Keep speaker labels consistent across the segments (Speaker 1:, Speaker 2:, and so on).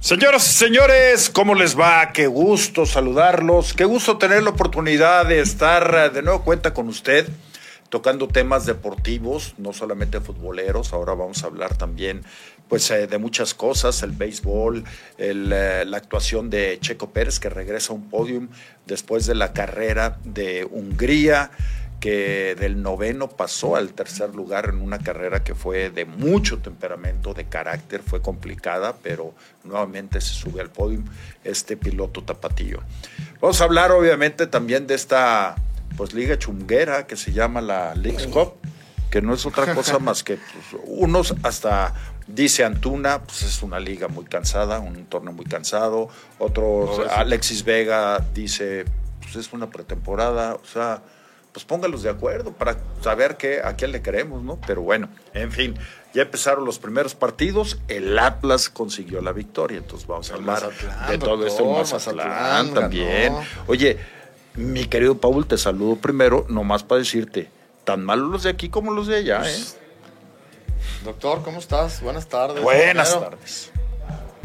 Speaker 1: Señoras y señores, ¿cómo les va? Qué gusto saludarlos, qué gusto tener la oportunidad de estar de nuevo cuenta con usted tocando temas deportivos, no solamente futboleros, ahora vamos a hablar también pues eh, de muchas cosas, el béisbol, el, eh, la actuación de Checo Pérez que regresa a un podium después de la carrera de Hungría que del noveno pasó al tercer lugar en una carrera que fue de mucho temperamento, de carácter, fue complicada, pero nuevamente se sube al podio este piloto tapatillo. Vamos a hablar obviamente también de esta pues liga chunguera que se llama la League Cup, que no es otra cosa más que pues, unos hasta dice Antuna, pues es una liga muy cansada, un torneo muy cansado, otros
Speaker 2: No, es-
Speaker 1: Alexis Vega dice, pues es una pretemporada, o sea, pues póngalos de acuerdo para saber qué, a quién le queremos, ¿no? Pero bueno, en fin, ya empezaron los primeros partidos, el Atlas consiguió la victoria, entonces vamos a
Speaker 2: El
Speaker 1: hablar
Speaker 2: Mazatlán,
Speaker 1: de todo esto, el
Speaker 2: doctor,
Speaker 1: Mazatlán,
Speaker 2: Mazatlán
Speaker 1: también.
Speaker 2: ganó.
Speaker 1: Oye, mi querido Paul, te saludo primero, nomás para decirte, tan malos los de aquí como los de allá, ¿eh?
Speaker 2: Pues, Doctor, ¿cómo estás? Buenas tardes.
Speaker 1: Buenas
Speaker 2: Primero,
Speaker 1: tardes.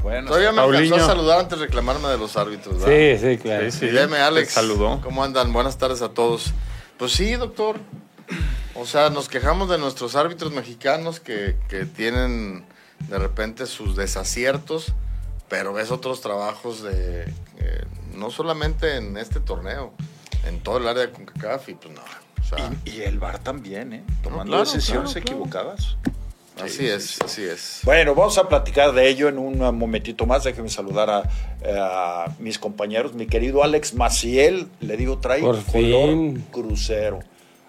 Speaker 1: Buenas
Speaker 2: Todavía me
Speaker 3: Paulinho.
Speaker 2: alcanzó a saludar antes de reclamarme de los árbitros. ¿verdad?
Speaker 3: Sí, sí, claro.
Speaker 2: Y deme, Alex.
Speaker 3: Te saludó.
Speaker 2: ¿Cómo andan? Buenas tardes a todos. Pues sí, doctor. O sea, nos quejamos de nuestros árbitros mexicanos que, que tienen de repente sus desaciertos, pero ves otros trabajos de. eh, no solamente en este torneo, en todo el área de CONCACAF y pues no. O sea,
Speaker 1: Y, y el bar también, ¿eh? Tomando
Speaker 2: claro,
Speaker 1: decisiones
Speaker 2: claro, claro.
Speaker 1: equivocadas.
Speaker 2: así
Speaker 1: sí,
Speaker 2: es,
Speaker 1: sí,
Speaker 2: así es.
Speaker 1: Bueno, vamos a platicar de ello en un momentito más. Déjenme saludar a, eh, a mis compañeros. Mi querido Alex Maciel, le digo, trae
Speaker 3: Por
Speaker 1: color
Speaker 3: fin.
Speaker 1: crucero.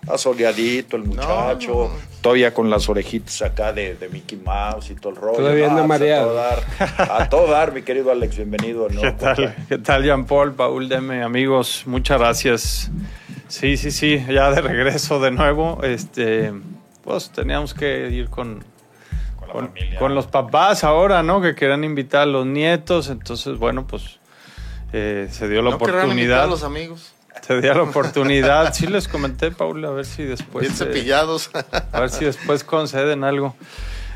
Speaker 1: Asoleadito el muchacho,
Speaker 2: No, no.
Speaker 1: todavía con las orejitas acá de, de Mickey Mouse y todo el rollo.
Speaker 3: Todavía anda
Speaker 1: No, pues, A
Speaker 3: mareado.
Speaker 1: todo dar, a todo dar, mi querido Alex, bienvenido. de nuevo.
Speaker 4: ¿Qué tal? ¿Qué tal, Jean Paul, Paul, Deme, amigos? Muchas gracias. Sí, sí, sí, ya de regreso de nuevo. Este, pues teníamos que ir con, con- con los papás ahora, ¿no? Que querían invitar a los nietos. Entonces, bueno, pues eh, se dio la
Speaker 2: no querrán invitar a
Speaker 4: oportunidad.
Speaker 2: los amigos.
Speaker 4: Se dio la oportunidad. Sí les comenté, Paul, a ver si después.
Speaker 2: bien
Speaker 4: eh,
Speaker 2: cepillados.
Speaker 4: a ver si después conceden algo.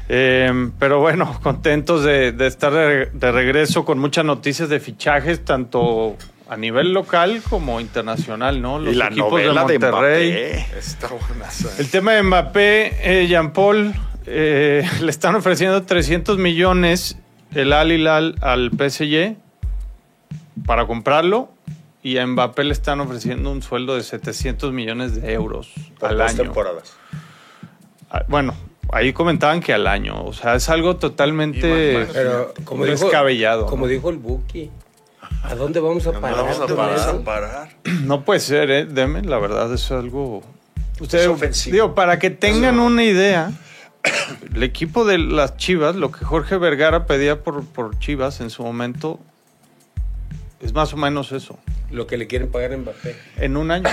Speaker 4: Eh, pero bueno, contentos de, de estar de, de regreso con muchas noticias de fichajes, tanto a nivel local como internacional, ¿no? Los
Speaker 1: Y la
Speaker 4: equipos de
Speaker 1: novela de,
Speaker 4: Monterrey.
Speaker 1: Mbappé.
Speaker 2: Está buenazo.
Speaker 4: El tema de Mbappé, eh, Jean Paul, eh, le están ofreciendo 300 millones el Al Hilal al PSG para comprarlo y a Mbappé le están ofreciendo un sueldo de 700 millones de euros
Speaker 1: Por
Speaker 4: al
Speaker 1: dos
Speaker 4: año.
Speaker 1: temporadas.
Speaker 4: Ah, Bueno, ahí comentaban que al año. O sea, es algo totalmente.
Speaker 2: Imagínate.
Speaker 3: Pero como
Speaker 4: No
Speaker 3: dijo,
Speaker 4: descabellado,
Speaker 3: como
Speaker 4: ¿no?
Speaker 3: dijo el Buki, ¿a dónde vamos a
Speaker 2: ¿A dónde
Speaker 3: parar?
Speaker 2: vamos a
Speaker 3: con
Speaker 2: parar?
Speaker 3: eso?
Speaker 1: parar.
Speaker 4: No puede ser, ¿eh? Deme, la verdad, eso es algo. Ustedes-
Speaker 1: ofensivo.
Speaker 4: Digo, para que tengan una idea, el equipo de las Chivas, lo que Jorge Vergara pedía por, por Chivas en su momento, es más o menos eso.
Speaker 3: Lo que le quieren pagar a Mbappé.
Speaker 4: En un año.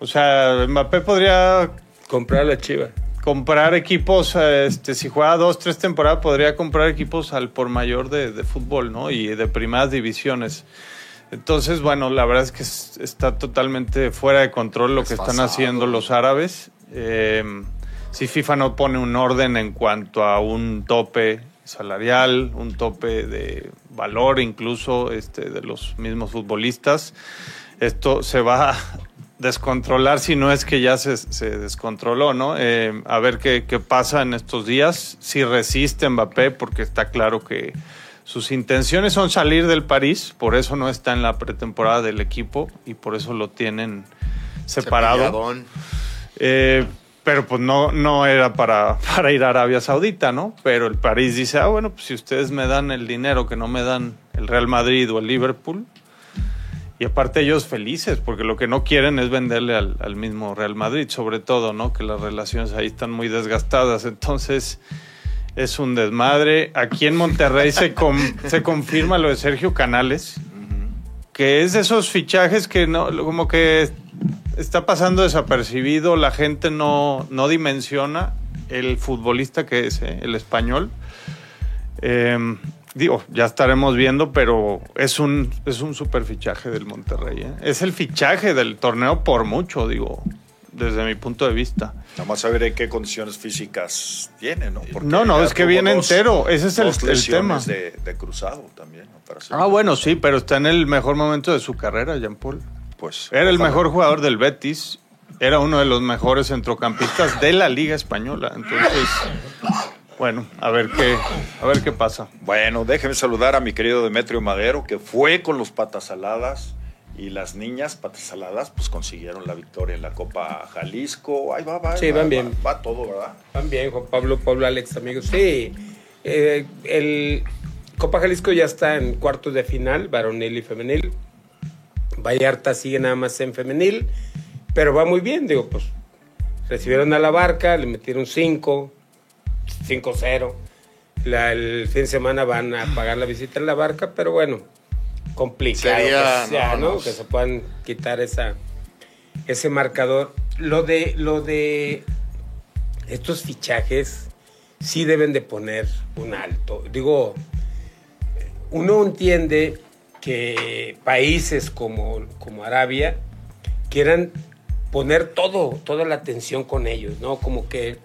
Speaker 4: O sea, Mbappé podría
Speaker 3: Comprar a la Chiva.
Speaker 4: comprar equipos, eh, este, si jugara dos, tres temporadas, podría comprar equipos al por mayor de, de fútbol, ¿no? Y de primeras divisiones. Entonces, bueno, la verdad es que es- está totalmente fuera de control lo que están
Speaker 2: Desfasado.
Speaker 4: haciendo los árabes. Eh, si FIFA no pone un orden en cuanto a un tope salarial, un tope de valor incluso este, de los mismos futbolistas, esto se va a descontrolar si no es que ya se, se descontroló, ¿no? Eh, a ver qué, qué pasa en estos días, si resiste Mbappé, porque está claro que sus intenciones son salir del París, por eso no está en la pretemporada del equipo y por eso lo tienen separado.
Speaker 2: Cepilladón.
Speaker 4: Eh, pero pues no, no era para, para ir a Arabia Saudita, ¿no? Pero el París dice, ah, bueno, pues si ustedes me dan el dinero que no me dan el Real Madrid o el Liverpool. Y aparte ellos felices, porque lo que no quieren es venderle al, al mismo Real Madrid, sobre todo, ¿no? Que las relaciones ahí están muy desgastadas. Entonces, es un desmadre. Aquí en Monterrey se, com- se confirma lo de Sergio Canales, que es de esos fichajes que no, como que está pasando desapercibido, la gente no, no dimensiona el futbolista que es, ¿eh? el español. Eh, digo, ya estaremos viendo, pero es un, es un super fichaje del Monterrey. ¿eh? Es el fichaje del torneo por mucho, digo. desde mi punto de vista.
Speaker 1: Nada más saber en qué condiciones físicas tiene, ¿no? Porque
Speaker 4: No, no,
Speaker 1: ya
Speaker 4: es que
Speaker 1: tuvo
Speaker 4: viene entero, ese es el-
Speaker 1: dos
Speaker 4: el
Speaker 1: lesiones
Speaker 4: tema.
Speaker 1: De, de cruzado también. ¿no? Para ser-
Speaker 4: Ah, bueno, sí, pero está en el mejor momento de su carrera, Jean Paul.
Speaker 1: Pues,
Speaker 4: Era el
Speaker 1: ojalá.
Speaker 4: mejor jugador del Betis, era uno de los mejores centrocampistas de la Liga Española. Entonces, bueno, a ver qué, a ver qué pasa.
Speaker 1: Bueno, déjeme saludar a mi querido Demetrio Madero, que fue con los patas aladas y las niñas patas aladas, pues consiguieron la victoria en la Copa Jalisco. Ahí va, va.
Speaker 3: Sí,
Speaker 1: va,
Speaker 3: van
Speaker 1: va,
Speaker 3: bien.
Speaker 1: Va, todo, ¿verdad?
Speaker 3: También, Juan Pablo, Pablo Alex, amigos. Sí, eh, el Copa Jalisco ya está en cuartos de final, varonil y femenil. Vallarta sigue nada más en femenil, pero va muy bien, digo, pues recibieron a la barca, le metieron 5, 5-0. La- El fin de semana van a pagar la visita en la barca, pero bueno, complicado
Speaker 2: Sería-
Speaker 3: que, sea,
Speaker 2: no,
Speaker 3: ¿no?
Speaker 2: no.
Speaker 3: que se puedan quitar esa, ese marcador. Lo de, lo de estos fichajes sí deben de poner un alto. Digo, uno entiende que países como, como Arabia quieran poner todo, toda la atención con ellos, ¿no? Como que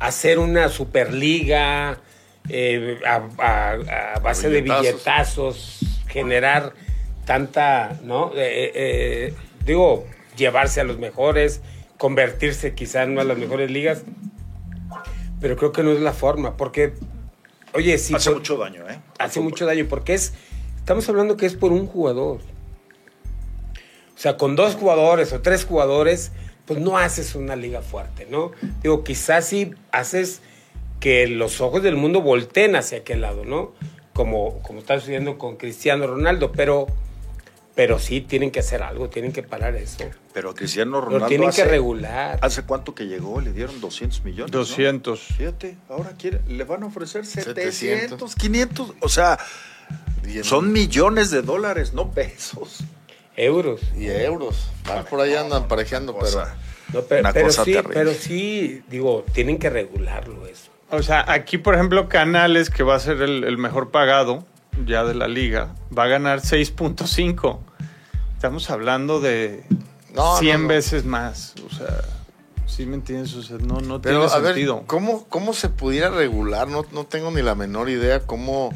Speaker 3: hacer una superliga eh, a, a- a base de billetazos, generar tanta, ¿no? Eh, eh, digo, llevarse a los mejores, convertirse quizá en una de las mejores ligas, pero creo que no es la forma, porque, oye, si...
Speaker 1: Hace
Speaker 3: por-
Speaker 1: mucho daño, ¿eh?
Speaker 3: hace mucho daño porque es estamos hablando que es por un jugador. O sea, con dos jugadores o tres jugadores, pues no haces una liga fuerte, ¿no? Digo, quizás sí haces que los ojos del mundo volteen hacia aquel lado, ¿no? Como, como está sucediendo con Cristiano Ronaldo, pero, pero sí tienen que hacer algo, tienen que parar eso.
Speaker 1: Pero Cristiano Ronaldo.
Speaker 3: Lo tienen
Speaker 1: hace,
Speaker 3: que regular.
Speaker 1: ¿Hace cuánto que llegó? Le dieron 200 millones. ¿no?
Speaker 4: 200.
Speaker 1: Fíjate, ahora quiere, le van a ofrecer 700,
Speaker 2: 700.
Speaker 1: 500. O sea,
Speaker 2: Y en-
Speaker 1: son millones de dólares, no pesos.
Speaker 3: Euros.
Speaker 2: Y euros. Ah, por ahí andan parejeando,
Speaker 1: O sea,
Speaker 3: No, pe-
Speaker 1: Una
Speaker 3: pero
Speaker 1: cosa
Speaker 3: sí,
Speaker 1: terrible.
Speaker 3: pero sí, digo, tienen que regularlo eso.
Speaker 4: O sea, aquí, por ejemplo, Canales, que va a ser el, el mejor pagado ya de la liga, va a ganar 6.5. Estamos hablando de
Speaker 2: No, no,
Speaker 4: 100
Speaker 2: no.
Speaker 4: veces más. O sea, sí me entiendes, o sea, no, no
Speaker 2: Pero
Speaker 4: tiene
Speaker 2: a ver,
Speaker 4: sentido.
Speaker 2: ¿cómo, ¿cómo se pudiera regular? No, no tengo ni la menor idea cómo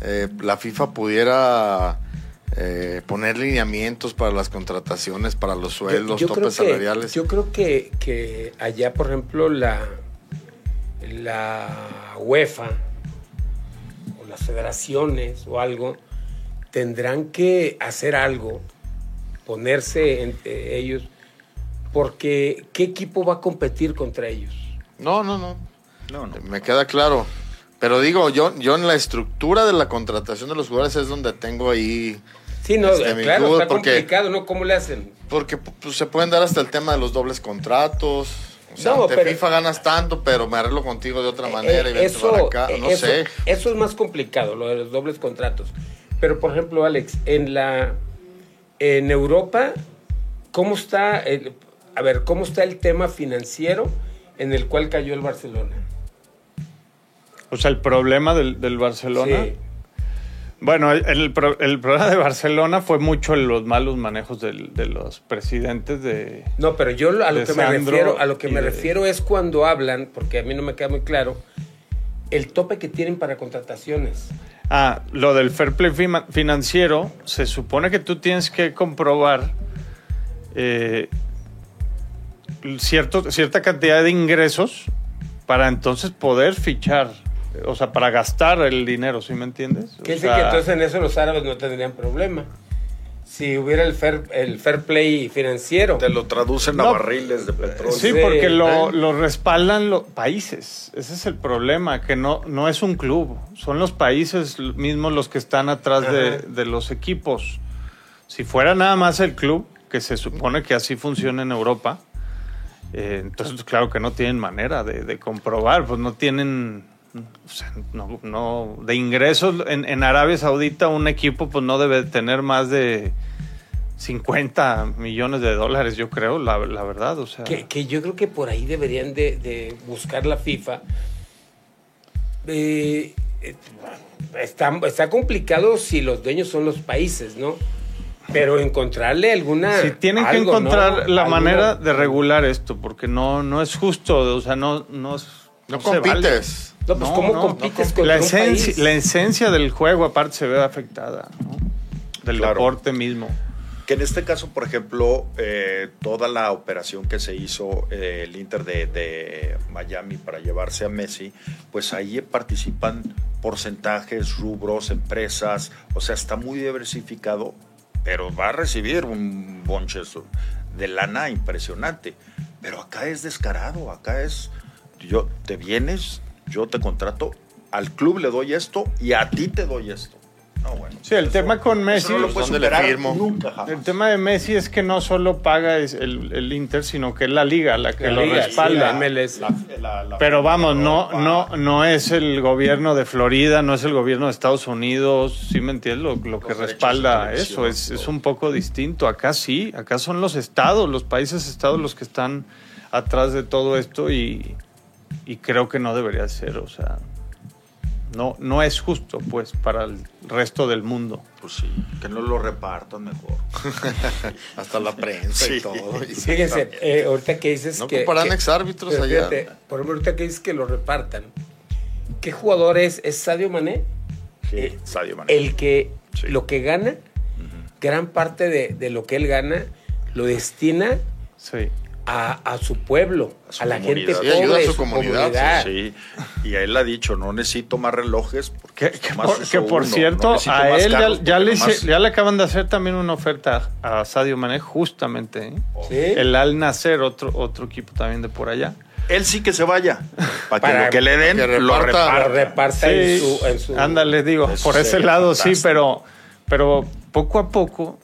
Speaker 2: eh, la FIFA pudiera eh, poner lineamientos para las contrataciones, para Pues, los sueldos, topes
Speaker 3: creo que,
Speaker 2: salariales.
Speaker 3: Yo creo que, que allá, por ejemplo, la, la UEFA o las federaciones o algo tendrán que hacer algo, ponerse entre ellos, porque ¿qué equipo va a competir contra ellos?
Speaker 2: No, no, no.
Speaker 1: no, no.
Speaker 2: Me queda claro. Pero digo, yo, yo en la estructura de la contratación de los jugadores es donde tengo ahí.
Speaker 3: Sí, no,
Speaker 2: Este, mi
Speaker 3: claro,
Speaker 2: duda,
Speaker 3: está
Speaker 2: porque-
Speaker 3: complicado, ¿no? ¿Cómo le hacen?
Speaker 2: Porque pues, se pueden dar hasta el tema de los dobles contratos. O sea,
Speaker 3: No,
Speaker 2: ante
Speaker 3: pero-
Speaker 2: FIFA ganas tanto, pero me arreglo contigo de otra manera y
Speaker 3: Eh,
Speaker 2: vente para acá.
Speaker 3: eh,
Speaker 2: No
Speaker 3: eso-
Speaker 2: sé.
Speaker 3: Eso es más complicado, lo de los dobles contratos. Pero, por ejemplo, Alex, en la en Europa, ¿cómo está el, a ver, cómo está el tema financiero en el cual cayó el Barcelona?
Speaker 4: O sea, el problema del, del Barcelona.
Speaker 3: Sí.
Speaker 4: Bueno, el, el pro- el problema de Barcelona fue mucho los malos manejos del- de los presidentes de...
Speaker 3: No, pero yo lo- a lo
Speaker 4: De
Speaker 3: que me
Speaker 4: Sandro
Speaker 3: refiero, a lo que
Speaker 4: y
Speaker 3: me
Speaker 4: de-
Speaker 3: refiero es cuando hablan, porque a mí no me queda muy claro, el tope que tienen para contrataciones.
Speaker 4: Ah, lo del fair play fima- financiero, se supone que tú tienes que comprobar eh, cierto, cierta cantidad de ingresos para entonces poder fichar, o sea, para gastar el dinero, ¿sí me entiendes? O
Speaker 3: Quiere decir
Speaker 4: sea,
Speaker 3: que entonces en eso los árabes no tendrían problema. Si hubiera el fair, el fair play financiero.
Speaker 1: Te lo traducen a
Speaker 4: No.
Speaker 1: barriles de petróleo.
Speaker 4: Sí,
Speaker 3: Sí,
Speaker 4: porque lo,
Speaker 2: ¿eh?
Speaker 4: lo respaldan los países. Ese es el problema, que no, no es un club. Son los países mismos los que están atrás de,
Speaker 3: Ajá.
Speaker 4: de los equipos. Si fuera nada más el club, que se supone que así funciona en Europa, eh, entonces claro que no tienen manera de, de comprobar, pues no tienen... o sea, no, no- de ingresos en, en Arabia Saudita un equipo pues no debe tener más de 50 millones de dólares, yo creo, la, la verdad. O sea,
Speaker 3: Que, que yo creo que por ahí deberían de, de buscar la FIFA. Eh, eh, está, está complicado si los dueños son los países, ¿no? Pero encontrarle alguna.
Speaker 4: Si tienen que
Speaker 3: Eh, algo,
Speaker 4: encontrar
Speaker 3: ¿no?
Speaker 4: la
Speaker 3: Alguna-
Speaker 4: de manera de regular esto, porque no, no es justo, o sea, no, no, es-
Speaker 2: No
Speaker 4: se vale.
Speaker 2: compites.
Speaker 3: No, pues, ¿cómo compites
Speaker 4: la
Speaker 3: contra un
Speaker 4: esencia,
Speaker 3: país?
Speaker 4: la esencia del juego aparte se ve afectada, ¿no? Del
Speaker 1: Claro.
Speaker 4: deporte mismo.
Speaker 1: Que en este caso, por ejemplo, eh, toda la operación que se hizo eh, el Inter de, de Miami para llevarse a Messi, pues ahí participan porcentajes, rubros, empresas, o sea, está muy diversificado, pero va a recibir un bonche de lana impresionante. Pero acá es descarado, acá es, yo te vienes, yo te contrato, al club le doy esto y a ti te doy esto. No, bueno.
Speaker 4: Sí, el
Speaker 1: eso-
Speaker 4: tema con
Speaker 1: eso
Speaker 4: Messi-
Speaker 1: no lo
Speaker 4: Pues,
Speaker 1: puedes
Speaker 2: ¿dónde le
Speaker 1: superar
Speaker 2: firmo?
Speaker 1: nunca jamás.
Speaker 4: El tema de Messi es que no solo paga es el, el Inter, sino que es la liga la que
Speaker 3: La
Speaker 4: lo
Speaker 3: liga, sí, la
Speaker 4: respalda.
Speaker 3: MLS.
Speaker 4: Pero vamos, no, no, no es el gobierno de Florida, no es el gobierno de Estados Unidos, ¿sí me entiendes? Lo, lo que
Speaker 1: derechos de
Speaker 4: respalda
Speaker 1: televisión,
Speaker 4: eso es, es
Speaker 1: todo.
Speaker 4: un poco distinto. Acá sí, acá son los estados, los países estados los que están atrás de todo esto y, y creo que no debería ser, o sea, no, no es justo pues para el resto del mundo.
Speaker 1: Pues sí, que no lo repartan mejor.
Speaker 2: Hasta la prensa y
Speaker 1: Sí.
Speaker 2: todo. Y-
Speaker 3: Fíjense, eh, ahorita que dices
Speaker 2: No
Speaker 3: que.
Speaker 2: comparan
Speaker 3: que-
Speaker 2: exárbitros
Speaker 3: pero
Speaker 2: allá.
Speaker 3: fíjate, por ejemplo, ahorita que dices que lo repartan. ¿Qué jugador es? ¿Es Sadio Mané?
Speaker 1: Sí,
Speaker 3: Eh,
Speaker 1: Sadio Mané.
Speaker 3: El que
Speaker 1: Sí.
Speaker 3: lo que gana, gran parte de, de lo que él gana, lo destina
Speaker 4: Sí.
Speaker 3: a, a su pueblo,
Speaker 1: A
Speaker 3: a,
Speaker 1: su
Speaker 3: la gente
Speaker 1: comunidad.
Speaker 3: pobre,
Speaker 1: Sí,
Speaker 2: ayuda a
Speaker 3: de
Speaker 2: su
Speaker 3: su,
Speaker 2: comunidad,
Speaker 3: comunidad.
Speaker 1: Sí, y él ha dicho, no necesito más relojes porque
Speaker 4: Que, que
Speaker 1: más
Speaker 4: por,
Speaker 1: uso
Speaker 4: que por
Speaker 1: uno, no
Speaker 4: cierto,
Speaker 1: necesito
Speaker 4: a
Speaker 1: más
Speaker 4: él ya-
Speaker 1: carros
Speaker 4: ya,
Speaker 1: porque
Speaker 4: le,
Speaker 1: nomás-
Speaker 4: hice- ya le acaban de hacer también una oferta a Sadio Mané justamente. ¿eh?
Speaker 3: Sí.
Speaker 4: El Al Nacer, otro, otro equipo también de por allá.
Speaker 1: Él sí que se vaya, para que
Speaker 3: Para-
Speaker 1: lo que le den
Speaker 2: que
Speaker 1: lo reparta.
Speaker 2: reparta.
Speaker 3: Lo reparta en su. en su-
Speaker 4: Ándale, digo,
Speaker 1: Eso
Speaker 4: por ese
Speaker 1: sería
Speaker 4: lado sí,
Speaker 1: fantástico.
Speaker 4: pero, pero poco a poco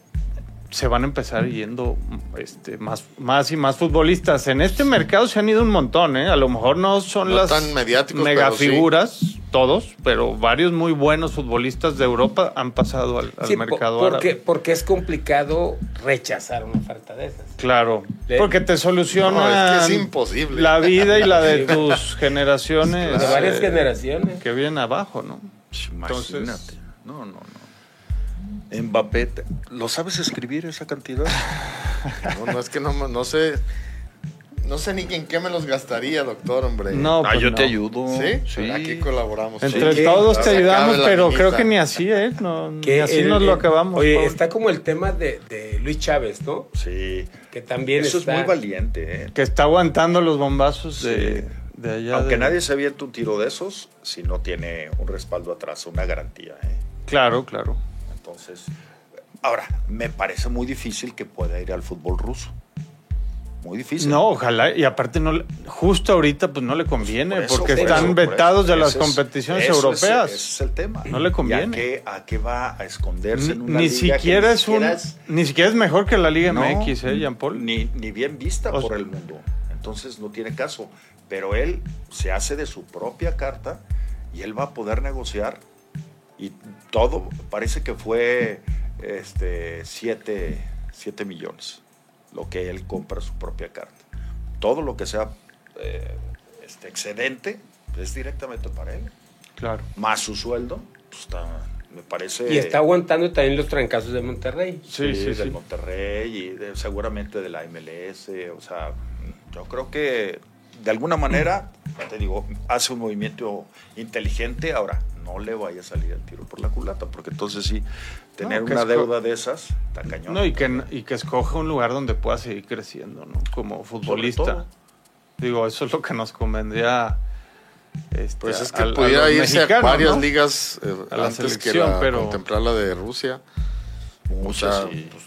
Speaker 4: se van a empezar yendo este, más, más y más futbolistas. En este mercado se han ido un montón, ¿eh? A lo mejor no son
Speaker 2: No
Speaker 4: las
Speaker 2: tan mediáticos,
Speaker 4: megafiguras, todos, pero varios muy buenos futbolistas de Europa han pasado al, al
Speaker 3: Sí, po-
Speaker 4: mercado árabe.
Speaker 3: porque, porque es complicado rechazar una oferta de esas.
Speaker 4: Claro,
Speaker 3: Le-
Speaker 4: porque te soluciona
Speaker 2: No, es que es imposible.
Speaker 4: la vida y la de tus generaciones.
Speaker 3: De varias
Speaker 4: eh,
Speaker 3: generaciones.
Speaker 4: Que vienen abajo, ¿no?
Speaker 1: Imagínate.
Speaker 4: Entonces-
Speaker 1: no, no, no. Mbappé, te- ¿lo sabes escribir esa cantidad?
Speaker 2: No, no, es que no, no sé. No sé ni en qué me los gastaría, doctor, hombre.
Speaker 4: No,
Speaker 1: ah,
Speaker 4: pues
Speaker 1: yo
Speaker 4: no.
Speaker 1: te ayudo.
Speaker 2: ¿Sí? Aquí colaboramos.
Speaker 1: Pues
Speaker 4: Entre
Speaker 3: Sí,
Speaker 4: todos
Speaker 2: que-
Speaker 4: te
Speaker 2: se
Speaker 4: ayudamos,
Speaker 2: acabe la
Speaker 4: pero creo
Speaker 2: minita.
Speaker 4: que ni así, ¿eh? No, ni
Speaker 3: Que
Speaker 4: así
Speaker 3: el-
Speaker 4: nos lo
Speaker 3: el-
Speaker 4: acabamos.
Speaker 3: Oye,
Speaker 4: Pablo.
Speaker 3: está como el tema de, de Luis Chávez, ¿no?
Speaker 1: Sí.
Speaker 3: Que también
Speaker 1: Eso es
Speaker 3: está-
Speaker 1: muy valiente, ¿eh?
Speaker 4: Que está aguantando los bombazos
Speaker 1: Sí.
Speaker 4: de, de allá.
Speaker 1: Aunque
Speaker 4: de-
Speaker 1: nadie se avienta un tiro de esos si no tiene un respaldo atrás, una garantía. ¿eh?
Speaker 4: Claro, claro.
Speaker 1: Entonces, ahora, me parece muy difícil que pueda ir al fútbol ruso. Muy difícil.
Speaker 4: No, ojalá. Y aparte, no, le- justo ahorita, pues no le conviene,
Speaker 1: Por eso,
Speaker 4: porque
Speaker 1: por
Speaker 4: están
Speaker 1: eso, por
Speaker 4: vetados
Speaker 1: eso.
Speaker 4: de las
Speaker 1: Ese es-
Speaker 4: competiciones
Speaker 1: eso es-
Speaker 4: europeas.
Speaker 1: ese es el tema.
Speaker 4: No le conviene.
Speaker 1: ¿Y a, qué, a qué va a esconderse en una
Speaker 4: ni
Speaker 1: liga que
Speaker 4: siquiera es un.
Speaker 1: siquiera
Speaker 4: Ni siquiera es mejor que la Liga
Speaker 1: No,
Speaker 4: MX, ¿eh, Jean Paul?
Speaker 1: Ni, ni bien vista
Speaker 4: O sea-
Speaker 1: por el mundo. Entonces no tiene caso. Pero él se hace de su propia carta y él va a poder negociar. Y todo, parece que fue 7 siete, siete millones lo que él compra su propia carta. Todo lo que sea eh, este excedente pues, es directamente para él.
Speaker 4: Claro.
Speaker 1: Más su sueldo, pues, está- me parece.
Speaker 3: Y está aguantando también los trancazos de Monterrey.
Speaker 4: Sí, sí,
Speaker 1: del
Speaker 4: sí.
Speaker 1: Monterrey y de- seguramente de la MLS. O sea, yo creo que de alguna manera, ya te digo, hace un movimiento inteligente. Ahora, no le vaya a salir el tiro por la culata, porque entonces sí, tener
Speaker 4: No, que
Speaker 1: una
Speaker 4: es co-
Speaker 1: deuda de esas, está cañón.
Speaker 4: No, y que, y que escoja un lugar donde pueda seguir creciendo, ¿no? Como futbolista.
Speaker 1: todo.
Speaker 4: Digo, eso es lo que nos convendría. este,
Speaker 2: Pues es que
Speaker 4: al- a
Speaker 2: pudiera
Speaker 4: los
Speaker 2: irse
Speaker 4: mexicanos,
Speaker 2: a varias
Speaker 4: ¿no?
Speaker 2: ligas eh,
Speaker 4: A la
Speaker 2: antes que
Speaker 4: selección,
Speaker 2: la-
Speaker 4: pero-
Speaker 2: contemplar la de Rusia. O
Speaker 1: Muchas,
Speaker 2: sea,
Speaker 1: sí.
Speaker 2: pues,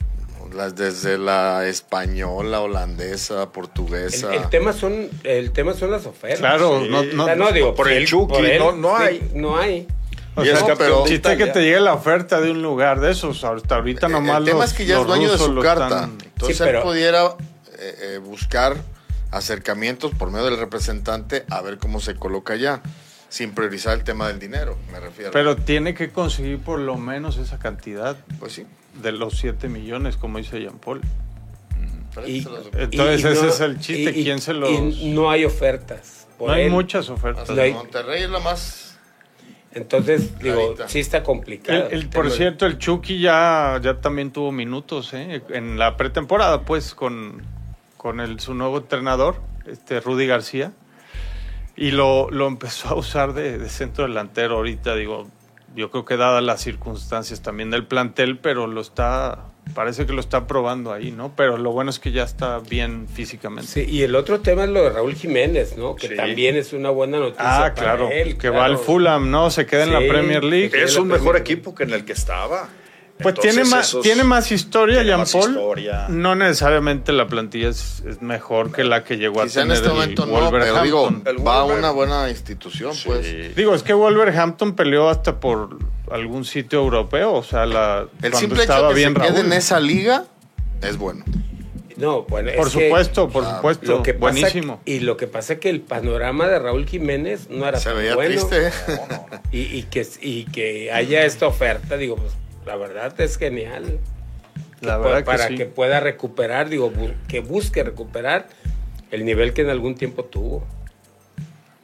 Speaker 2: las, desde la española, holandesa,
Speaker 3: El,
Speaker 2: portuguesa.
Speaker 3: el tema son, el tema son las ofertas.
Speaker 4: Claro,
Speaker 1: Sí.
Speaker 4: no,
Speaker 3: O
Speaker 4: no-
Speaker 3: sea, no, digo,
Speaker 1: por el
Speaker 3: sí,
Speaker 1: Chucky, no- no
Speaker 3: sí,
Speaker 1: hay.
Speaker 3: No hay.
Speaker 4: o
Speaker 2: y
Speaker 4: sea,
Speaker 2: es
Speaker 4: que-
Speaker 2: campeón de
Speaker 4: chiste que
Speaker 1: Italia.
Speaker 4: te llegue la oferta de un lugar de esos. Hasta ahorita
Speaker 2: El-
Speaker 4: nomás
Speaker 2: el tema
Speaker 4: los-
Speaker 2: es que ya es
Speaker 4: los
Speaker 2: dueño de
Speaker 4: rusos
Speaker 2: su
Speaker 4: lo
Speaker 2: carta.
Speaker 4: están-
Speaker 2: Entonces
Speaker 3: Sí, pero-
Speaker 2: él pudiera eh, eh, buscar acercamientos por medio del representante a ver cómo se coloca ya, sin priorizar el tema del dinero, me refiero.
Speaker 4: Pero tiene que conseguir por lo menos esa cantidad
Speaker 2: pues sí.
Speaker 4: de los 7 millones, como dice Jean Paul.
Speaker 3: Y-
Speaker 2: se
Speaker 4: eh,
Speaker 2: los-
Speaker 4: Entonces, ese es el chiste,
Speaker 3: y-
Speaker 4: ¿quién se los-
Speaker 3: y no hay ofertas. por
Speaker 4: No hay
Speaker 3: él.
Speaker 4: muchas
Speaker 2: hasta
Speaker 4: ofertas.
Speaker 3: Lo hay-
Speaker 2: Monterrey es la más
Speaker 3: Entonces, digo,
Speaker 2: Ahorita.
Speaker 3: sí está
Speaker 4: El-
Speaker 3: complicado.
Speaker 4: el- por cierto, el Chucky ya, ya también tuvo minutos ¿eh? en la pretemporada, pues, con, con el, su nuevo entrenador, este Rudy García. Y lo, lo empezó a usar de, de centro delantero ahorita, digo, yo creo que dadas las circunstancias también del plantel, pero lo está, parece que lo está probando ahí, ¿no? Pero lo bueno es que ya está bien físicamente.
Speaker 3: Sí, y el otro tema es lo de Raúl Jiménez, ¿no? Que
Speaker 1: Sí.
Speaker 3: también es una buena noticia. para
Speaker 4: Ah, claro,
Speaker 3: él,
Speaker 4: que va
Speaker 3: claro.
Speaker 4: al Fulham, ¿no? Se queda en la
Speaker 3: Sí.
Speaker 4: Premier League.
Speaker 3: Sí,
Speaker 1: Es
Speaker 3: la
Speaker 1: un mejor
Speaker 3: primera.
Speaker 1: equipo que en el que estaba.
Speaker 4: Pues
Speaker 1: Entonces,
Speaker 4: tiene, más,
Speaker 1: esos-
Speaker 4: tiene más historia,
Speaker 1: tiene
Speaker 4: Jean
Speaker 1: más
Speaker 4: Paul.
Speaker 1: historia.
Speaker 4: No necesariamente la plantilla es, es mejor que la que llegó
Speaker 2: Quizá
Speaker 4: a
Speaker 2: en
Speaker 4: tener
Speaker 2: este
Speaker 4: el
Speaker 2: momento no, pero digo,
Speaker 4: Wolverhampton.
Speaker 1: El
Speaker 2: va a
Speaker 1: Wolverhampton.
Speaker 2: una buena institución, pues.
Speaker 1: Sí.
Speaker 4: digo, es que Wolverhampton peleó hasta por algún sitio europeo, o sea, la,
Speaker 2: El
Speaker 4: cuando
Speaker 2: simple hecho
Speaker 4: estaba
Speaker 2: de que
Speaker 4: bien
Speaker 2: se quede
Speaker 4: Raúl.
Speaker 2: en esa liga es bueno.
Speaker 3: No, bueno,
Speaker 4: Por
Speaker 3: es que
Speaker 4: supuesto, por
Speaker 2: o sea,
Speaker 4: supuesto,
Speaker 3: lo que pasa-
Speaker 4: buenísimo.
Speaker 3: y lo que pasa es que el panorama de Raúl Jiménez no era
Speaker 2: Se
Speaker 3: tan
Speaker 2: veía
Speaker 3: bueno.
Speaker 2: triste. ¿eh?
Speaker 1: No, no, no.
Speaker 3: Y, y que, y que haya esta oferta, digo, pues, la verdad es genial.
Speaker 4: La
Speaker 3: Pu-
Speaker 4: verdad
Speaker 3: para
Speaker 4: que sí.
Speaker 3: pueda recuperar, digo, bu- que busque recuperar el nivel que en algún tiempo tuvo.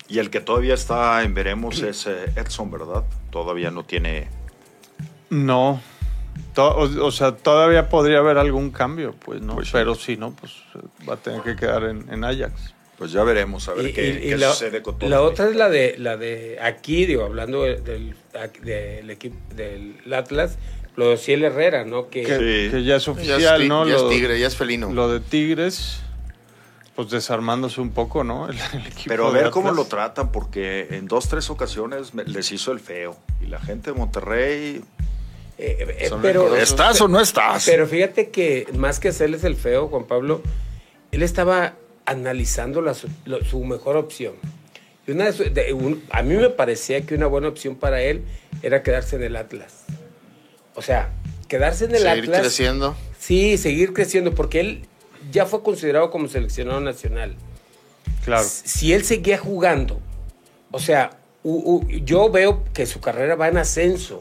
Speaker 1: Y el que todavía está en veremos es eh, Edson, ¿verdad? Todavía no tiene.
Speaker 4: No. To- o, o sea, todavía podría haber algún cambio, pues no.
Speaker 1: Pues sí.
Speaker 4: Pero si no, pues va a tener que quedar en, en Ajax.
Speaker 1: Pues ya veremos a ver qué, qué
Speaker 3: la,
Speaker 1: sucede con todo.
Speaker 3: la
Speaker 1: esto.
Speaker 3: otra es la de la de aquí, digo, hablando de- del, ac- del equipo del Atlas, lo de Ociel Herrera, ¿no? Que
Speaker 4: Que,
Speaker 1: Sí.
Speaker 4: que ya es
Speaker 2: Ya,
Speaker 4: oficial,
Speaker 2: es, ti-
Speaker 4: ¿no?
Speaker 2: ya
Speaker 4: Lo-
Speaker 2: es tigre, ya es felino.
Speaker 4: Lo de Tigres, pues desarmándose un poco, ¿no? El, el equipo
Speaker 1: Pero a
Speaker 4: de
Speaker 1: ver cómo
Speaker 4: Atlas.
Speaker 1: lo tratan, porque en dos, tres ocasiones me- les hizo el feo. Y la gente de Monterrey.
Speaker 3: eh, eh,
Speaker 2: Son
Speaker 3: pero
Speaker 2: rencorosos.
Speaker 1: ¿Estás o no
Speaker 2: Ah,
Speaker 1: estás?
Speaker 3: pero fíjate que más que hacerles el feo, Juan Pablo, él estaba analizando la su- lo- su mejor opción. Y una de su- de un- a mí me parecía que una buena opción para él era quedarse en el Atlas. O sea, quedarse en el
Speaker 2: Seguir
Speaker 3: Atlas.
Speaker 2: creciendo.
Speaker 3: Sí, seguir creciendo, porque él ya fue considerado como seleccionado nacional.
Speaker 4: Claro.
Speaker 3: Si él seguía jugando, o sea, u- u- yo veo que su carrera va en ascenso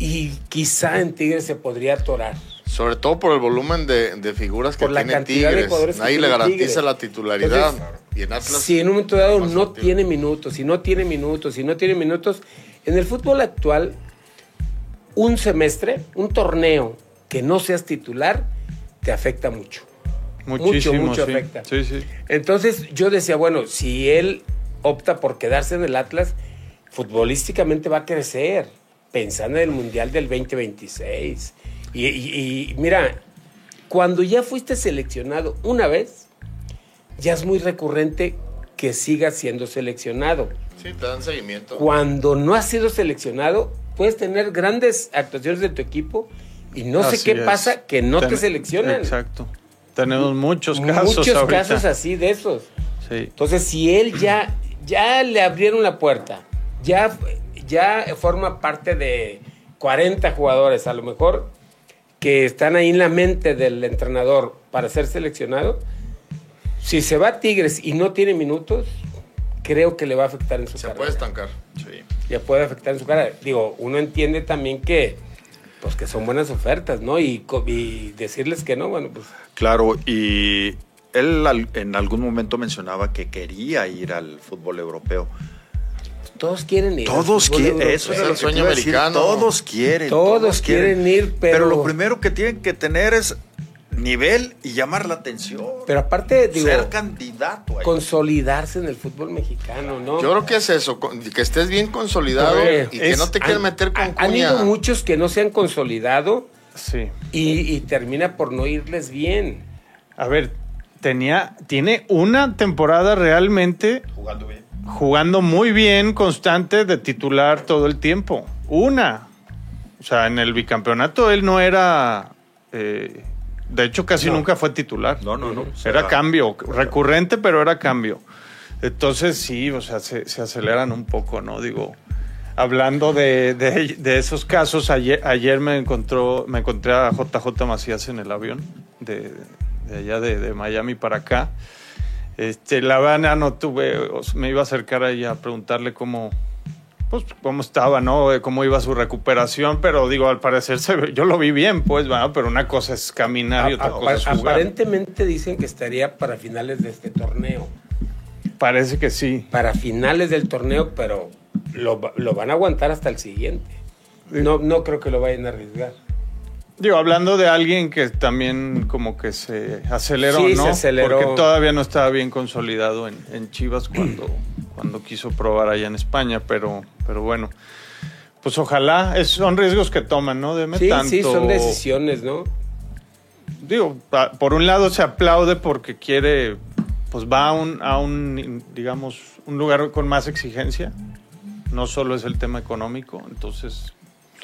Speaker 3: y quizá en Tigres se podría atorar.
Speaker 2: Sobre todo por el volumen de, de figuras que
Speaker 3: Por la
Speaker 2: tiene
Speaker 3: cantidad de
Speaker 2: Tigres.
Speaker 3: jugadores que
Speaker 2: Nadie le
Speaker 3: tiene
Speaker 2: garantiza
Speaker 3: Tigres.
Speaker 2: la titularidad.
Speaker 3: Entonces,
Speaker 2: y en Atlas.
Speaker 3: Si en un momento dado
Speaker 2: más
Speaker 3: no
Speaker 2: activo.
Speaker 3: tiene minutos, si no tiene minutos, si no tiene minutos, en el fútbol actual, un semestre, un torneo que no seas titular, te afecta mucho.
Speaker 4: Muchísimo,
Speaker 3: mucho
Speaker 4: sí.
Speaker 3: afecta.
Speaker 4: Sí, sí.
Speaker 3: Entonces yo decía, bueno, si él opta por quedarse en el Atlas, futbolísticamente va a crecer, pensando en el Mundial del 2026. Y, y- y mira, cuando ya fuiste seleccionado una vez, ya es muy recurrente que sigas siendo seleccionado.
Speaker 2: Sí, te dan seguimiento.
Speaker 3: Cuando no has sido seleccionado, puedes tener grandes actuaciones de tu equipo y no sé
Speaker 4: Así
Speaker 3: qué
Speaker 4: es.
Speaker 3: pasa que no te
Speaker 4: Ten-
Speaker 3: seleccionan.
Speaker 4: Exacto. Tenemos muchos casos
Speaker 3: Muchos
Speaker 4: ahorita.
Speaker 3: casos así de esos.
Speaker 4: Sí.
Speaker 3: Entonces, si él ya, ya le abrieron la puerta, ya, ya forma parte de 40 jugadores, a lo mejor, que están ahí en la mente del entrenador para ser seleccionado, si se va a Tigres y no tiene minutos, creo que le va a afectar en su
Speaker 2: Se
Speaker 3: carrera.
Speaker 2: puede estancar.
Speaker 3: Ya puede afectar en su carrera. Digo, uno entiende también que, pues, que son buenas ofertas, ¿no? Y, co- y decirles que no, bueno, pues...
Speaker 1: Claro, y él al- en algún momento mencionaba que quería ir al fútbol europeo.
Speaker 3: Todos quieren ir. al
Speaker 1: Todos
Speaker 3: fútbol
Speaker 1: quieren,
Speaker 3: europeo.
Speaker 1: eso
Speaker 2: es
Speaker 1: era lo
Speaker 2: el
Speaker 1: que te
Speaker 2: sueño
Speaker 1: iba a decir,
Speaker 2: americano.
Speaker 1: Todos quieren.
Speaker 3: Todos quieren ir, pero-
Speaker 1: lo primero que tienen que tener es nivel y llamar la atención.
Speaker 3: Pero aparte, digo,
Speaker 1: ser candidato. ahí.
Speaker 3: consolidarse en el fútbol mexicano, ¿no?
Speaker 2: Yo creo que es eso, con- que estés bien consolidado
Speaker 3: Oye,
Speaker 2: y que
Speaker 4: es-
Speaker 2: no te quieran
Speaker 3: Han-
Speaker 2: meter con
Speaker 3: ha- Han
Speaker 2: cuña.
Speaker 3: ido muchos que no se han consolidado
Speaker 4: Sí.
Speaker 3: y, y termina por no irles bien.
Speaker 4: A ver, tenía, tiene una temporada realmente
Speaker 1: Jugando bien.
Speaker 4: jugando muy bien, constante, de titular todo el tiempo. Una. O sea, en el bicampeonato él no era. eh, de hecho, casi
Speaker 3: No.
Speaker 4: nunca fue titular.
Speaker 1: No, no, no.
Speaker 4: Era cambio, recurrente, pero era cambio. Entonces, sí, o sea, se, se aceleran un poco, ¿no? Digo, hablando de, de- de esos casos, ayer, ayer me, encontró, me encontré a JJ Macías en el avión, de, de allá de, de Miami para acá. Este, la Habana no tuve, o sea, me iba a acercar ahí a preguntarle cómo, pues, cómo estaba, ¿no? Eh, Cómo iba su recuperación, pero digo, al parecer se ve- yo lo vi bien, pues, ¿verdad? pero una cosa es caminar y otra
Speaker 3: Apa-
Speaker 4: cosa es jugar.
Speaker 3: aparentemente dicen que estaría para finales de este torneo.
Speaker 4: Parece que sí.
Speaker 3: Para finales del torneo, pero lo, va- lo van a aguantar hasta el siguiente. No, no creo que lo vayan a arriesgar.
Speaker 4: Digo, hablando de alguien que también como que se aceleró,
Speaker 3: Sí, se
Speaker 4: ¿no?
Speaker 3: aceleró.
Speaker 4: Porque todavía no estaba bien consolidado en, en Chivas cuando, cuando quiso probar allá en España, pero, pero bueno. Pues ojalá, es- son riesgos que toman, ¿no? Deme
Speaker 3: Sí,
Speaker 4: tanto.
Speaker 3: sí, son decisiones, ¿no?
Speaker 4: Digo, pa- por un lado se aplaude porque quiere, pues va a un, a un, digamos, un lugar con más exigencia. No solo es el tema económico, entonces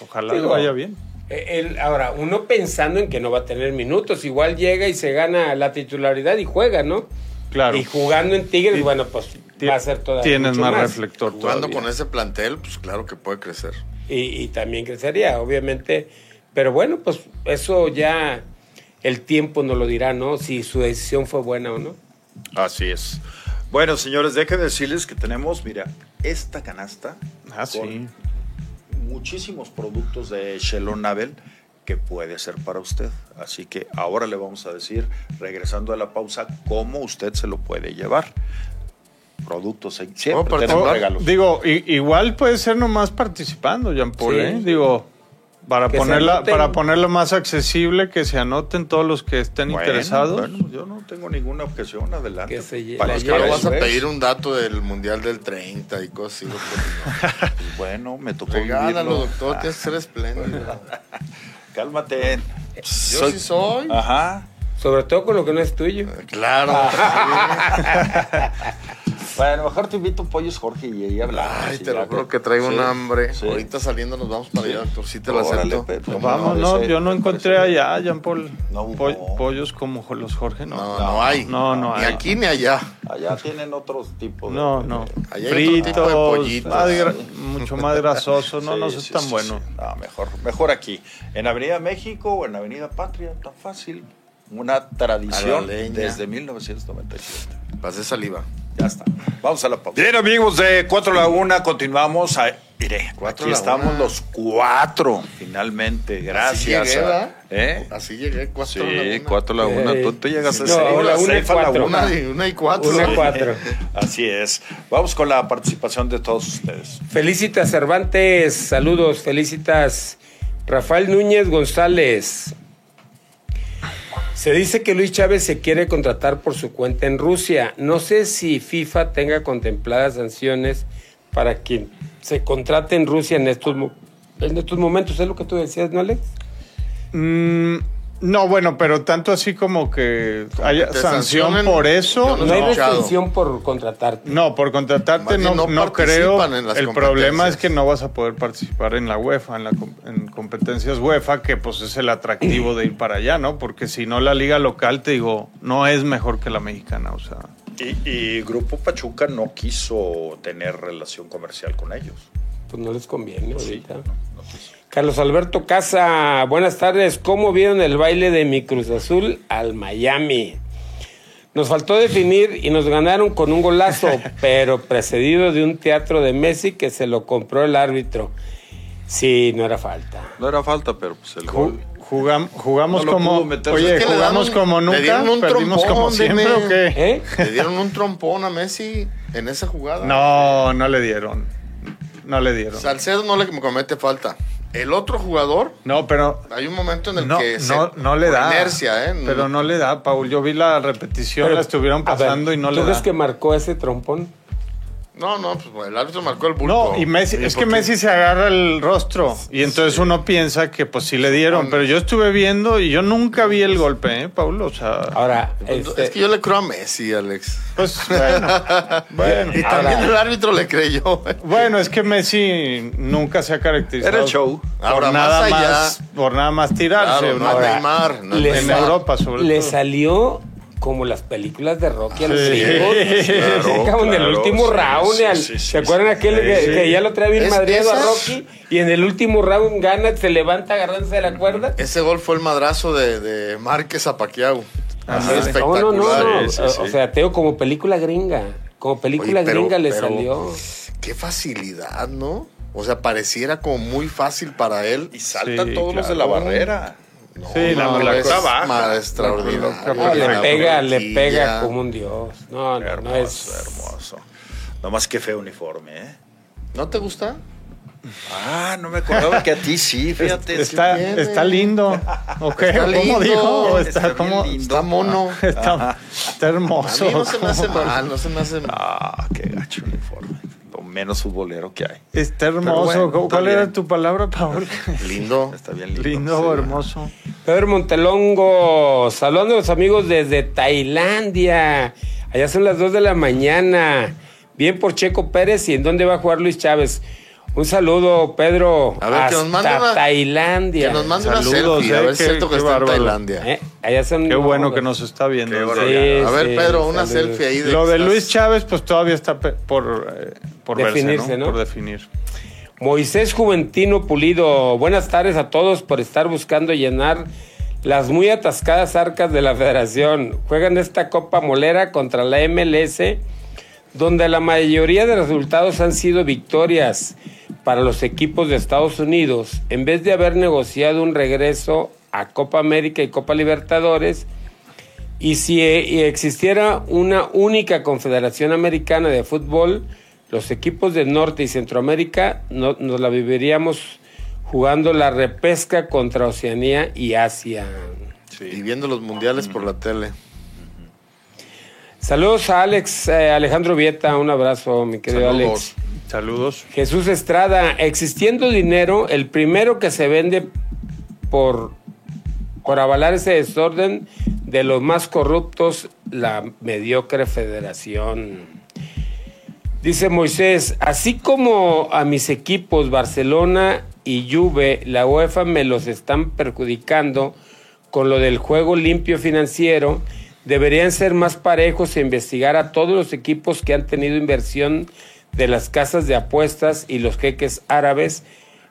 Speaker 4: ojalá
Speaker 3: Digo,
Speaker 4: le vaya bien.
Speaker 3: Eh, él- ahora, uno pensando en que no va a tener minutos, igual llega y se gana la titularidad y juega, ¿no?
Speaker 4: Claro.
Speaker 3: Y jugando en Tigres,
Speaker 4: Y-
Speaker 3: bueno, pues
Speaker 4: Ti-
Speaker 3: va a ser todavía.
Speaker 4: Tienes
Speaker 3: mucho
Speaker 4: más, reflector
Speaker 2: Jugando
Speaker 4: todavía.
Speaker 2: con ese plantel, pues claro que puede crecer.
Speaker 3: y, y también crecería, obviamente. Pero bueno, pues eso ya el tiempo nos lo dirá, ¿no? Si su decisión fue buena o no.
Speaker 1: Así es. Bueno, señores, déjenme decirles que tenemos, mira, esta canasta
Speaker 4: Ah, sí.
Speaker 1: muchísimos productos de Shelon Nabel que puede ser para usted. Así que ahora le vamos a decir, regresando a la pausa, cómo usted se lo puede llevar. Productos, eh,
Speaker 2: ¿Puedo
Speaker 1: siempre
Speaker 2: participar?
Speaker 1: tenemos
Speaker 4: O,
Speaker 1: regalos.
Speaker 4: Oh, digo, i- igual puede ser nomás participando, Jean Paul,
Speaker 3: Sí,
Speaker 4: ¿eh?
Speaker 3: sí.
Speaker 4: Digo, para
Speaker 3: Que se
Speaker 4: ponerla,
Speaker 3: anoten.
Speaker 4: para ponerla más accesible, que se anoten todos los que estén
Speaker 1: Bueno,
Speaker 4: interesados.
Speaker 1: bueno, yo no tengo ninguna objeción, adelante.
Speaker 3: Que se lle-
Speaker 1: Para pues,
Speaker 3: la
Speaker 1: los
Speaker 2: Que no
Speaker 3: Lleva
Speaker 2: vas a
Speaker 1: ves.
Speaker 2: pedir un dato del Mundial del 30 y cosas así. doctor,
Speaker 1: Pues Bueno, me tocó
Speaker 2: no. Regálalo,
Speaker 1: vivirlo. Ah,
Speaker 2: doctor, tienes que ser espléndido.
Speaker 1: Cálmate. Yo
Speaker 2: Yo sí soy.
Speaker 1: Ajá.
Speaker 3: Sobre todo con lo que no es tuyo.
Speaker 2: Claro. sí.
Speaker 1: Bueno, a lo mejor te invito pollos, Jorge, y ahí hablamos.
Speaker 2: Ay,
Speaker 1: y
Speaker 2: te
Speaker 1: ya
Speaker 2: lo juro
Speaker 1: que-
Speaker 2: que traigo
Speaker 1: Sí,
Speaker 2: un hambre.
Speaker 1: sí.
Speaker 2: Ahorita saliendo nos vamos para allá, doctor. Sí te lo
Speaker 1: Órale,
Speaker 2: acepto.
Speaker 1: Pepe, pues
Speaker 4: Pues vamos,
Speaker 1: no,
Speaker 4: no,
Speaker 1: ese-
Speaker 4: yo no encontré allá, Jean Paul,
Speaker 1: No hubo.
Speaker 4: po- pollos como jo- los Jorge, no.
Speaker 2: No, no hay.
Speaker 4: No, no
Speaker 2: Ni
Speaker 4: hay.
Speaker 2: aquí ni allá.
Speaker 1: Allá tienen otros tipos. de-
Speaker 4: No, no.
Speaker 2: Allá hay otro tipo de
Speaker 4: Fritos,
Speaker 2: pollitos.
Speaker 4: más gra- mucho más grasoso, no,
Speaker 1: Sí,
Speaker 4: no es
Speaker 1: sí,
Speaker 4: tan
Speaker 1: sí,
Speaker 4: bueno.
Speaker 1: sí. No, mejor, mejor aquí. En Avenida México o en Avenida Patria, tan fácil. Una tradición
Speaker 2: leña.
Speaker 1: desde 1997.
Speaker 2: Pasé saliva.
Speaker 1: Ya está. Vamos a la pausa. Bien, amigos de 4 a la 1, continuamos. A, mire,
Speaker 2: Cuatro
Speaker 1: aquí
Speaker 2: a la
Speaker 1: estamos
Speaker 2: una.
Speaker 1: los cuatro, finalmente. Gracias.
Speaker 2: llegué,
Speaker 1: a-
Speaker 2: ¿verdad?
Speaker 1: ¿Eh?
Speaker 2: Así llegué, cuatro.
Speaker 1: Sí,
Speaker 2: una.
Speaker 1: 4 a la 1.
Speaker 3: Ey.
Speaker 1: Tú, tú llegas a
Speaker 3: No,
Speaker 1: seis,
Speaker 3: a la una y
Speaker 1: seis a la
Speaker 3: cuatro.
Speaker 1: una.
Speaker 2: Una y, una y cuatro.
Speaker 3: Una y cuatro.
Speaker 1: Así es. Vamos con la participación de todos ustedes.
Speaker 3: Felicitas Cervantes, saludos, felicitas Rafael Núñez González. Se dice que Luis Chávez se quiere contratar por su cuenta en Rusia. No sé si FIFA tenga contempladas sanciones para quien se contrate en Rusia en estos, mo- en estos momentos. ¿Es lo que tú decías, no, Alex?
Speaker 4: Mm, no, bueno, pero tanto así como que haya
Speaker 2: te
Speaker 4: sanción
Speaker 2: sancionen,
Speaker 4: por
Speaker 2: yo
Speaker 4: eso.
Speaker 3: No,
Speaker 2: No,
Speaker 3: hay
Speaker 2: no.
Speaker 3: restricción por contratarte.
Speaker 4: No, por contratarte
Speaker 2: Más bien
Speaker 4: no,
Speaker 2: no
Speaker 4: no
Speaker 2: participan
Speaker 4: creo.
Speaker 2: en las
Speaker 4: el problema es
Speaker 2: competencias.
Speaker 4: que no vas a poder participar en la UEFA, en, la, com- en competencias UEFA, que pues es el atractivo de ir para allá, ¿no? Porque si no, la liga local, te digo, no es mejor que la mexicana, o sea.
Speaker 1: Y, y Grupo Pachuca no quiso tener relación comercial con ellos.
Speaker 3: Pues no les conviene
Speaker 1: Sí,
Speaker 3: ahorita.
Speaker 4: pues
Speaker 3: Carlos Alberto Casa, buenas tardes. ¿Cómo vieron el baile de mi Cruz Azul al Miami? Nos faltó definir y nos ganaron con un golazo, pero precedido de un teatro de Messi que se lo compró el árbitro. Sí, no era falta.
Speaker 1: No era falta, pero pues el
Speaker 4: Ju-
Speaker 1: gol.
Speaker 4: jugam- jugamos
Speaker 1: No lo
Speaker 4: como.
Speaker 1: pudo meter.
Speaker 4: Oye,
Speaker 2: Es que le
Speaker 4: jugamos
Speaker 2: daban-
Speaker 4: como
Speaker 2: le
Speaker 4: nunca.
Speaker 2: dieron un
Speaker 4: Perdimos
Speaker 2: trompón,
Speaker 4: como siempre,
Speaker 2: dime.
Speaker 4: ¿o qué?
Speaker 3: ¿Eh?
Speaker 2: Le dieron un trompón a Messi en esa jugada.
Speaker 4: No, no le dieron. No le dieron.
Speaker 2: Salcedo no le comete falta. El otro jugador,
Speaker 4: No, pero
Speaker 2: hay un momento en el
Speaker 4: no,
Speaker 2: que se-
Speaker 4: no, no le
Speaker 2: por
Speaker 4: da.
Speaker 2: inercia, ¿eh?
Speaker 4: Pero no le da, Paul. Yo vi la repetición,
Speaker 3: Pero,
Speaker 4: la estuvieron
Speaker 3: a ver,
Speaker 4: pasando y no le
Speaker 3: ¿Tú
Speaker 4: da.
Speaker 3: crees que marcó ese trompón?
Speaker 2: No, no, pues bueno, el árbitro marcó el bulto.
Speaker 4: no, y Messi,
Speaker 2: Sí,
Speaker 4: es que
Speaker 2: porque-
Speaker 4: Messi se agarra el rostro y entonces uno piensa que pues sí le dieron, pero yo estuve viendo y yo nunca vi el golpe, ¿eh, Paul? O
Speaker 1: Ah,
Speaker 4: sea,
Speaker 3: Ahora, este,
Speaker 2: Es que yo le creo a Messi, Alex.
Speaker 4: pues bueno, bueno,
Speaker 2: Y también el árbitro le creyó.
Speaker 4: Bueno, es que Messi nunca se ha caracterizado
Speaker 1: Era el show.
Speaker 4: por
Speaker 2: Ahora,
Speaker 4: nada
Speaker 2: más
Speaker 4: más,
Speaker 2: allá.
Speaker 4: por nada más tirarse,
Speaker 2: Claro,
Speaker 4: ¿no?
Speaker 2: no, Ahora,
Speaker 4: Ahora,
Speaker 2: Neymar, no
Speaker 3: le
Speaker 4: en
Speaker 3: sa-
Speaker 4: Europa, sobre
Speaker 3: le
Speaker 4: todo.
Speaker 3: salió como las películas de Rocky a los
Speaker 4: Sí.
Speaker 3: gringos.
Speaker 1: Claro,
Speaker 3: Sí, cabrón, en el
Speaker 1: claro,
Speaker 3: último
Speaker 1: sí,
Speaker 3: round.
Speaker 1: sí,
Speaker 3: al-
Speaker 1: sí, sí,
Speaker 3: ¿Se acuerdan
Speaker 1: sí.
Speaker 3: aquel que,
Speaker 1: Sí.
Speaker 3: que ya lo trae bien
Speaker 2: Es-
Speaker 3: madreado a
Speaker 2: esas-
Speaker 3: Rocky? Y en el último round gana, se levanta agarrándose de la cuerda.
Speaker 2: Ese gol fue el madrazo de, de Márquez a Paquiao. Así
Speaker 4: Ándale.
Speaker 3: Ah, No,
Speaker 2: espectacular.
Speaker 3: no, no. no.
Speaker 1: Sí, sí,
Speaker 3: o,
Speaker 1: sí.
Speaker 3: o sea, Teo, como película gringa. Como película
Speaker 2: Oye, pero-
Speaker 3: gringa le
Speaker 2: pero-
Speaker 3: salió.
Speaker 2: Qué facilidad, ¿no? O sea, pareciera como muy fácil para él.
Speaker 1: Y saltan
Speaker 4: Sí,
Speaker 1: todos los de la
Speaker 4: claro.
Speaker 1: barrera.
Speaker 2: No,
Speaker 4: Sí, la-
Speaker 2: no,
Speaker 4: la
Speaker 2: es
Speaker 1: cosa baja.
Speaker 2: ma-
Speaker 4: La
Speaker 2: extraordinario.
Speaker 4: cosa
Speaker 3: No, Ah, le
Speaker 4: Una
Speaker 3: pega, le
Speaker 2: Una
Speaker 3: pega
Speaker 2: horquilla.
Speaker 3: como un dios. No, no, no
Speaker 1: Hermoso,
Speaker 3: es.
Speaker 1: hermoso. Nomás que feo uniforme, ¿eh?
Speaker 2: ¿No te gusta?
Speaker 1: Ah, no me acordaba que a ti sí, fíjate.
Speaker 4: Está,
Speaker 2: tiene?
Speaker 4: está lindo. ¿O qué?
Speaker 2: Está
Speaker 4: ¿Cómo
Speaker 2: lindo,
Speaker 4: dijo?
Speaker 1: está
Speaker 4: Está,
Speaker 1: bien
Speaker 4: como,
Speaker 1: lindo.
Speaker 2: Está mono.
Speaker 4: está, está
Speaker 2: A
Speaker 4: hermoso.
Speaker 2: mí no se me hace
Speaker 4: ¿Cómo?
Speaker 2: mal, no se me hace mal.
Speaker 1: Ah, qué gacho el uniforme. Lo menos futbolero que hay.
Speaker 4: Está
Speaker 1: Pero
Speaker 4: hermoso.
Speaker 1: bueno,
Speaker 4: ¿Cuál
Speaker 1: está
Speaker 4: era
Speaker 1: bien.
Speaker 4: tu palabra, Paul?
Speaker 2: Lindo.
Speaker 1: Está bien lindo.
Speaker 4: lindo,
Speaker 1: Sí.
Speaker 4: hermoso.
Speaker 3: Pedro Montelongo, saludando a los amigos desde Tailandia. Allá son las 2 de la mañana. Bien por Checo Pérez y en dónde va a jugar Luis Chávez. Un saludo, Pedro.
Speaker 2: A ver, que nos mande
Speaker 3: hasta
Speaker 2: una-
Speaker 3: Tailandia.
Speaker 2: Que nos mande una
Speaker 4: Saludos,
Speaker 2: selfie, a
Speaker 4: eh,
Speaker 2: ver si es
Speaker 4: qué-
Speaker 2: cierto que
Speaker 4: qué
Speaker 2: está
Speaker 4: bárbaro.
Speaker 2: en Tailandia.
Speaker 3: Eh, Allá son
Speaker 4: Qué bueno que nos está viendo.
Speaker 1: Qué
Speaker 4: desde
Speaker 1: bárbaro.
Speaker 4: allá.
Speaker 2: a ver,
Speaker 3: sí,
Speaker 2: Pedro, una
Speaker 3: saludos.
Speaker 2: selfie ahí.
Speaker 4: Lo de
Speaker 2: quizás-
Speaker 4: Luis Chávez, pues todavía está pe- por, eh, por verse,
Speaker 3: Definirse, ¿no?
Speaker 4: Por definir.
Speaker 3: Moisés Juventino Pulido, buenas tardes a todos por estar buscando llenar las muy atascadas arcas de la federación. Juegan esta Copa Molera contra la MLS, donde la mayoría de resultados han sido victorias para los equipos de Estados Unidos. En vez de haber negociado un regreso a Copa América y Copa Libertadores, y si eh, y existiera una única Confederación Americana de Fútbol, los equipos de Norte y Centroamérica no- nos la viviríamos jugando la repesca contra Oceanía y Asia.
Speaker 2: Y viendo los mundiales por
Speaker 4: Mm.
Speaker 2: la tele.
Speaker 3: Saludos a Alex, eh, Alejandro Vieta, un abrazo, mi querido Alex.
Speaker 2: Saludos.
Speaker 4: Saludos.
Speaker 3: Jesús Estrada, existiendo dinero, el primero que se vende por, por avalar ese desorden de los más corruptos, la mediocre federación. Dice Moisés, así como a mis equipos Barcelona y Juve, la UEFA me los están perjudicando con lo del juego limpio financiero, deberían ser más parejos e investigar a todos los equipos que han tenido inversión de las casas de apuestas y los jeques árabes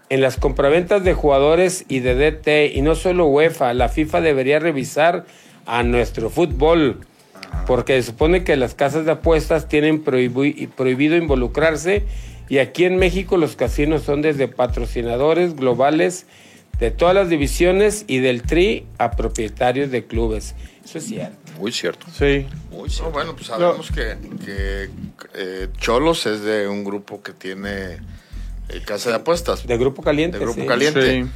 Speaker 3: en las compraventas de jugadores y de DT, y no solo UEFA, la FIFA debería revisar a nuestro fútbol, porque se supone que las casas de apuestas tienen prohibi- prohibido involucrarse, y aquí en México los casinos son desde patrocinadores globales de todas las divisiones y del TRI a propietarios de clubes. Eso es cierto.
Speaker 1: Muy cierto.
Speaker 4: Sí.
Speaker 1: Muy cierto.
Speaker 2: No, bueno, pues sabemos que, que, eh, Cholos es de un grupo que tiene eh, casa de apuestas,
Speaker 3: De Grupo Caliente.
Speaker 2: de grupo
Speaker 3: sí.
Speaker 2: caliente.
Speaker 4: Sí.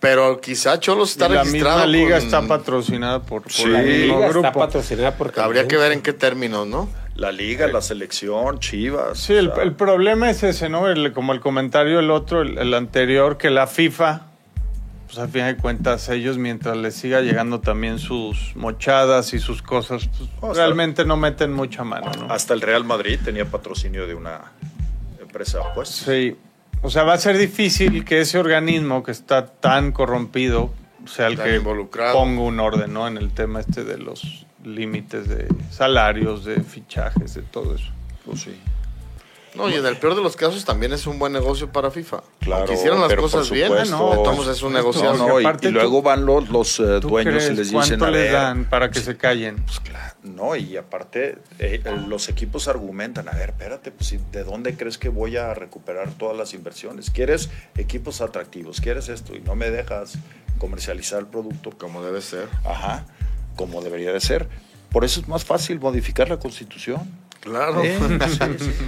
Speaker 2: Pero quizá Cholos está
Speaker 4: Y la
Speaker 2: registrado.
Speaker 4: misma liga
Speaker 2: con-
Speaker 4: está patrocinada por, por
Speaker 1: Sí.
Speaker 4: el
Speaker 3: La
Speaker 4: mismo
Speaker 3: liga está
Speaker 4: grupo.
Speaker 3: patrocinada por
Speaker 2: Habría
Speaker 3: Caliente.
Speaker 2: que ver en qué términos, ¿no?
Speaker 1: La liga, la selección, Chivas.
Speaker 4: Eh. Sí, el,
Speaker 1: o sea,
Speaker 4: el problema es ese, ¿no? El- como el comentario el otro, el, el anterior, que la FIFA, pues a fin de cuentas, ellos mientras les siga llegando también sus mochadas y sus cosas, pues,
Speaker 1: O sea,
Speaker 4: realmente no meten mucha mano, ¿no?
Speaker 1: Hasta el Real Madrid tenía patrocinio de una empresa, pues.
Speaker 4: Sí. O sea, va a ser difícil que ese organismo que está tan corrompido sea el
Speaker 2: Tan
Speaker 4: que
Speaker 2: involucrado.
Speaker 4: ponga un orden, ¿no? En el tema este de los límites de salarios, de fichajes, de todo eso.
Speaker 1: Pues sí.
Speaker 2: No, y en el peor de los casos también es un buen negocio para FIFA.
Speaker 1: Claro,
Speaker 2: Aunque hicieron las
Speaker 1: pero por
Speaker 2: cosas bien,
Speaker 1: supuesto.
Speaker 2: ¿no? entonces es un negocio.
Speaker 4: Porque
Speaker 1: No, no, y,
Speaker 4: aparte
Speaker 1: y
Speaker 4: tú-
Speaker 1: luego van los, los, eh,
Speaker 4: ¿Tú
Speaker 1: dueños y
Speaker 4: crees
Speaker 1: les dicen
Speaker 4: cuánto
Speaker 1: a
Speaker 4: les
Speaker 1: ver,
Speaker 4: dan para que se callen?
Speaker 1: Pues claro, no, y aparte eh, los equipos argumentan, a ver, espérate, pues ¿y ¿de dónde crees que voy a recuperar todas las inversiones? ¿Quieres equipos atractivos? ¿Quieres esto? Y no me dejas comercializar el producto
Speaker 2: Como debe ser.
Speaker 1: Ajá, como debería de ser. Por eso es más fácil modificar la constitución.
Speaker 2: Claro.
Speaker 1: Sí,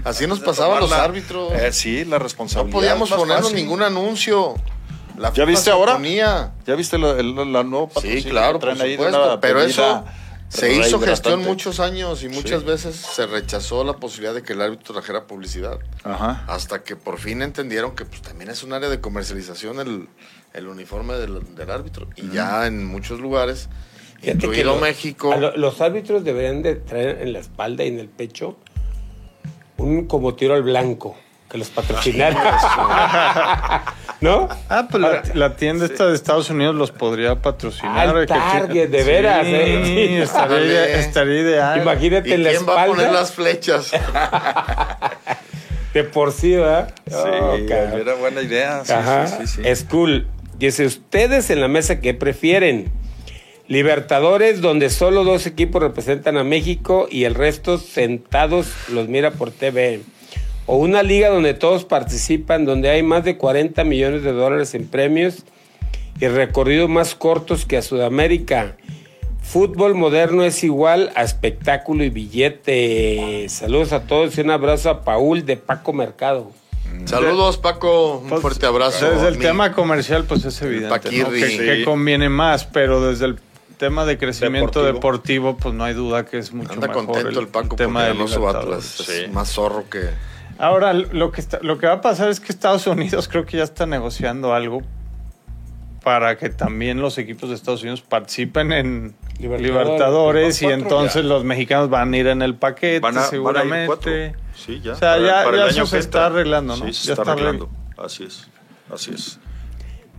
Speaker 2: Así nos pasaban los
Speaker 1: Tomarla-
Speaker 2: árbitros.
Speaker 1: Eh, sí, la
Speaker 2: No
Speaker 1: responsabilidad.
Speaker 2: podíamos
Speaker 1: es más
Speaker 2: ponernos
Speaker 1: fácil.
Speaker 2: ningún anuncio. La
Speaker 1: ¿Ya
Speaker 2: FIFA
Speaker 1: viste
Speaker 2: se
Speaker 1: ahora?
Speaker 2: Ponía.
Speaker 1: ¿Ya viste la, el- la nueva
Speaker 2: Sí,
Speaker 1: patrocinio
Speaker 2: claro,
Speaker 1: que
Speaker 2: por
Speaker 1: traen ahí de
Speaker 2: supuesto.
Speaker 1: una
Speaker 2: Pero
Speaker 1: bebida
Speaker 2: eso se hizo gestión
Speaker 1: rehidratante?
Speaker 2: muchos años y muchas
Speaker 1: Sí.
Speaker 2: veces se rechazó la posibilidad de que el árbitro trajera publicidad.
Speaker 1: Ajá.
Speaker 2: Hasta que por fin entendieron que pues, también es un área de comercialización el, el uniforme del, del árbitro. Y ya en muchos lugares,
Speaker 3: Fíjate que
Speaker 2: incluido
Speaker 3: lo-
Speaker 2: México,
Speaker 3: a lo- los árbitros deberían de traer en la espalda y en el pecho un como tiro al blanco que los patrocinaran. ¿No?
Speaker 4: Ah, pues la, la tienda esta de Estados Unidos los podría patrocinar.
Speaker 3: Al
Speaker 4: eh, que ti-
Speaker 3: Target, de veras,
Speaker 4: Sí,
Speaker 3: eh.
Speaker 4: estaría,
Speaker 2: Ándale.
Speaker 4: estaría ideal.
Speaker 2: ¿y
Speaker 3: Imagínate en
Speaker 2: quién
Speaker 3: la
Speaker 2: va a poner
Speaker 3: espalda.
Speaker 2: las flechas?
Speaker 3: De por sí, ¿verdad?
Speaker 1: Sí,
Speaker 3: Oh, cabrón.
Speaker 1: era buena idea. Ah, Sí,
Speaker 3: Ajá.
Speaker 1: sí, sí, sí.
Speaker 3: Es cool. Dice, ustedes en la mesa que prefieren. Libertadores donde solo dos equipos representan a México y el resto sentados los mira por TV. O una liga donde todos participan, donde hay más de 40 millones de dólares en premios y recorridos más cortos que a Sudamérica. Fútbol moderno es igual a espectáculo y billete. Saludos a todos y un abrazo a Paul de Paco Mercado.
Speaker 2: Saludos, Paco. Un
Speaker 4: Pues,
Speaker 2: fuerte abrazo.
Speaker 4: Desde el
Speaker 2: Mi-
Speaker 4: tema comercial, pues es evidente. ¿no?
Speaker 2: Paquirri.
Speaker 4: Que,
Speaker 2: Sí.
Speaker 4: que conviene más, pero desde el tema de crecimiento deportivo,
Speaker 1: Deportivo.
Speaker 4: pues no hay duda que es mucho
Speaker 2: Anda
Speaker 4: mejor
Speaker 2: contento el, Paco
Speaker 4: tema
Speaker 2: porque
Speaker 4: de
Speaker 2: ganó su Atlas.
Speaker 4: Libertadores.
Speaker 2: Es más zorro que.
Speaker 4: Ahora, lo que, está- lo que va a pasar es que Estados Unidos creo que ya está negociando algo para que también los equipos de Estados Unidos participen en
Speaker 3: Libertadores.
Speaker 4: Libertadores, y
Speaker 1: Van cuatro
Speaker 4: entonces
Speaker 1: ya.
Speaker 4: los mexicanos van a ir en el paquete
Speaker 5: Van a, van a ir cuatro.
Speaker 4: seguramente.
Speaker 5: Sí, ya.
Speaker 4: O sea, ya- ya eso se está
Speaker 5: entra.
Speaker 4: arreglando, ¿no?
Speaker 5: Sí, se
Speaker 4: Ya
Speaker 5: está
Speaker 4: está
Speaker 5: arreglando. Así es. Así es.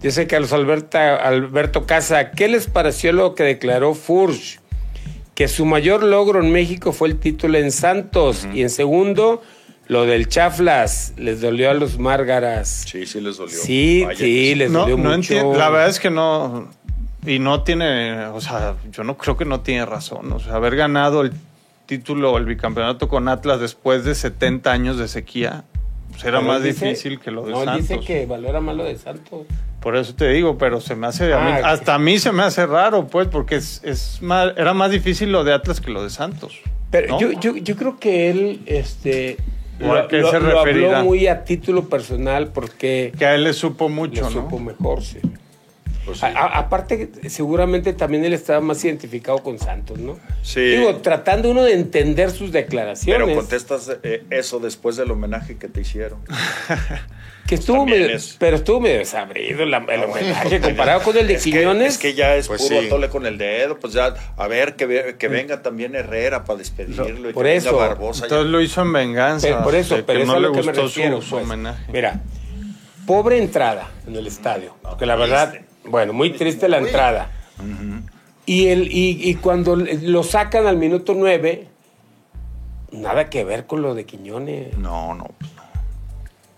Speaker 3: Yo sé que a los Alberta, Alberto Casa, ¿qué les pareció lo que declaró Furch? Que su mayor logro en México fue el título en Santos y en segundo, lo del Chaflas. Les dolió a los Márgaras.
Speaker 1: Sí, sí les dolió.
Speaker 3: Sí,
Speaker 1: Vaya
Speaker 3: sí,
Speaker 1: que
Speaker 3: les
Speaker 4: no,
Speaker 3: dolió
Speaker 4: no
Speaker 3: mucho.
Speaker 4: entiendo. La verdad es que no. Y no tiene. O sea, yo no creo que no tiene razón. O sea, haber ganado el título, el bicampeonato con Atlas después de 70 años de sequía, pues era
Speaker 3: Pero
Speaker 4: más
Speaker 3: él dice-
Speaker 4: difícil que lo de
Speaker 3: no, él
Speaker 4: Santos.
Speaker 3: dice que valora más lo de Santos.
Speaker 4: Por eso te digo, pero se me hace. a mí-
Speaker 3: Ah, que-
Speaker 4: hasta a mí se me hace raro, pues, porque es, es más, era más difícil lo de Atlas que lo de Santos.
Speaker 3: Pero
Speaker 4: ¿no?
Speaker 3: yo, yo, yo creo que él este,
Speaker 4: ¿O a qué se
Speaker 3: habló
Speaker 4: referirá?
Speaker 3: muy a título personal porque
Speaker 4: Que a él le supo mucho,
Speaker 3: lo
Speaker 4: ¿no?
Speaker 3: supo mejor. sí.
Speaker 1: Pues
Speaker 3: A- a- aparte, seguramente también él estaba más identificado con Santos, ¿no?
Speaker 1: Sí.
Speaker 3: Digo, tratando uno de entender sus
Speaker 1: Pero
Speaker 3: declaraciones.
Speaker 1: contestas eh, eso después del homenaje que te hicieron.
Speaker 3: que estuvo
Speaker 1: también
Speaker 3: medio-
Speaker 1: es-
Speaker 3: pero estuvo medio desabrido la- el homenaje comparado con el de
Speaker 1: Es que-
Speaker 3: Quiñones.
Speaker 1: Es que, ya es
Speaker 2: Pues
Speaker 1: puro
Speaker 2: sí.
Speaker 1: tole con el dedo, pues ya, a ver, que, ve- que venga también Herrera para despedirlo y
Speaker 3: Por
Speaker 1: que
Speaker 3: eso.
Speaker 1: venga Barbosa.
Speaker 4: Entonces lo hizo en venganza.
Speaker 3: Pero por eso,
Speaker 4: de
Speaker 3: pero
Speaker 4: que
Speaker 3: eso
Speaker 4: no
Speaker 3: es
Speaker 4: le
Speaker 3: a lo que me
Speaker 4: gustó su-
Speaker 3: refiero.
Speaker 4: su,
Speaker 3: pues.
Speaker 4: homenaje.
Speaker 3: Mira, pobre entrada en el estadio. que la verdad, bueno, muy triste la entrada. Y, el, y, y cuando lo sacan al minuto 9, nada que ver con lo de Quiñones.
Speaker 5: No, no.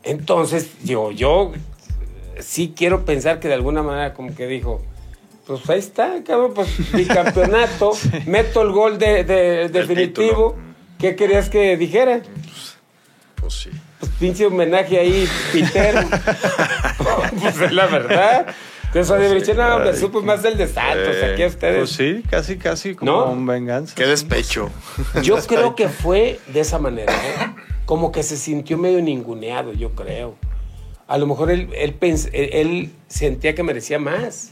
Speaker 3: Entonces, yo, yo eh, sí quiero pensar que de alguna manera como que dijo, pues ahí está, cabrón, pues bicampeonato, meto el gol de, de- definitivo. ¿Qué querías que dijera?
Speaker 2: Pues sí.
Speaker 3: Pues pinche homenaje ahí, Peter. pues es la verdad. De esa diversión no, me supe más del de Santos, aquí a ustedes.
Speaker 4: Pues sí, casi, casi como
Speaker 3: ¿No?
Speaker 4: un venganza.
Speaker 2: Qué despecho.
Speaker 3: Yo creo que fue de esa manera, ¿eh? Como que se sintió medio ninguneado, yo creo. A lo mejor él, él, pens- él- él sentía que merecía más.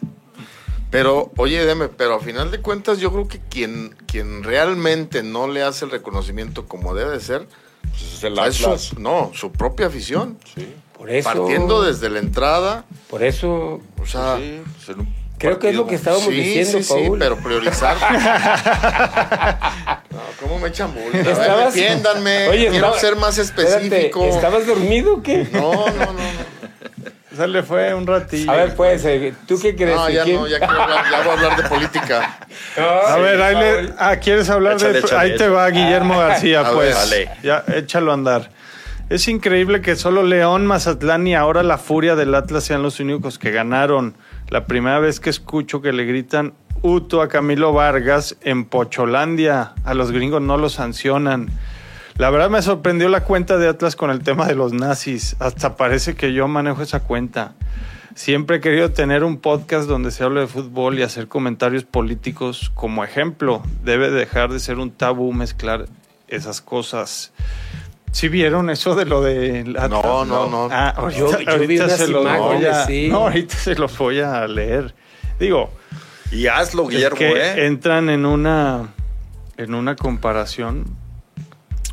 Speaker 2: Pero, oye, Deme, pero a final de cuentas, yo creo que quien, quien realmente no le hace el reconocimiento como debe de ser, pues,
Speaker 1: es el
Speaker 2: es su, no, su propia afición.
Speaker 3: Por eso.
Speaker 2: Partiendo desde la entrada,
Speaker 3: Por eso.
Speaker 2: o sea.
Speaker 1: Sí, pues en un
Speaker 3: Creo que es lo que estábamos
Speaker 2: Sí,
Speaker 3: diciendo,
Speaker 2: sí, sí,
Speaker 3: Paul.
Speaker 2: pero priorizar. no, ¿cómo me echan bulta? A ver, Defiéndanme.
Speaker 3: Oye,
Speaker 2: Quiero
Speaker 3: estaba-
Speaker 2: ser más
Speaker 3: espérate,
Speaker 2: específico.
Speaker 3: ¿Estabas dormido o qué?
Speaker 2: No, no, no. no.
Speaker 4: Se le fue un ratillo.
Speaker 3: A ver, pues, eh, ¿tú qué crees?
Speaker 2: No,
Speaker 3: ¿De
Speaker 2: ya
Speaker 3: quién?
Speaker 2: no, ya, quiero hablar- ya voy a hablar de política.
Speaker 4: A
Speaker 3: Ay,
Speaker 4: ver, ahí le-
Speaker 3: Paul.
Speaker 4: ah, ¿quieres hablar de
Speaker 5: Échale,
Speaker 4: eso?
Speaker 5: échale,
Speaker 4: Ahí te
Speaker 5: échale.
Speaker 4: va Guillermo García,
Speaker 2: a
Speaker 4: pues.
Speaker 2: ver.
Speaker 5: Dale.
Speaker 4: Ya, échalo a andar. Es increíble que solo León, Mazatlán y ahora la furia del Atlas sean los únicos que ganaron. La primera vez que escucho que le gritan Uto a Camilo Vargas en Pocholandia. A los gringos no los sancionan. La verdad me sorprendió la cuenta de Atlas con el tema de los nazis. Hasta parece que yo manejo esa cuenta. Siempre he querido tener un podcast donde se hable de fútbol y hacer comentarios políticos como ejemplo. Debe dejar de ser un tabú mezclar esas cosas. ¿Sí vieron eso de lo de
Speaker 2: No, no, no.
Speaker 4: Ah, ahorita,
Speaker 3: Yo- yo vi
Speaker 4: ahorita
Speaker 3: unas
Speaker 4: se los voy
Speaker 3: imágenes,
Speaker 4: a,
Speaker 3: sí.
Speaker 4: no, ahorita se los voy a leer. Digo,
Speaker 1: Y hazlo,
Speaker 4: es
Speaker 1: Guillermo,
Speaker 4: que
Speaker 1: ¿eh?
Speaker 4: entran en una en una comparación.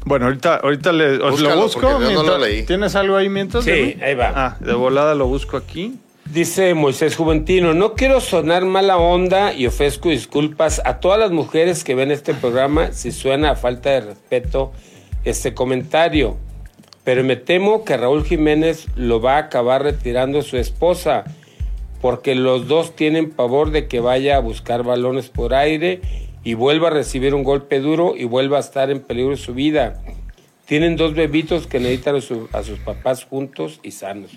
Speaker 4: Bueno, ahorita, ahorita le, os
Speaker 2: Búscalo,
Speaker 4: lo busco.
Speaker 2: porque yo no lo
Speaker 4: mientras-
Speaker 2: leí.
Speaker 4: ¿Tienes algo ahí mientras?
Speaker 3: Sí,
Speaker 4: Demi?
Speaker 3: ahí va.
Speaker 4: Ah, de volada lo busco aquí.
Speaker 3: Dice Moisés Juventino, no quiero sonar mala onda y ofrezco disculpas a todas las mujeres que ven este programa si suena a falta de respeto este comentario, pero me temo que Raúl Jiménez lo va a acabar retirando su esposa, porque los dos tienen pavor de que vaya a buscar balones por aire y vuelva a recibir un golpe duro y vuelva a estar en peligro su vida. Tienen dos bebitos que necesitan a, su- a sus papás juntos y sanos.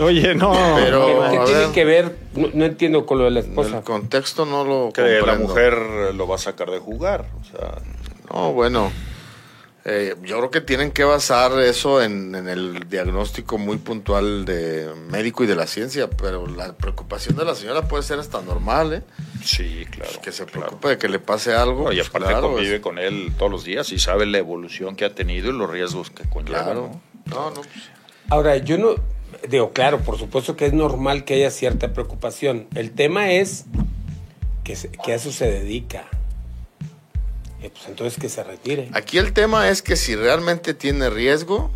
Speaker 4: Oye, no.
Speaker 2: Pero-
Speaker 3: ¿Qué- ¿Qué
Speaker 2: a
Speaker 3: tiene
Speaker 2: ver.
Speaker 3: que ver? No, no entiendo con lo de la esposa.
Speaker 2: El contexto no lo
Speaker 1: Que la
Speaker 2: comprendo.
Speaker 1: mujer eh, lo va a sacar de jugar. O sea,
Speaker 2: No, bueno. eh, yo creo que tienen que basar eso en, en el diagnóstico muy puntual de médico y de la ciencia, pero la preocupación de la señora puede ser hasta normal, ¿eh?
Speaker 1: sí, claro.
Speaker 2: que se
Speaker 1: claro.
Speaker 2: preocupe de que le pase algo.
Speaker 1: No, y
Speaker 2: pues,
Speaker 1: aparte
Speaker 2: claro,
Speaker 1: convive
Speaker 2: es-
Speaker 1: con él todos los días y sabe la evolución que ha tenido y los riesgos que conlleva.
Speaker 2: Claro.
Speaker 1: ¿no?
Speaker 2: No, no. pues,
Speaker 3: Ahora, yo no. Digo, claro, por supuesto que es normal que haya cierta preocupación. El tema es que, se- que a eso se dedica. Eh, pues entonces que se retire.
Speaker 2: Aquí el tema es que si realmente tiene riesgo,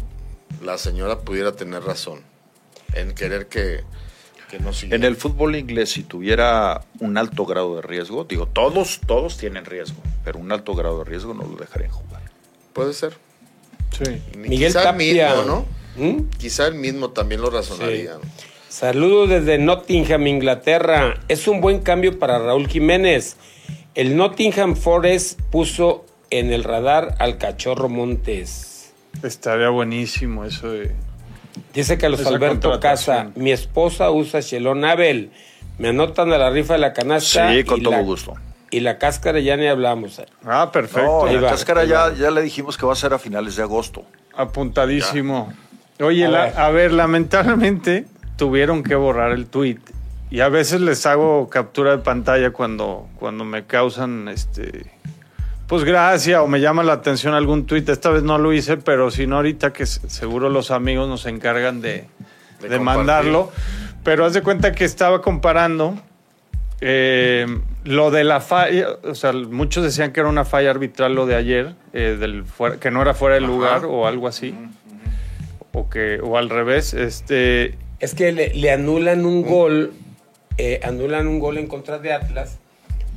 Speaker 2: la señora pudiera tener razón en querer que, que no siga.
Speaker 1: En el fútbol inglés, si tuviera un alto grado de riesgo, digo, todos, todos tienen riesgo, pero un alto grado de riesgo no lo dejarían jugar.
Speaker 2: Puede ser.
Speaker 4: Sí.
Speaker 2: Ni-
Speaker 3: Miguel
Speaker 2: quizá
Speaker 3: Tapia.
Speaker 2: el mismo, ¿no?
Speaker 3: ¿Mm?
Speaker 2: Quizá el mismo también lo razonaría.
Speaker 3: Sí. Saludos desde Nottingham, Inglaterra. Es un buen cambio para Raúl Jiménez. El Nottingham Forest puso en el radar al cachorro Montes.
Speaker 4: Estaría buenísimo eso de...
Speaker 3: Dice Carlos
Speaker 4: Esa
Speaker 3: Alberto Casa,
Speaker 4: contratación.
Speaker 3: mi esposa usa Shelon Abel. Me anotan a la rifa de la canasta.
Speaker 1: Sí, con
Speaker 3: y
Speaker 1: todo
Speaker 3: la-
Speaker 1: gusto.
Speaker 3: Y la cáscara ya ni hablamos.
Speaker 4: Ah, perfecto.
Speaker 1: No,
Speaker 3: Ahí
Speaker 1: la
Speaker 3: va,
Speaker 1: cáscara
Speaker 3: ahí
Speaker 1: ya,
Speaker 3: va.
Speaker 1: ya le dijimos que va a ser a finales de agosto.
Speaker 4: Apuntadísimo. Oye,
Speaker 3: A
Speaker 4: la-
Speaker 3: ver.
Speaker 4: a ver, lamentablemente tuvieron que borrar el tweet. Y a veces les hago captura de pantalla cuando, cuando me causan este. Pues gracia o me llama la atención algún tweet. Esta vez no lo hice, pero si no, ahorita que se- seguro los amigos nos encargan de,
Speaker 2: De
Speaker 4: de
Speaker 2: compartir.
Speaker 4: mandarlo. Pero haz de cuenta que estaba comparando eh, lo de la falla, o sea, muchos decían que era una falla arbitral lo de ayer, eh, del fuera- que no era fuera de
Speaker 2: Ajá.
Speaker 4: lugar o algo así. O que, o al revés, este.
Speaker 3: Es que le, le anulan
Speaker 2: Mm.
Speaker 3: un gol, eh, anulan un gol en contra de Atlas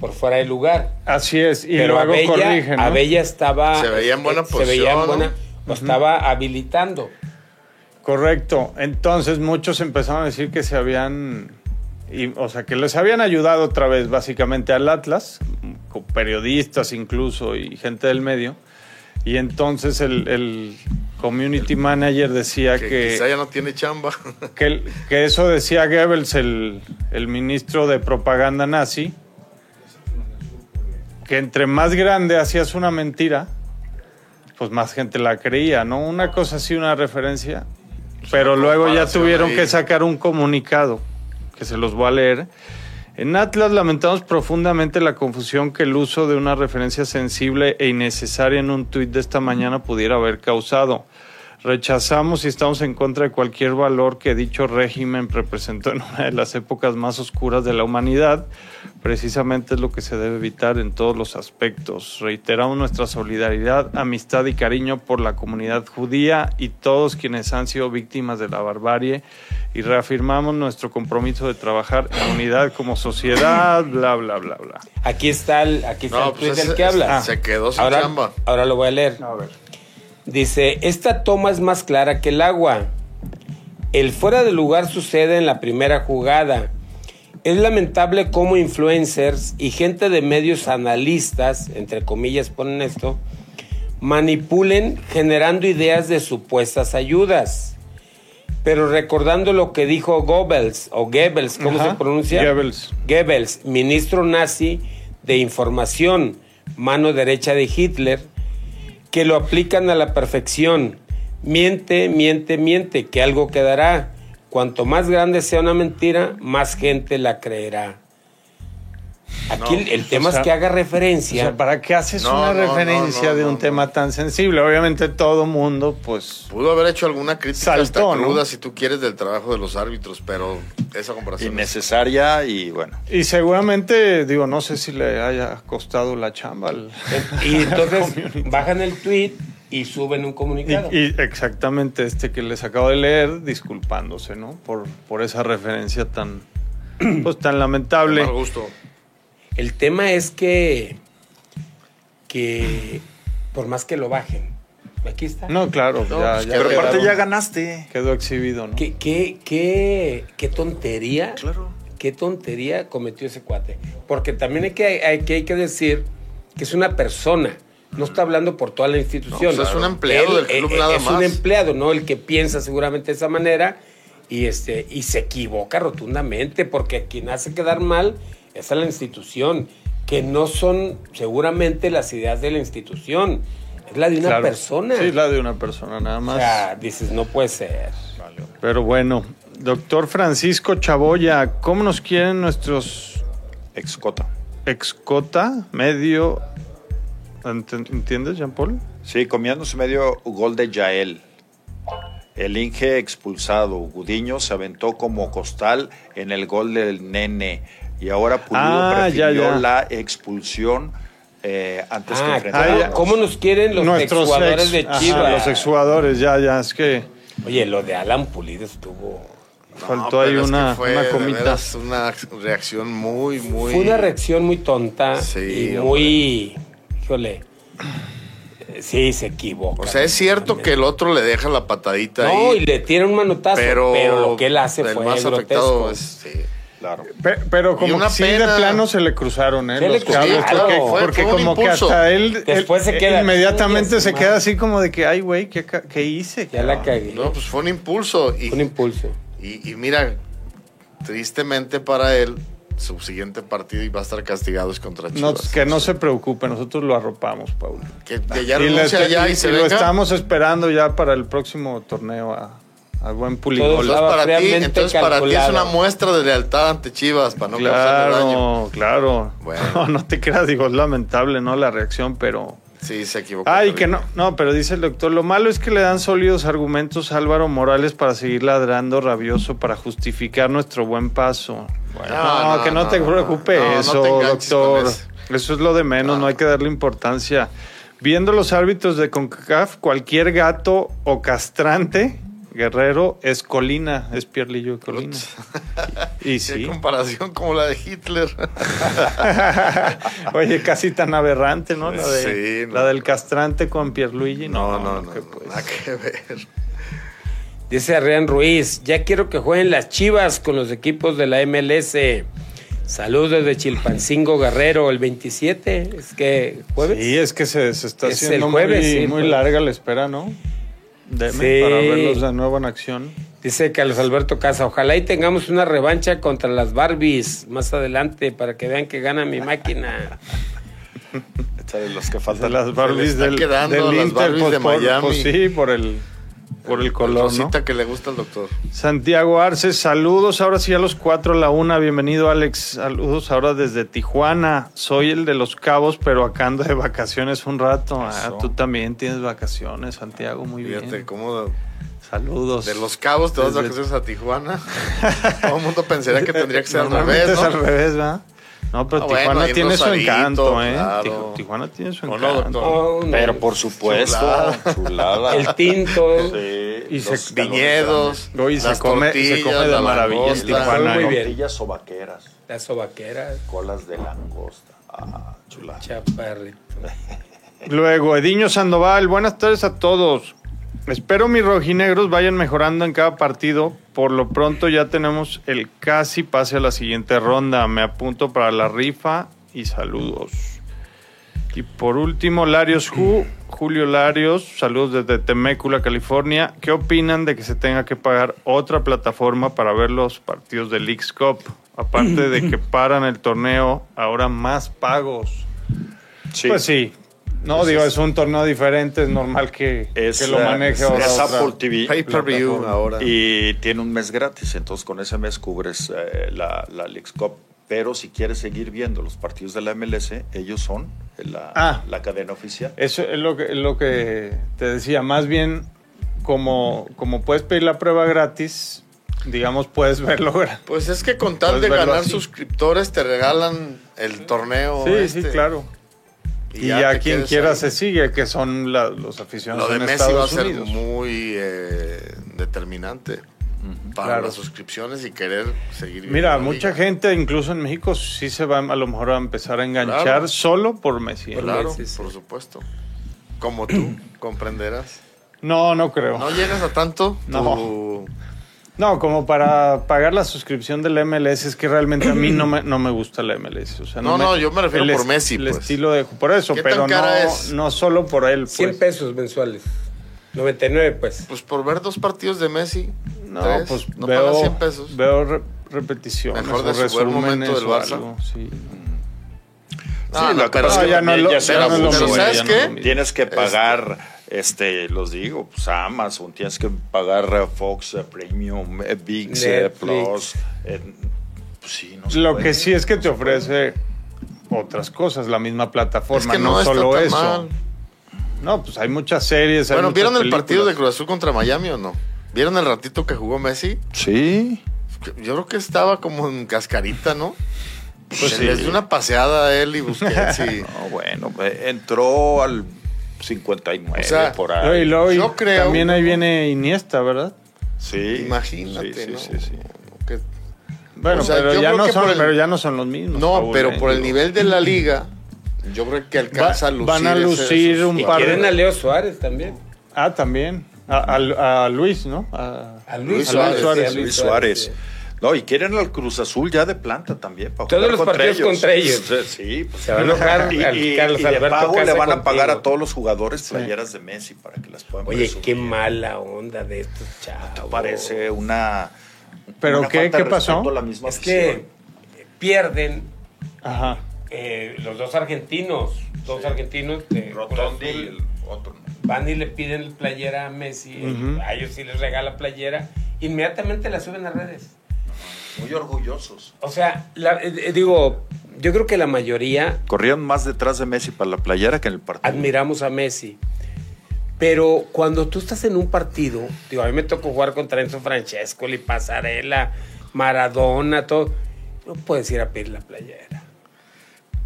Speaker 3: por fuera de lugar.
Speaker 4: Así es, y
Speaker 3: pero
Speaker 4: luego
Speaker 3: Abella,
Speaker 4: corrigen. ¿no?
Speaker 3: Abella estaba.
Speaker 2: Se veía en buena
Speaker 3: eh,
Speaker 2: posición,
Speaker 3: Se veía en buena.
Speaker 2: ¿no?
Speaker 3: Lo estaba habilitando.
Speaker 4: Correcto. Entonces muchos empezaron a decir que se habían, y- o sea, que les habían ayudado otra vez básicamente al Atlas, con periodistas incluso y gente del medio. Y entonces el, el community manager decía
Speaker 2: Que,
Speaker 4: que,
Speaker 2: quizá ya no tiene chamba.
Speaker 4: que, el- que eso decía Goebbels, el, el ministro de propaganda nazi, que entre más grande hacías una mentira, pues más gente la creía, ¿no? Una cosa así, una referencia. Pero luego ya
Speaker 2: comparación
Speaker 4: tuvieron
Speaker 2: ahí.
Speaker 4: que sacar un comunicado, que se los voy a leer. En Atlas lamentamos profundamente la confusión que el uso de una referencia sensible e innecesaria en un tuit de esta mañana pudiera haber causado. Rechazamos y estamos en contra de cualquier valor que dicho régimen representó en una de las épocas más oscuras de la humanidad. Precisamente es lo que se debe evitar en todos los aspectos. Reiteramos nuestra solidaridad, amistad y cariño por la comunidad judía y todos quienes han sido víctimas de la barbarie y reafirmamos nuestro compromiso de trabajar en unidad como sociedad, bla, bla, bla, bla.
Speaker 3: Aquí está el, aquí está
Speaker 2: No,
Speaker 3: el
Speaker 2: pues
Speaker 3: tweet
Speaker 2: ese-
Speaker 3: del que habla. Ah.
Speaker 2: se quedó sin
Speaker 3: ahora,
Speaker 2: chamba.
Speaker 3: Ahora lo voy a leer.
Speaker 4: A ver.
Speaker 3: Dice, esta toma es más clara que el agua. El fuera de lugar sucede en la primera jugada. Es lamentable cómo influencers y gente de medios analistas, entre comillas ponen esto, manipulen generando ideas de supuestas ayudas. Pero recordando lo que dijo Goebbels, o Goebbels, ¿cómo
Speaker 4: Ajá,
Speaker 3: se pronuncia?
Speaker 4: Goebbels.
Speaker 3: Goebbels, ministro nazi de información, mano derecha de Hitler, que lo aplican a la perfección. Miente, miente, miente, que algo quedará. Cuanto más grande sea una mentira, más gente la creerá. Aquí el, el tema
Speaker 4: sea,
Speaker 3: es que haga
Speaker 4: O
Speaker 3: referencia.
Speaker 4: sea, ¿para qué haces
Speaker 2: No,
Speaker 4: una
Speaker 2: no,
Speaker 4: referencia
Speaker 2: no, no,
Speaker 4: de un
Speaker 2: no,
Speaker 4: tema
Speaker 2: no.
Speaker 4: tan sensible? Obviamente todo mundo, pues...
Speaker 2: Pudo haber hecho alguna crítica
Speaker 4: Saltó,
Speaker 2: hasta
Speaker 4: ¿no?
Speaker 2: cruda, si tú quieres, del trabajo de los árbitros, pero esa comparación es
Speaker 1: Innecesaria y bueno.
Speaker 4: Y seguramente, digo, no sé si le haya costado la chamba. al-
Speaker 3: y entonces bajan el tweet y suben un
Speaker 4: Y,
Speaker 3: comunicado.
Speaker 4: y exactamente este que les acabo de leer, disculpándose, ¿no? Por, por esa referencia tan, pues, tan
Speaker 2: de
Speaker 4: lamentable.
Speaker 2: mal gusto.
Speaker 3: el tema es que, que por más que lo bajen, aquí está.
Speaker 4: No, claro,
Speaker 2: No,
Speaker 4: ya,
Speaker 2: pues,
Speaker 4: ya
Speaker 2: que
Speaker 1: Pero
Speaker 4: quedaron-
Speaker 1: aparte ya ganaste.
Speaker 4: Quedó exhibido, ¿no?
Speaker 3: ¿Qué, qué, qué, qué tontería?
Speaker 1: Claro.
Speaker 3: qué tontería cometió ese cuate. Porque también hay que, hay, que, hay que decir que es una persona. No está hablando por toda la institución. eh,
Speaker 2: No, pues es un empleado del club nada
Speaker 3: Es un
Speaker 2: más.
Speaker 3: empleado, ¿no? El que piensa seguramente de esa manera y, este, y se equivoca rotundamente porque a quien hace quedar mal es a la institución, que no son seguramente las ideas de la institución, es la de una
Speaker 4: Claro.
Speaker 3: persona.
Speaker 4: Sí, la de una persona, nada
Speaker 3: O
Speaker 4: más.
Speaker 3: sea, dices, no puede ser.
Speaker 4: Pero bueno, doctor Francisco Chaboya, ¿cómo nos quieren nuestros
Speaker 1: Excota.
Speaker 4: excota medio? Ent- ¿Entiendes, Jean Paul?
Speaker 1: Sí, comiéndose medio gol de Yael. El Inge expulsado, Gudiño se aventó como costal en el gol del Nene y ahora Pulido
Speaker 4: Ah, ya,
Speaker 1: prefirió
Speaker 4: ya.
Speaker 1: la expulsión eh, antes que
Speaker 3: Ah,
Speaker 1: enfrentarnos.
Speaker 3: ¿Cómo nos quieren los
Speaker 4: Nuestros
Speaker 3: exjugadores
Speaker 4: ex-
Speaker 3: de
Speaker 4: ajá,
Speaker 3: Chivas?
Speaker 4: los exjugadores, ya, ya. Es que
Speaker 3: Oye, lo de Alan Pulido estuvo.
Speaker 4: faltó ahí
Speaker 2: pero es que
Speaker 4: una,
Speaker 2: fue,
Speaker 4: una
Speaker 2: de
Speaker 4: comita.
Speaker 2: veras, una reacción muy, muy.
Speaker 3: Fue una reacción muy tonta
Speaker 2: Sí,
Speaker 3: y muy. Híjole. Sí, se equivoca.
Speaker 2: O sea, es cierto que el otro le deja la patadita
Speaker 3: No,
Speaker 2: ahí.
Speaker 3: y le tira un manotazo, pero,
Speaker 2: pero,
Speaker 3: lo que él hace
Speaker 2: el
Speaker 3: fue
Speaker 2: más
Speaker 3: grotesco.
Speaker 2: afectado es. sí.
Speaker 1: Claro.
Speaker 4: Pe- Pero como
Speaker 2: una
Speaker 4: que sí
Speaker 2: pena.
Speaker 4: de plano se le cruzaron, ¿eh?
Speaker 3: Se le
Speaker 4: Los
Speaker 3: cruzaron,
Speaker 4: cables,
Speaker 3: claro.
Speaker 4: porque,
Speaker 2: Pues, Fue-
Speaker 4: porque
Speaker 2: fue un
Speaker 4: como que
Speaker 2: impulso.
Speaker 4: hasta él, él-
Speaker 3: Después se
Speaker 4: él
Speaker 3: queda,
Speaker 4: inmediatamente
Speaker 3: "Chingue
Speaker 4: se
Speaker 3: su
Speaker 4: queda
Speaker 3: madre".
Speaker 4: así como de que, ay, güey, ¿qué, ca- qué hice?
Speaker 3: Ya la cagué.
Speaker 2: No, pues fue un impulso. Y,
Speaker 3: Un impulso.
Speaker 2: y, y mira, tristemente para él, su siguiente partido iba a estar castigado es contra Chivas.
Speaker 4: No, que no se preocupe, nosotros lo arropamos, Paulo.
Speaker 2: Que, que ya
Speaker 4: y le
Speaker 2: renuncia
Speaker 4: est-
Speaker 2: ya
Speaker 4: y-
Speaker 2: y se
Speaker 4: y lo
Speaker 2: venga.
Speaker 4: estamos esperando ya para el próximo torneo a, a buen
Speaker 3: Todos
Speaker 4: puligol.
Speaker 2: Entonces, para ti,
Speaker 3: Fríamente
Speaker 2: entonces para ti es
Speaker 3: calculado.
Speaker 2: una muestra de lealtad ante Chivas para no causarle daño.
Speaker 4: Claro, claro.
Speaker 2: Bueno.
Speaker 4: No, no te creas, digo, es lamentable, ¿no? La reacción, pero...
Speaker 2: Sí, se equivocó.
Speaker 4: Ay,
Speaker 2: terrible.
Speaker 4: que no, no, pero dice el doctor, lo malo es que le dan sólidos argumentos a Álvaro Morales para seguir ladrando rabioso, para justificar nuestro buen paso. no,
Speaker 2: No, no,
Speaker 4: que no, te
Speaker 2: no, no.
Speaker 4: preocupes,
Speaker 2: No, no te
Speaker 4: eso,
Speaker 2: enganches
Speaker 4: doctor.
Speaker 2: con eso.
Speaker 4: Eso es lo de menos, no hay que darle importancia. Viendo los árbitros de CONCACAF, cualquier gato o castrante, guerrero, es colina, es Pierlillo de colina. Y
Speaker 2: Sí, hay
Speaker 4: sí.
Speaker 2: comparación como la de Hitler.
Speaker 4: Oye, casi tan aberrante, ¿no? La, de-
Speaker 2: Sí, no.
Speaker 4: la del castrante con Pierluigi. No, no, no. que pues.
Speaker 2: nada que ver.
Speaker 3: Dice Adrián Ruiz, ya quiero que jueguen las Chivas con los equipos de la MLS. Saludos de Chilpancingo Guerrero, el 27, es que jueves.
Speaker 4: Sí, es que se, se está
Speaker 3: Es el
Speaker 4: haciendo
Speaker 3: jueves,
Speaker 4: muy,
Speaker 3: sí,
Speaker 4: muy
Speaker 3: pues.
Speaker 4: larga la espera, ¿no? Deme
Speaker 3: Sí.
Speaker 4: para verlos de nuevo en acción.
Speaker 3: Dice Carlos Alberto Casa, ojalá y tengamos una revancha contra las Barbies más adelante para que vean que gana mi máquina.
Speaker 1: Esta de los que
Speaker 4: Hasta
Speaker 1: faltan.
Speaker 4: las Barbies
Speaker 2: está
Speaker 4: del,
Speaker 2: quedando
Speaker 4: del
Speaker 2: las
Speaker 4: Inter,
Speaker 2: Barbies
Speaker 4: pues,
Speaker 2: de
Speaker 4: por-
Speaker 2: Miami.
Speaker 4: pues sí, por el, por el color, ¿no?
Speaker 2: Cosita que le gusta al doctor.
Speaker 4: Santiago Arce, saludos. Ahora sí a los 4 a la 1. Bienvenido, Alex. Saludos ahora desde Tijuana. Soy el de los cabos, pero acá ando de vacaciones un rato. Ah,
Speaker 1: Eso.
Speaker 4: tú también tienes vacaciones, Santiago. Muy
Speaker 2: Fíjate
Speaker 4: bien.
Speaker 2: cómo
Speaker 4: Saludos.
Speaker 2: de los cabos te vas de
Speaker 4: Desde-
Speaker 2: vacaciones a Tijuana. Todo el mundo pensaría que tendría que ser al
Speaker 4: Normalmente
Speaker 2: revés,
Speaker 4: es al
Speaker 2: ¿no?
Speaker 4: revés, ¿verdad? No, pero
Speaker 2: Ah, bueno,
Speaker 4: Tijuana
Speaker 2: ahí en
Speaker 4: tiene su
Speaker 2: Rosarito,
Speaker 4: encanto, ¿eh?
Speaker 2: claro.
Speaker 4: Tij- Tijuana tiene su
Speaker 2: ¿O no,
Speaker 4: encanto.
Speaker 2: doctor?
Speaker 3: Oh, no.
Speaker 1: Pero pues, por supuesto,
Speaker 2: Chulada.
Speaker 1: chulada.
Speaker 3: El tinto.
Speaker 1: Sí,
Speaker 4: Y
Speaker 1: los
Speaker 4: se- Los
Speaker 2: Viñedos,
Speaker 4: No, y se
Speaker 2: las
Speaker 4: come- se
Speaker 2: tortillas,
Speaker 4: come de
Speaker 2: la
Speaker 4: maravilla en
Speaker 2: langosta.
Speaker 4: Tijuana,
Speaker 3: Muy
Speaker 1: Muy
Speaker 3: ¿no? bien.
Speaker 1: o vaqueras,
Speaker 3: La sobaquera,
Speaker 1: colas de langosta. Ah, chulada.
Speaker 3: chaparrito.
Speaker 1: pues.
Speaker 4: Luego, Ediño Sandoval, buenas tardes a todos. Espero mis rojinegros vayan mejorando en cada partido. Por lo pronto ya tenemos el casi pase a la siguiente ronda. Me apunto para la rifa y saludos. Y por último, Larios Ju, Julio Larios, saludos desde Temécula, California. ¿Qué opinan de que se tenga que pagar otra plataforma para ver los partidos del Leagues Cup? Aparte de que paran el torneo, ahora más pagos. Pues sí. No, digo, es un torneo diferente, es normal que,
Speaker 1: Es,
Speaker 4: que lo
Speaker 1: eh,
Speaker 4: maneje
Speaker 1: es
Speaker 4: ahora otra.
Speaker 1: Apple TV.
Speaker 2: Pay per view
Speaker 4: Plataforma.
Speaker 2: ahora.
Speaker 1: Y tiene un mes gratis, entonces con ese mes cubres eh, la, la Leagues Cup. Pero si quieres seguir viendo los partidos de la MLS, ellos son la,
Speaker 4: Ah.
Speaker 1: la cadena oficial.
Speaker 4: Eso es lo que, es lo que te decía, más bien como, como puedes pedir la prueba gratis, digamos, puedes verlo gra-
Speaker 2: Pues es que con tal
Speaker 4: Puedes
Speaker 2: de
Speaker 4: verlo
Speaker 2: ganar
Speaker 4: así.
Speaker 2: suscriptores te regalan el torneo.
Speaker 4: Sí, sí,
Speaker 2: este.
Speaker 4: claro. Y,
Speaker 2: ya
Speaker 4: ya
Speaker 2: te
Speaker 4: quien
Speaker 2: quedas
Speaker 4: quiera
Speaker 2: ahí.
Speaker 4: se sigue, que son la- los
Speaker 2: Lo
Speaker 4: aficionados
Speaker 2: de
Speaker 4: en
Speaker 2: Messi va a
Speaker 4: Estados
Speaker 2: ser
Speaker 4: Unidos.
Speaker 2: muy eh, determinante para
Speaker 4: Claro.
Speaker 2: las suscripciones y querer seguir.
Speaker 4: Mira,
Speaker 2: viendo la
Speaker 4: mucha
Speaker 2: liga.
Speaker 4: gente, incluso en México, sí se va a lo mejor a empezar a enganchar
Speaker 2: Claro.
Speaker 4: solo por Messi. ¿eh?
Speaker 3: Por
Speaker 2: Claro,
Speaker 3: Messi, sí.
Speaker 2: por supuesto. Como tú comprenderás.
Speaker 4: No, no creo.
Speaker 2: No llegas a tanto.
Speaker 4: No.
Speaker 2: tu-
Speaker 4: No, como para pagar la suscripción del MLS, es que realmente a mí no me, no me gusta la MLS. O sea,
Speaker 2: No, no, yo me refiero
Speaker 4: el
Speaker 2: por
Speaker 4: es-
Speaker 2: Messi,
Speaker 4: El
Speaker 2: pues.
Speaker 4: estilo de Por eso,
Speaker 2: ¿Qué tan
Speaker 4: pero no,
Speaker 2: cara es?
Speaker 4: no solo por él.
Speaker 3: 100
Speaker 4: Pues.
Speaker 3: pesos mensuales. 99 pues.
Speaker 2: Pues por ver dos partidos de Messi.
Speaker 4: No,
Speaker 2: tres,
Speaker 4: pues
Speaker 2: no
Speaker 4: veo,
Speaker 2: pagas 100 pesos.
Speaker 4: veo re- repeticiones
Speaker 2: Mejor
Speaker 4: o
Speaker 2: de su buen momento
Speaker 4: resúmenes
Speaker 2: del
Speaker 4: o
Speaker 2: Barça.
Speaker 4: algo, sí.
Speaker 2: Ah,
Speaker 1: Sí,
Speaker 2: no,
Speaker 1: lo que
Speaker 2: pero
Speaker 1: pasa es
Speaker 4: no,
Speaker 1: que
Speaker 4: ya no
Speaker 1: también
Speaker 4: lo-
Speaker 1: ya se
Speaker 4: ya
Speaker 1: era
Speaker 4: no es lo
Speaker 1: mucho,
Speaker 4: mismo,
Speaker 1: güey.
Speaker 4: ¿sabes
Speaker 1: Ya
Speaker 4: qué?
Speaker 1: no- Tienes que pagar, este, los digo, pues Amazon, tienes que pagar eh, Fox eh, Premium, eh, VIX, eh,
Speaker 3: Netflix.
Speaker 1: Plus. eh, pues sí, no se
Speaker 4: Lo
Speaker 1: puede.
Speaker 4: que sí es que te ofrece otras cosas, la misma
Speaker 2: Es
Speaker 4: plataforma,
Speaker 2: que
Speaker 4: no,
Speaker 2: no, está
Speaker 4: solo
Speaker 2: tan
Speaker 4: eso.
Speaker 2: mal.
Speaker 4: No, pues hay muchas series. hay
Speaker 2: Bueno,
Speaker 4: muchas
Speaker 2: ¿vieron el partido de
Speaker 4: películas.
Speaker 2: Cruz Azul contra Miami o no? ¿Vieron el ratito que jugó Messi?
Speaker 4: Sí.
Speaker 2: Yo creo que estaba como en cascarita, ¿no?
Speaker 4: Pues
Speaker 2: Se
Speaker 4: sí.
Speaker 2: les dio una paseada a él y Busquets y...
Speaker 1: No, bueno, eh, entró al 59
Speaker 2: O sea,
Speaker 1: por
Speaker 4: Luego y
Speaker 1: ahí.
Speaker 4: luego y
Speaker 2: Yo creo-
Speaker 4: también ahí viene Iniesta, ¿verdad?
Speaker 1: Sí.
Speaker 2: Imagínate,
Speaker 1: Sí, sí,
Speaker 2: ¿no?
Speaker 1: sí, sí.
Speaker 2: Que-
Speaker 4: Bueno,
Speaker 2: O sea,
Speaker 4: pero,
Speaker 2: yo
Speaker 4: ya
Speaker 2: creo
Speaker 4: no
Speaker 2: que
Speaker 4: son,
Speaker 2: por el-
Speaker 4: pero ya no son los mismos.
Speaker 2: No,
Speaker 4: Paul,
Speaker 2: pero
Speaker 4: ¿eh?
Speaker 2: por el
Speaker 4: Digo,
Speaker 2: nivel de la liga, yo creo que alcanza
Speaker 4: Va-
Speaker 2: a lucir...
Speaker 4: van a
Speaker 2: ese-
Speaker 4: lucir
Speaker 2: esos
Speaker 4: un
Speaker 3: Y
Speaker 2: jugadores.
Speaker 4: par de-
Speaker 3: quieren a Leo Suárez también.
Speaker 4: Ah, también. A, a- a Luis, ¿no? A,
Speaker 3: A
Speaker 1: Luis
Speaker 3: Luis,
Speaker 2: Luis
Speaker 1: Suárez.
Speaker 2: Suárez,
Speaker 1: Luis
Speaker 3: sí,
Speaker 1: Suárez.
Speaker 3: sí.
Speaker 1: No, y quieren al Cruz Azul ya de planta también. Para
Speaker 3: Todos
Speaker 1: jugar
Speaker 3: los partidos contra ellos.
Speaker 1: Sí, pues.
Speaker 3: Se va a enojar
Speaker 1: Y,
Speaker 3: al
Speaker 1: y-
Speaker 3: Carlos
Speaker 1: y de
Speaker 3: Alberto
Speaker 1: pago
Speaker 3: Casa
Speaker 1: le van a pagar
Speaker 3: contigo.
Speaker 1: a todos los jugadores playeras de Messi para que las puedan
Speaker 3: Oye,
Speaker 1: presumir.
Speaker 3: qué mala onda de estos chavos.
Speaker 1: Pues, Parece una.
Speaker 4: ¿Pero
Speaker 1: una
Speaker 4: qué-
Speaker 1: falta de
Speaker 4: qué pasó?
Speaker 1: respeto a la misma
Speaker 3: Es que
Speaker 1: afición.
Speaker 3: pierden
Speaker 4: Ajá.
Speaker 3: eh, los dos argentinos. Dos argentinos. de Cruz
Speaker 1: Rotondi
Speaker 3: Azul.
Speaker 1: y el otro.
Speaker 3: Van y le piden playera a Messi. eh,
Speaker 4: Ujú.
Speaker 3: A ellos sí les regala playera. Inmediatamente la suben a redes.
Speaker 1: Muy orgullosos.
Speaker 3: O sea, la- eh, eh, digo, yo creo que la mayoría
Speaker 1: Corrieron más detrás de Messi para la playera que en el partido.
Speaker 3: admiramos a Messi. Pero cuando tú estás en un partido, digo, a mí me tocó jugar contra Enzo Francesco, y Pasarela, Maradona, todo. No puedes ir a pedir la playera.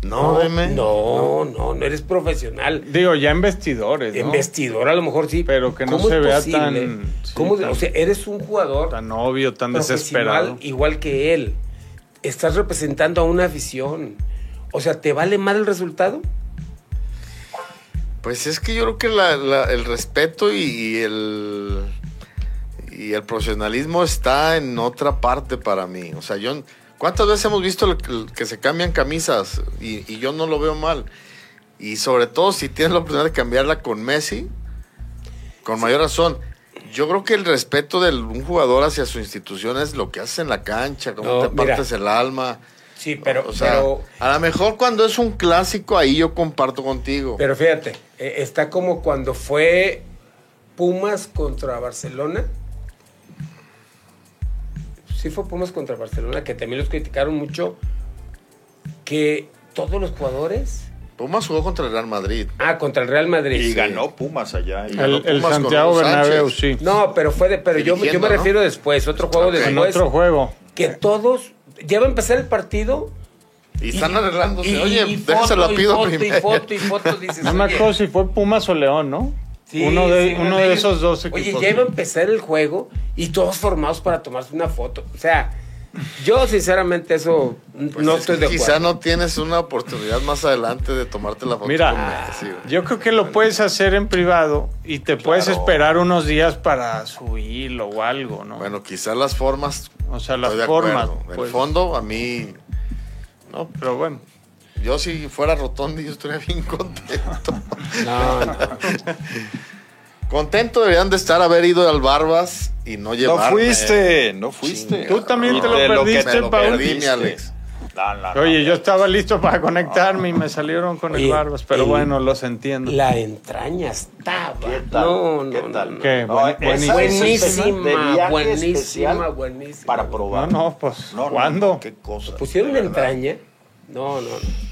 Speaker 2: No, deme.
Speaker 3: No, no, no eres profesional.
Speaker 4: Digo, ya en vestidores, ¿no?
Speaker 3: En vestidor, a lo mejor sí.
Speaker 4: Pero que no
Speaker 3: ¿Cómo
Speaker 4: se
Speaker 3: es
Speaker 4: vea
Speaker 3: posible?
Speaker 4: tan- sí,
Speaker 3: ¿Cómo-
Speaker 4: tan-
Speaker 3: O sea, eres un jugador
Speaker 4: Tan obvio, tan
Speaker 3: profesional
Speaker 4: desesperado.
Speaker 3: igual que él. Estás representando a una afición. O sea, ¿te vale mal el resultado?
Speaker 2: Pues es que yo creo que la- la- el respeto y, y el y el profesionalismo está en otra parte para mí. O sea, yo cuántas veces hemos visto el- el que se cambian camisas y, y yo no lo veo mal. Y sobre todo si tienes la oportunidad de cambiarla con Messi, con mayor razón. Yo creo que el respeto de un jugador hacia su institución es lo que haces en la cancha, cómo
Speaker 3: No,
Speaker 2: te
Speaker 3: mira.
Speaker 2: partes el alma.
Speaker 3: Sí, pero,
Speaker 2: o sea,
Speaker 3: pero,
Speaker 2: a lo mejor cuando es un clásico ahí yo comparto contigo.
Speaker 3: pero fíjate, eh, está como cuando fue Pumas contra Barcelona. Sí fue Pumas contra Barcelona, que también los criticaron mucho, que todos los jugadores...
Speaker 2: Pumas jugó contra el Real Madrid.
Speaker 3: Ah, contra el Real Madrid.
Speaker 1: Y
Speaker 3: sí.
Speaker 1: ganó Pumas allá. y
Speaker 4: El,
Speaker 1: ganó
Speaker 4: el
Speaker 2: Pumas con
Speaker 4: Santiago
Speaker 2: Hugo Sánchez.
Speaker 4: Bernabéu, sí.
Speaker 3: No, pero fue de, pero yo, me- yo me
Speaker 2: Dirigiendo, ¿no?
Speaker 3: refiero después, otro juego
Speaker 2: Ok.
Speaker 3: después.
Speaker 4: en otro juego.
Speaker 3: Que todos, ya va a empezar el partido.
Speaker 2: Y están arreglándose.
Speaker 3: y-
Speaker 2: Oye,
Speaker 3: y
Speaker 2: déjalo
Speaker 3: foto, y
Speaker 2: pido Pues
Speaker 3: foto,
Speaker 2: primero.
Speaker 3: Y foto, y foto, dices,
Speaker 4: No me
Speaker 3: pues, oye,
Speaker 4: acuerdo si fue Pumas o León, ¿no?
Speaker 3: sí,
Speaker 4: uno de,
Speaker 3: sí,
Speaker 4: uno de
Speaker 3: ellos-
Speaker 4: esos dos equipos.
Speaker 3: Oye, ya iba a empezar el juego y todos formados para tomarse una foto. O sea, yo sinceramente eso
Speaker 2: Pues
Speaker 3: no
Speaker 2: es que
Speaker 3: estoy de acuerdo.
Speaker 2: Quizá no tienes una oportunidad más adelante de tomarte la foto.
Speaker 4: Mira,
Speaker 2: con Messi, güey.
Speaker 4: Yo creo que lo puedes hacer en privado y te puedes
Speaker 1: Claro.
Speaker 4: esperar unos días para subirlo o algo, ¿no?
Speaker 2: Bueno, quizás las formas.
Speaker 4: o sea, las
Speaker 2: estoy de
Speaker 4: formas.
Speaker 2: acuerdo.
Speaker 4: pues.
Speaker 2: El fondo, a mí.
Speaker 4: No, pero bueno.
Speaker 2: Yo si fuera rotondi, yo estaría bien contento.
Speaker 3: No, no.
Speaker 2: contento deberían de estar haber ido al Barbas y no
Speaker 1: No
Speaker 2: llevarme.
Speaker 1: fuiste, no fuiste.
Speaker 2: Tú también
Speaker 1: Y
Speaker 2: te lo
Speaker 1: que
Speaker 4: perdiste,
Speaker 1: te lo
Speaker 4: Paul.
Speaker 1: perdiste.
Speaker 2: Dime, Alex.
Speaker 1: No, no, no,
Speaker 4: Oye, yo
Speaker 1: no.
Speaker 4: estaba listo para conectarme y me salieron con el
Speaker 3: Oye,
Speaker 4: barbas, pero
Speaker 3: el-
Speaker 4: bueno, los entiendo.
Speaker 3: La entraña estaba.
Speaker 1: ¿Qué tal?
Speaker 3: No, no,
Speaker 1: ¿Qué
Speaker 3: no,
Speaker 1: tal?
Speaker 3: no.
Speaker 4: ¿Qué?
Speaker 1: No,
Speaker 4: Buen-
Speaker 1: esa
Speaker 4: buenísima.
Speaker 1: es el tema de
Speaker 3: Buenísima,
Speaker 1: viaje
Speaker 3: buenísima,
Speaker 1: especial
Speaker 3: buenísima.
Speaker 1: Para probar.
Speaker 4: No, no, pues, ¿cuándo?
Speaker 1: qué cosa.
Speaker 3: Pusieron
Speaker 1: de
Speaker 3: la
Speaker 1: verdad.
Speaker 3: entraña. No, no, no.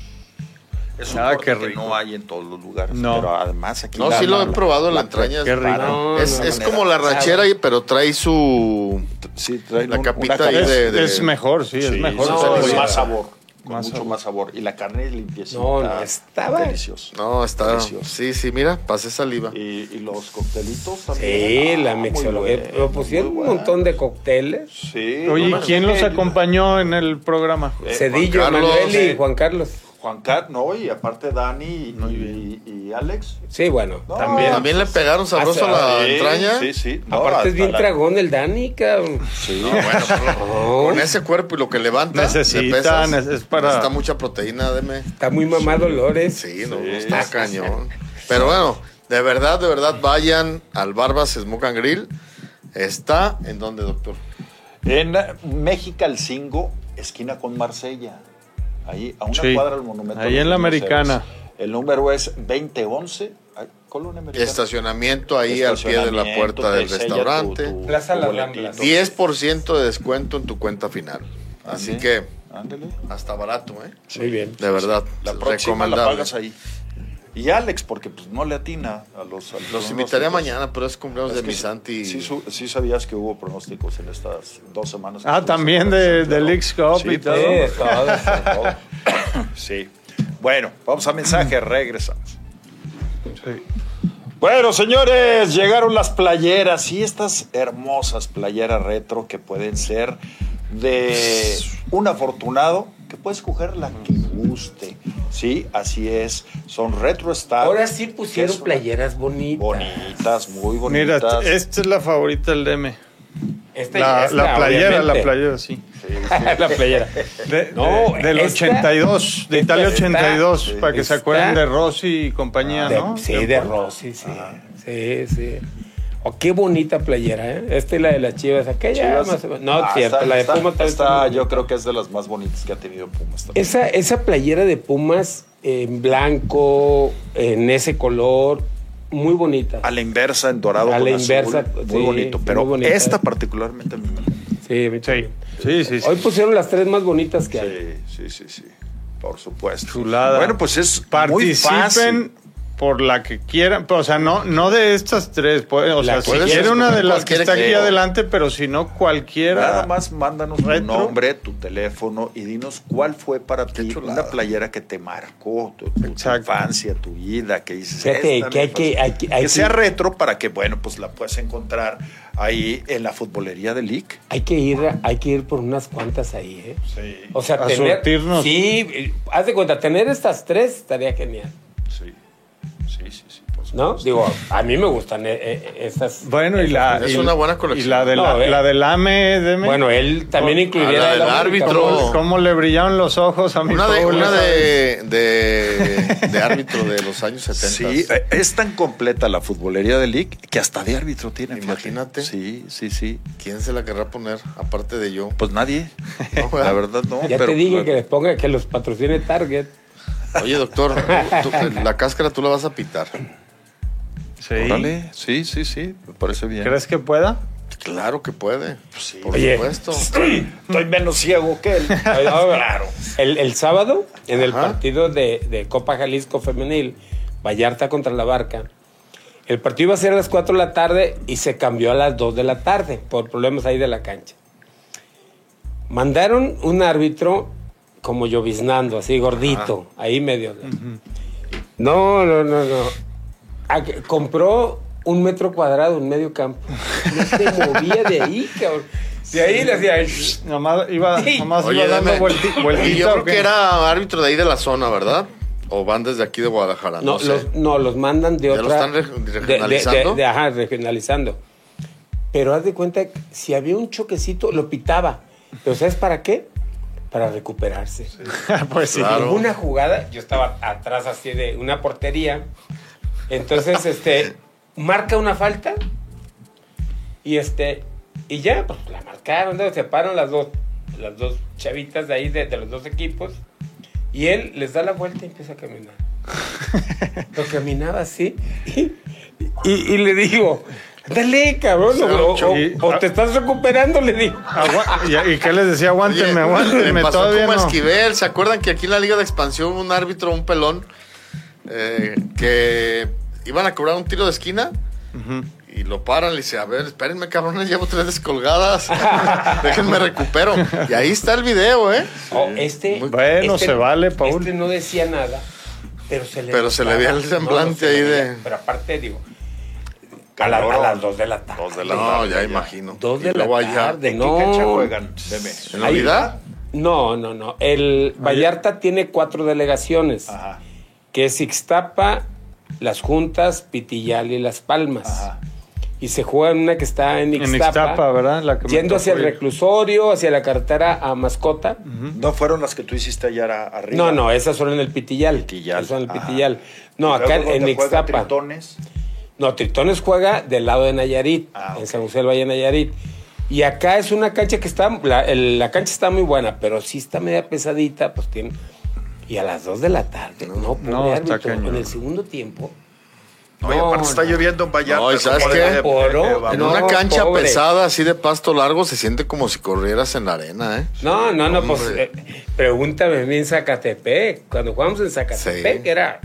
Speaker 1: Es un
Speaker 4: Nada,
Speaker 1: corte
Speaker 4: qué
Speaker 1: que
Speaker 4: rico.
Speaker 1: no hay en todos los lugares.
Speaker 4: No.
Speaker 1: Pero además aquí.
Speaker 2: No,
Speaker 1: la-
Speaker 2: sí lo he
Speaker 1: la-
Speaker 2: probado, la entraña.
Speaker 4: Qué rico.
Speaker 3: No,
Speaker 2: Es,
Speaker 3: no,
Speaker 2: es
Speaker 1: no.
Speaker 2: como la rachera, ahí, pero trae su.
Speaker 1: Sí, traen
Speaker 2: La
Speaker 1: un-
Speaker 2: capita
Speaker 1: una
Speaker 2: ahí
Speaker 1: capa-
Speaker 4: es,
Speaker 2: de- de-
Speaker 4: es mejor, sí, es
Speaker 1: Sí,
Speaker 4: mejor.
Speaker 1: sí,
Speaker 3: No,
Speaker 1: con
Speaker 3: sí.
Speaker 1: más sabor. Con
Speaker 4: Más
Speaker 1: mucho
Speaker 4: sabor.
Speaker 1: más sabor. Y la carne es limpiecita.
Speaker 3: No, no, estaba-
Speaker 1: Delicioso.
Speaker 2: No, está.
Speaker 1: Delicioso.
Speaker 2: Sí, sí, mira, pasé saliva.
Speaker 1: Y, y los coctelitos
Speaker 3: Sí,
Speaker 1: también. Ah,
Speaker 3: la
Speaker 1: muy
Speaker 3: mixología.
Speaker 1: bueno,
Speaker 3: Pero pusieron
Speaker 1: muy
Speaker 3: un
Speaker 1: bueno.
Speaker 3: montón de cócteles.
Speaker 1: Sí.
Speaker 4: Oye, ¿y
Speaker 1: no me-
Speaker 4: ¿quién los
Speaker 1: eh,
Speaker 4: acompañó en el programa?
Speaker 1: Eh,
Speaker 3: Cedillo,
Speaker 2: Juan Carlos,
Speaker 3: Manuel y
Speaker 2: eh.
Speaker 3: Juan Carlos.
Speaker 1: Juan Cat, no, y aparte Dani y, y- y Alex.
Speaker 3: Sí, bueno.
Speaker 1: No,
Speaker 4: También.
Speaker 2: También le pegaron sabroso
Speaker 3: Ah,
Speaker 2: a la
Speaker 1: sí,
Speaker 2: entraña.
Speaker 1: pues, Sí, sí. No,
Speaker 3: Aparte es
Speaker 1: hasta
Speaker 3: bien
Speaker 1: la-
Speaker 3: tragón el Dani, cabrón.
Speaker 1: Sí.
Speaker 2: No, Ah, bueno, pero
Speaker 1: Oh.
Speaker 3: No,
Speaker 2: con ese cuerpo y lo que levanta.
Speaker 4: Necesita,
Speaker 2: le pesas,
Speaker 4: neces- es para-
Speaker 2: Necesita mucha proteína, deme.
Speaker 3: Está muy mamado Lores.
Speaker 2: Sí, no,
Speaker 1: Sí.
Speaker 2: no está cañón. Pero bueno, de verdad, de verdad, vayan al Barbas Smoke and Grill. Está en donde, doctor.
Speaker 1: En eh, México, el Cingo, esquina con Marsella. Ahí, a una
Speaker 4: Sí.
Speaker 1: cuadra del monumento.
Speaker 4: Ahí
Speaker 1: de
Speaker 4: en la
Speaker 1: los Cruceros.
Speaker 4: Americana.
Speaker 1: El número es 2011, ay, Colonia Americana.
Speaker 2: Estacionamiento ahí al pie de la puerta del
Speaker 1: Estacionamiento, te
Speaker 2: restaurante.
Speaker 1: sella tu- tu-
Speaker 3: Plaza
Speaker 1: tu
Speaker 3: Las
Speaker 1: boletito.
Speaker 3: Ramblas.
Speaker 2: 10% de descuento en tu cuenta final. Así
Speaker 1: Ándale,
Speaker 2: que
Speaker 1: ándale.
Speaker 2: hasta barato, ¿eh?
Speaker 3: Muy bien.
Speaker 2: De verdad.
Speaker 1: La próxima la pagas ahí. Y Alex, porque pues no le atina a los. a
Speaker 2: Los
Speaker 1: pronósticos.
Speaker 2: invitaré mañana, pero es cumpleaños
Speaker 1: Es
Speaker 2: de
Speaker 1: que
Speaker 2: mi
Speaker 1: sí-
Speaker 2: Santi.
Speaker 1: Sí, su- sí sabías que hubo pronósticos en estas dos semanas. que
Speaker 4: Ah,
Speaker 1: estuvo
Speaker 4: también
Speaker 1: Santi
Speaker 4: de-
Speaker 1: presente,
Speaker 4: del
Speaker 1: ¿no?
Speaker 4: Leagues Cup y todo.
Speaker 1: todo.
Speaker 3: Sí, todo, todo.
Speaker 1: Sí. Bueno, vamos a mensaje, regresamos.
Speaker 4: Sí.
Speaker 1: Bueno, señores, llegaron las playeras y estas hermosas playeras retro que pueden ser de un afortunado que puede escoger la que guste. Sí, así es. Son retro style.
Speaker 3: Ahora sí
Speaker 1: que
Speaker 3: pusieron
Speaker 1: son
Speaker 3: playeras bonitas.
Speaker 1: Bonitas, muy
Speaker 4: Mira,
Speaker 1: bonitas.
Speaker 4: esta es la favorita del DM.
Speaker 3: Esta
Speaker 4: La,
Speaker 3: es
Speaker 4: la playera, la
Speaker 3: obviamente.
Speaker 4: playera, sí.
Speaker 3: la playera.
Speaker 4: De-
Speaker 3: No,
Speaker 4: de- del
Speaker 3: esta-
Speaker 4: 82, de
Speaker 3: esta
Speaker 4: Italia
Speaker 3: está-
Speaker 4: 82,
Speaker 1: sí,
Speaker 4: para que se
Speaker 3: está-
Speaker 4: acuerden de Rossi y compañía,
Speaker 3: De-
Speaker 4: ¿no?
Speaker 3: sí, de Rossi, sí. Sí, sí. Oh, qué bonita playera, ¿eh? Esta y la de las chivas. Aquella.
Speaker 1: Chivas.
Speaker 3: más o menos. No,
Speaker 1: Ah,
Speaker 3: cierto,
Speaker 1: está-
Speaker 3: la de
Speaker 1: está-
Speaker 3: Pumas también
Speaker 1: está,
Speaker 3: está muy
Speaker 1: yo creo que es de las más bonitas que ha tenido Pumas. también.
Speaker 3: Esa, esa playera de Pumas en blanco, en ese color, muy bonita.
Speaker 1: A la inversa, en dorado.
Speaker 3: A
Speaker 1: con
Speaker 3: la
Speaker 1: azul,
Speaker 3: inversa,
Speaker 1: muy
Speaker 3: sí,
Speaker 1: bonito. Pero
Speaker 3: muy bonita.
Speaker 1: esta particularmente a mí me
Speaker 3: Sí, me
Speaker 4: Sí, sí, sí. sí.
Speaker 3: Hoy pusieron las tres más bonitas que hay.
Speaker 1: Sí, sí, sí, sí. Por supuesto.
Speaker 4: Chulada.
Speaker 1: Bueno, pues es muy fácil.
Speaker 4: Participen por la que quieran, pero, o sea, no, no de estas tres, pues, o
Speaker 3: La
Speaker 4: sea, si
Speaker 3: puedes
Speaker 4: quiere una de
Speaker 2: escoger
Speaker 4: las que
Speaker 2: cualquiera
Speaker 4: está
Speaker 2: que
Speaker 4: aquí
Speaker 2: quiera.
Speaker 4: adelante, pero si no cualquiera.
Speaker 1: Nada más mándanos tu
Speaker 4: Retro.
Speaker 1: nombre, tu teléfono y dinos cuál fue para ti
Speaker 2: chulada.
Speaker 1: una playera que te marcó, tu, tu- tu
Speaker 4: Exacto.
Speaker 1: infancia, tu vida, que dices.
Speaker 3: Fíjate
Speaker 1: "Esta
Speaker 3: que
Speaker 1: me
Speaker 3: hay que-
Speaker 1: fascina".
Speaker 3: hay que- hay que-
Speaker 1: sea retro para que, bueno, pues la puedas encontrar ahí en la futbolería de Lick.
Speaker 3: Hay que ir, hay que ir por unas cuantas ahí, ¿eh?
Speaker 4: Sí.
Speaker 3: O sea,
Speaker 4: A
Speaker 3: tener,
Speaker 4: surtirnos.
Speaker 3: Sí, eh, haz de cuenta, tener estas tres estaría genial,
Speaker 1: Sí. Sí, sí, sí. por
Speaker 3: ¿no?
Speaker 1: supuesto.
Speaker 3: Digo, a mí me gustan eh, eh, estas.
Speaker 4: Bueno, y la.
Speaker 2: Es
Speaker 4: y-
Speaker 2: una buena colección.
Speaker 4: Y la, de la,
Speaker 3: No, eh.
Speaker 4: la del AME, deme.
Speaker 3: Bueno, él también
Speaker 4: Con-
Speaker 2: a
Speaker 3: incluiría
Speaker 2: la
Speaker 3: el
Speaker 2: del árbitro.
Speaker 4: ¿Cómo, cómo le brillaron los ojos a mi
Speaker 2: Una, de,
Speaker 4: Paul
Speaker 2: una
Speaker 4: esa
Speaker 2: de,
Speaker 4: vez?
Speaker 2: de, de árbitro de los años 70.
Speaker 1: Sí, eh, es tan completa la futbolería de Lick que hasta de árbitro tiene. fíjate.
Speaker 2: Imagínate.
Speaker 1: Sí, sí, sí.
Speaker 2: ¿Quién se la querrá poner? Aparte de yo.
Speaker 1: Pues nadie.
Speaker 2: No,
Speaker 1: la verdad no.
Speaker 3: Ya
Speaker 1: pero-
Speaker 3: te dije que les ponga que los patrocine Target.
Speaker 2: Oye, doctor, tú- la cáscara tú la vas a pitar.
Speaker 4: Sí.
Speaker 1: Órale, sí, sí, sí, me parece bien.
Speaker 4: ¿Crees que pueda?
Speaker 2: Claro que puede.
Speaker 1: Pues
Speaker 2: Por
Speaker 3: Oye.
Speaker 2: supuesto.
Speaker 1: Estoy menos ciego que él.
Speaker 3: claro. El, el sábado, en el
Speaker 2: Ajá.
Speaker 3: partido de, de Copa Jalisco Femenil, Vallarta contra la Barca, el partido iba a ser a las 4 de la tarde y se cambió a las 2 de la tarde por problemas ahí de la cancha. Mandaron un árbitro como lloviznando, así gordito, ahí medio. No, no, no, no. A que- compró un metro cuadrado, un medio campo. No se movía de ahí, cabrón. De ahí le hacía. "Shh".
Speaker 4: Nomás iba,
Speaker 3: Sí.
Speaker 4: nomás
Speaker 2: Oye,
Speaker 4: iba dando
Speaker 2: deme.
Speaker 4: vuelti-
Speaker 2: Y yo
Speaker 4: vueltita.
Speaker 2: creo
Speaker 4: ¿o qué?
Speaker 2: que era árbitro de ahí de la zona, ¿verdad? O van desde aquí de Guadalajara. No,
Speaker 3: No,
Speaker 2: sé.
Speaker 3: los, no, los mandan de
Speaker 2: ¿Ya
Speaker 3: otra.
Speaker 2: lo están reg-
Speaker 3: de- de-
Speaker 2: regionalizando?
Speaker 3: de- de- ajá, regionalizando. Pero haz de cuenta que si había un choquecito, lo pitaba. Pero ¿sabes para qué? Para recuperarse.
Speaker 4: pues sí.
Speaker 2: Claro.
Speaker 3: En una jugada, yo estaba atrás así de una portería. Entonces, este, marca una falta. Y este, y ya, pues la marcaron, ¿no? se paran las dos, las dos chavitas de ahí, de, de los dos equipos. Y él les da la vuelta y empieza a caminar. Lo caminaba así. Y, y- y le digo, dale, cabrón, o, o- o te estás recuperando, le digo.
Speaker 4: Agua- ¿Y, y qué les decía?
Speaker 2: Oye,
Speaker 4: Aguántenme, aguántenme.
Speaker 2: le pasó
Speaker 4: Todavía
Speaker 2: como a
Speaker 4: no.
Speaker 2: Esquivel. ¿Se acuerdan que aquí en la Liga de Expansión un árbitro, un pelón, eh, que iban a cobrar un tiro de esquina? Y lo paran, le dice, a ver, espérenme, cabrones, llevo tres descolgadas. Déjenme recupero. Y ahí está el video, ¿eh?
Speaker 3: Oh, este,
Speaker 2: Muy
Speaker 4: bueno, se vale, Paul.
Speaker 3: Este no decía nada, pero se le
Speaker 2: Pero se le veía el semblante
Speaker 3: se le
Speaker 2: ahí de-
Speaker 3: veía. Pero aparte, digo, a, la- a las dos de la tarde.
Speaker 1: Dos de la
Speaker 2: No,
Speaker 1: tarde,
Speaker 2: ya imagino.
Speaker 3: Dos de
Speaker 2: Y luego
Speaker 3: la
Speaker 2: allá,
Speaker 3: tarde.
Speaker 1: ¿En
Speaker 3: No.
Speaker 1: qué cancha juegan? Deme.
Speaker 2: ¿En
Speaker 3: Ahí-
Speaker 2: Navidad?
Speaker 3: No, no, no. El Vallarta tiene cuatro delegaciones,
Speaker 1: Ajá,
Speaker 3: que es Ixtapa, Las Juntas, Pitillal y Las Palmas.
Speaker 1: ajá.
Speaker 3: Y se juega en una que está en
Speaker 4: En
Speaker 3: Ixtapa,
Speaker 4: Ixtapa, ¿verdad? La que me
Speaker 3: yendo hacia el
Speaker 4: tocó ir.
Speaker 3: reclusorio, hacia la carretera a Mascota.
Speaker 1: ¿No fueron las que tú hiciste allá ara- arriba?
Speaker 3: No, no, esas son en el Pitillal.
Speaker 1: Pitillal,
Speaker 3: Esas son en el
Speaker 1: ajá.
Speaker 3: Pitillal. No,
Speaker 1: ¿Y luego
Speaker 3: acá
Speaker 1: dónde
Speaker 3: en
Speaker 1: juega
Speaker 3: Ixtapa.
Speaker 1: Tritones?
Speaker 3: No, Tritones juega del lado de Nayarit,
Speaker 1: Ah, ok.
Speaker 3: en San José del Valle Nayarit. Y acá es una cancha que está, la, el- la cancha está muy buena, pero sí está media pesadita, pues tiene... Y a las 2 de la tarde, no, pobre
Speaker 4: no, está
Speaker 3: árbitro,
Speaker 4: cañón.
Speaker 3: en el segundo tiempo.
Speaker 1: Oye, aparte está
Speaker 3: no.
Speaker 1: lloviendo en Vallarta.
Speaker 2: No, ¿y sabes
Speaker 1: ¿cómo
Speaker 2: qué?
Speaker 1: debe de-
Speaker 3: Poro,
Speaker 1: de- de-
Speaker 2: En
Speaker 3: No,
Speaker 2: una cancha
Speaker 3: pobre.
Speaker 2: pesada, así de pasto largo, se siente como si corrieras en la arena, ¿eh?
Speaker 3: No, no, no, pues
Speaker 2: Hombre.
Speaker 3: eh, pregúntame a mí en Zacatepec. Cuando jugamos en Zacatepec
Speaker 2: Sí.
Speaker 3: era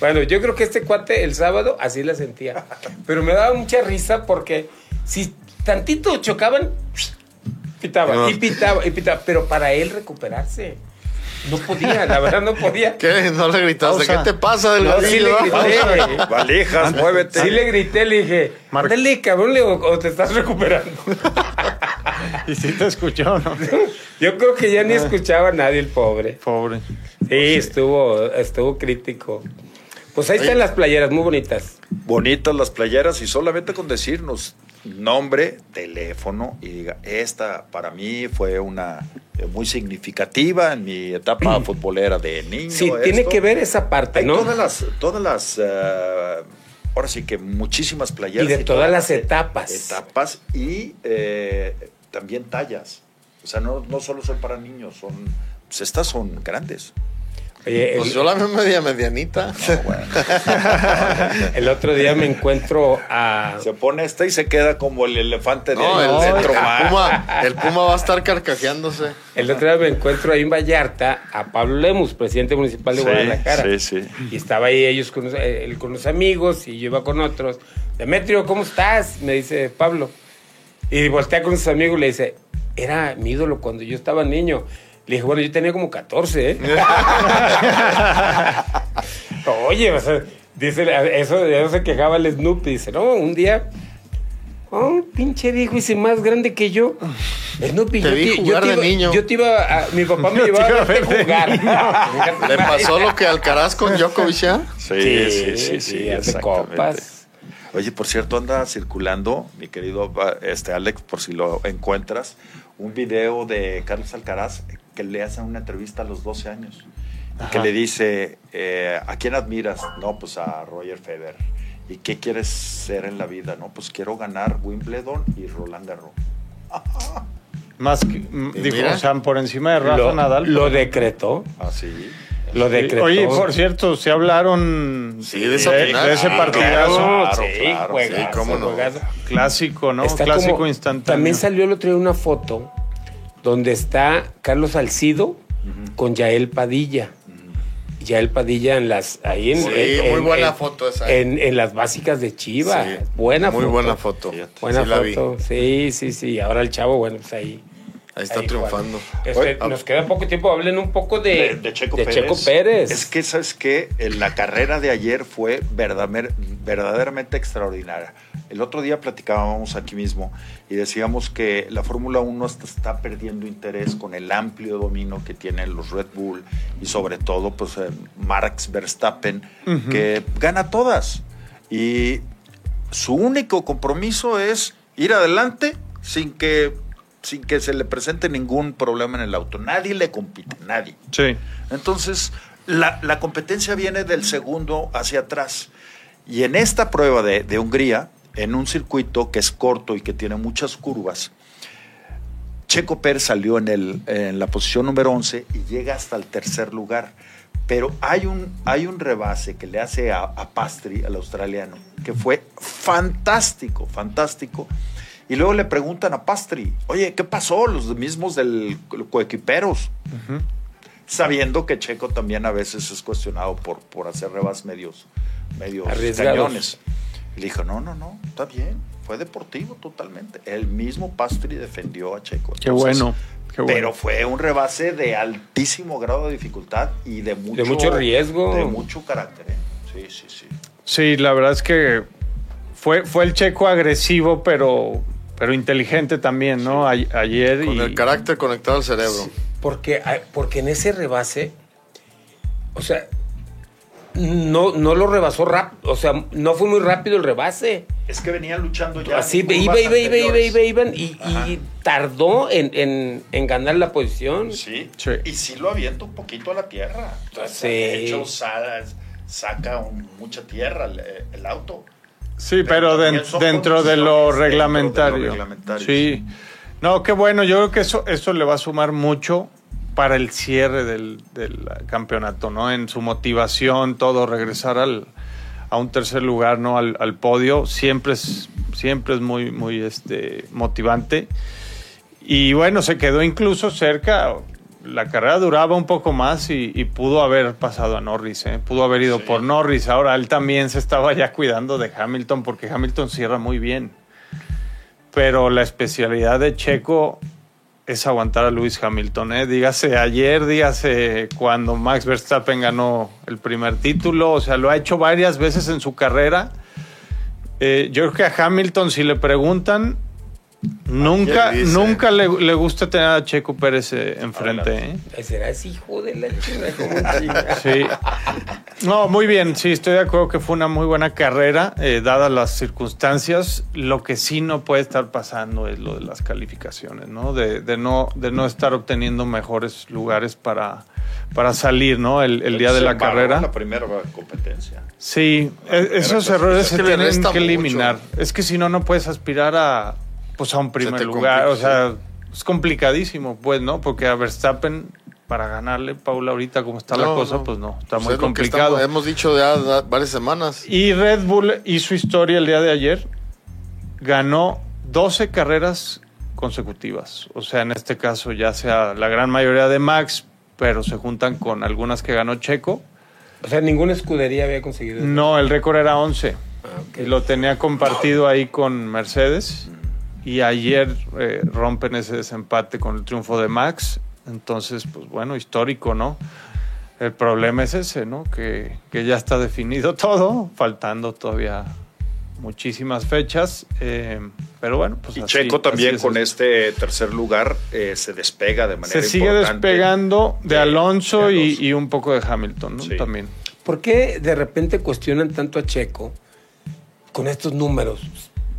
Speaker 3: Bueno, yo creo que este cuate el sábado así la sentía. Pero me daba mucha risa porque si tantito chocaban, pitaba, y pitaba, y pitaba. Pero para él recuperarse. No podía, la verdad no podía.
Speaker 2: ¿Qué? No le gritaste.
Speaker 4: Pausa.
Speaker 2: ¿Qué te pasa del
Speaker 3: No, sí le grité, güey.
Speaker 1: Valijas, muévete.
Speaker 3: Sí le grité, le dije,
Speaker 4: Mar-
Speaker 3: dale cabrón, le digo, o te estás recuperando.
Speaker 4: Y si te escuchó, ¿no?
Speaker 3: Yo creo que ya ni escuchaba a nadie el pobre.
Speaker 4: Pobre.
Speaker 3: Sí, estuvo, estuvo crítico. Pues ahí
Speaker 2: Oye.
Speaker 3: están las playeras, muy bonitas.
Speaker 1: Bonitas las playeras y solamente con decirnos nombre, teléfono y diga, esta para mí fue una eh, muy significativa en mi etapa futbolera de niño.
Speaker 3: Sí, tiene
Speaker 1: esto.
Speaker 3: que ver esa parte,
Speaker 1: Hay
Speaker 3: ¿no?
Speaker 1: todas las, todas las, eh, ahora sí que muchísimas playeras.
Speaker 3: Y de todas las etapas.
Speaker 1: etapas y eh, también tallas. O sea, no, no solo son para niños, son, pues estas son grandes.
Speaker 3: Oye, el,
Speaker 2: Pues yo la veo media medianita.
Speaker 3: el otro día me encuentro a...
Speaker 1: Se pone esta y se queda como el elefante del
Speaker 2: No, el, el
Speaker 1: centro mar.
Speaker 2: Puma, el Puma va a estar carcajeándose.
Speaker 3: El otro día me encuentro ahí en Vallarta a Pablo Lemus, presidente municipal de Guadalajara.
Speaker 5: Sí, sí.
Speaker 3: Y estaba ahí ellos con, eh, él con los amigos y yo iba con otros. Demetrio, ¿cómo estás? Me dice Pablo. Y voltea con sus amigos y le dice, era mi ídolo cuando yo estaba niño. Le dije, bueno, yo tenía como 14, ¿eh? Oye, o sea, dice, eso, eso se quejaba el Snoopy. Dice, no, un día... Oh, pinche viejo, ese más grande que yo. Snoopy,
Speaker 2: Te
Speaker 3: yo,
Speaker 2: vi
Speaker 3: yo
Speaker 2: jugar de
Speaker 3: iba,
Speaker 2: niño.
Speaker 3: Yo te iba a, Mi papá me llevaba a verte jugar.
Speaker 2: ¿Le pasó lo que Alcaraz con Djokovic ¿ah? ya?
Speaker 5: Sí, sí, sí, sí,
Speaker 3: hace
Speaker 5: exactamente.
Speaker 3: copas.
Speaker 1: Oye, por cierto, anda circulando, mi querido ah, este Alex, por si lo encuentras, un video de Carlos Alcaraz que le hacen una entrevista a los 12 años. y Que
Speaker 4: Ajá.
Speaker 1: le dice, eh, ¿a quién admiras? No, pues a Roger Federer. ¿Y qué quieres ser en la vida? No, pues quiero ganar Wimbledon y Roland Garros.
Speaker 4: Más que, m-
Speaker 2: Y
Speaker 4: dijo,
Speaker 2: mira.
Speaker 4: o sea, por encima de Rafa
Speaker 3: lo,
Speaker 4: Nadal. pues.
Speaker 3: lo decretó.
Speaker 1: Así.
Speaker 3: Lo decretó.
Speaker 4: Oye, por cierto, se hablaron
Speaker 2: Sí, de esa final.
Speaker 4: ese
Speaker 2: Ah,
Speaker 4: partidazo
Speaker 1: claro,
Speaker 3: sí,
Speaker 1: claro,
Speaker 3: juegazo,
Speaker 2: sí, cómo no.
Speaker 3: juegazo.
Speaker 4: clásico, ¿no?
Speaker 3: Está
Speaker 4: clásico
Speaker 3: como-
Speaker 4: instantáneo.
Speaker 3: También salió el otro día una foto donde está Carlos Salcido con Yael Padilla. Yael Padilla en las. Ahí en,
Speaker 2: Sí,
Speaker 3: en-
Speaker 2: muy
Speaker 3: en-
Speaker 2: buena
Speaker 3: en-
Speaker 2: foto esa.
Speaker 3: En, en las básicas de Chivas.
Speaker 2: Sí.
Speaker 3: Buena
Speaker 2: Muy
Speaker 3: foto.
Speaker 2: buena foto.
Speaker 3: Buena
Speaker 2: Sí la vi.
Speaker 3: foto. Sí, sí, sí. Ahora el chavo, bueno, pues ahí.
Speaker 2: Ahí está
Speaker 3: Ahí,
Speaker 2: triunfando. ah,
Speaker 3: Este,
Speaker 1: Oye, ah,
Speaker 3: nos queda poco tiempo. Hablen un poco de,
Speaker 1: de, de Checo,
Speaker 3: de
Speaker 1: Pérez.
Speaker 3: Pérez.
Speaker 1: Es que, ¿sabes que La carrera de ayer fue verdamer- verdaderamente extraordinaria. El otro día platicábamos aquí mismo y decíamos que la Fórmula 1 hasta está perdiendo interés con el amplio dominio que tienen los Red Bull y sobre todo pues eh, Max Verstappen, que gana todas. Y su único compromiso es ir adelante sin que, sin que se le presente ningún problema en el auto. Nadie le compite, nadie.
Speaker 4: Sí.
Speaker 1: Entonces, la, la competencia viene del segundo hacia atrás. Y en esta prueba de, de Hungría, en un circuito que es corto y que tiene muchas curvas, Checo Pérez salió en, el, en la posición número 11 y llega hasta el tercer lugar. Pero hay un, hay un rebase que le hace a, a Pastri, al australiano, que fue fantástico, fantástico. Y luego le preguntan a Pastri, oye, ¿qué pasó? Los mismos del coequiperos
Speaker 4: Ujú.
Speaker 1: sabiendo que Checo también a veces es cuestionado por, por hacer rebas medios, medios
Speaker 3: Arriesgados.
Speaker 1: cañones. Le dijo, no, no, no, está bien, fue deportivo totalmente. El mismo Pastri defendió a Checo.
Speaker 4: Qué
Speaker 1: Entonces,
Speaker 4: bueno. Qué bueno.
Speaker 1: Pero fue un rebase de altísimo grado de dificultad y de mucho,
Speaker 3: mucho riesgo.
Speaker 1: De mucho carácter. ¿eh? Sí, sí, sí.
Speaker 4: Sí, la verdad es que fue, fue el checo agresivo, pero, pero inteligente también, ¿no? A- ayer
Speaker 2: Con
Speaker 4: y-
Speaker 2: el carácter conectado al cerebro.
Speaker 3: Porque, ah, porque en ese rebase, o sea, no, no lo rebasó rápido, o sea, no fue muy rápido el rebase.
Speaker 1: Es que venía luchando ya.
Speaker 3: Así,
Speaker 1: en
Speaker 3: iba,
Speaker 1: curvas
Speaker 3: iba, iba, iba, iba,
Speaker 1: anteriores.
Speaker 3: iba, iban, y, y tardó en, en- en ganar la posición.
Speaker 1: Sí,
Speaker 4: Sí.
Speaker 1: y sí lo avienta un poquito a la tierra. O sea,
Speaker 3: Sí.
Speaker 1: De hecho, sa- saca un- mucha tierra el, el auto.
Speaker 4: Sí,
Speaker 1: Pero
Speaker 4: pero den-
Speaker 1: también son
Speaker 4: dentro
Speaker 1: condiciones
Speaker 4: de lo
Speaker 1: dentro de lo
Speaker 4: reglamentario.
Speaker 1: reglamentario.
Speaker 4: Sí. No, qué bueno. Yo creo que eso, eso le va a sumar mucho para el cierre del, del campeonato, ¿no? En su motivación, todo, regresar al, a un tercer lugar, ¿no? Al, al podio. Siempre es, siempre es muy, muy este, motivante. Y bueno, se quedó incluso cerca. la carrera duraba un poco más y, y pudo haber pasado a Norris, ¿eh? pudo haber ido por Norris. Ahora él también se estaba ya cuidando de Hamilton porque Hamilton cierra muy bien. Pero la especialidad de Checo es aguantar a Lewis Hamilton. ¿eh? Dígase ayer, dígase cuando Max Verstappen ganó el primer título. O sea, lo ha hecho varias veces en su carrera. Eh, yo creo que a Hamilton, si le preguntan, nunca,
Speaker 2: dice.
Speaker 4: nunca le, le gusta tener a Checo Pérez eh, enfrente. ¿eh?
Speaker 3: Serás hijo de la chingada, como chinga.
Speaker 4: Sí. No, muy bien, sí, estoy de acuerdo que fue una muy buena carrera, eh, dadas las circunstancias. Lo que sí no puede estar pasando es lo de las calificaciones, ¿no? De, de no, de no estar obteniendo mejores lugares para, para salir, ¿no? El, el día de
Speaker 1: Se
Speaker 4: la
Speaker 1: embarró en
Speaker 4: carrera.
Speaker 1: La primera competencia.
Speaker 4: Sí, e- esos
Speaker 1: clasificación.
Speaker 4: errores
Speaker 2: Es
Speaker 4: se
Speaker 2: que le
Speaker 4: tienen
Speaker 2: resta
Speaker 4: que
Speaker 2: mucho.
Speaker 4: eliminar. Es que si no, no puedes aspirar a, pues, a un primer
Speaker 2: te
Speaker 4: lugar.
Speaker 2: complica,
Speaker 4: O sea, es complicadísimo, pues, ¿no? Porque a Verstappen, para ganarle, Paula, ahorita como está la
Speaker 2: No,
Speaker 4: cosa,
Speaker 2: no.
Speaker 4: pues no, está
Speaker 2: Pues
Speaker 4: muy
Speaker 2: es lo que
Speaker 4: complicado.
Speaker 2: estamos- hemos dicho ya da- varias semanas.
Speaker 4: Y Red Bull hizo historia el día de ayer. Ganó 12 carreras consecutivas. O sea, en este caso ya sea la gran mayoría de Max, pero se juntan con algunas que ganó Checo.
Speaker 3: O sea, ninguna escudería había conseguido. eso.
Speaker 4: No, el récord era 11.
Speaker 3: Ah, ok.
Speaker 4: Y lo tenía compartido ahí con Mercedes. Y ayer eh, rompen ese desempate con el triunfo de Max. Entonces, pues bueno, histórico, ¿no? El problema es ese, ¿no? Que, que ya está definido todo, faltando todavía muchísimas fechas. eh, pero bueno, pues
Speaker 1: Y
Speaker 4: así-
Speaker 1: Checo también
Speaker 4: así es
Speaker 1: con
Speaker 4: esto.
Speaker 1: este tercer lugar eh, se despega de manera
Speaker 4: Se sigue
Speaker 1: importante.
Speaker 4: despegando de
Speaker 1: de-
Speaker 4: Alonso,
Speaker 1: de
Speaker 4: y-
Speaker 1: Alonso.
Speaker 4: Y, un poco de Hamilton, ¿no?
Speaker 1: Sí.
Speaker 4: También.
Speaker 3: ¿Por qué de repente cuestionan tanto a Checo con estos números?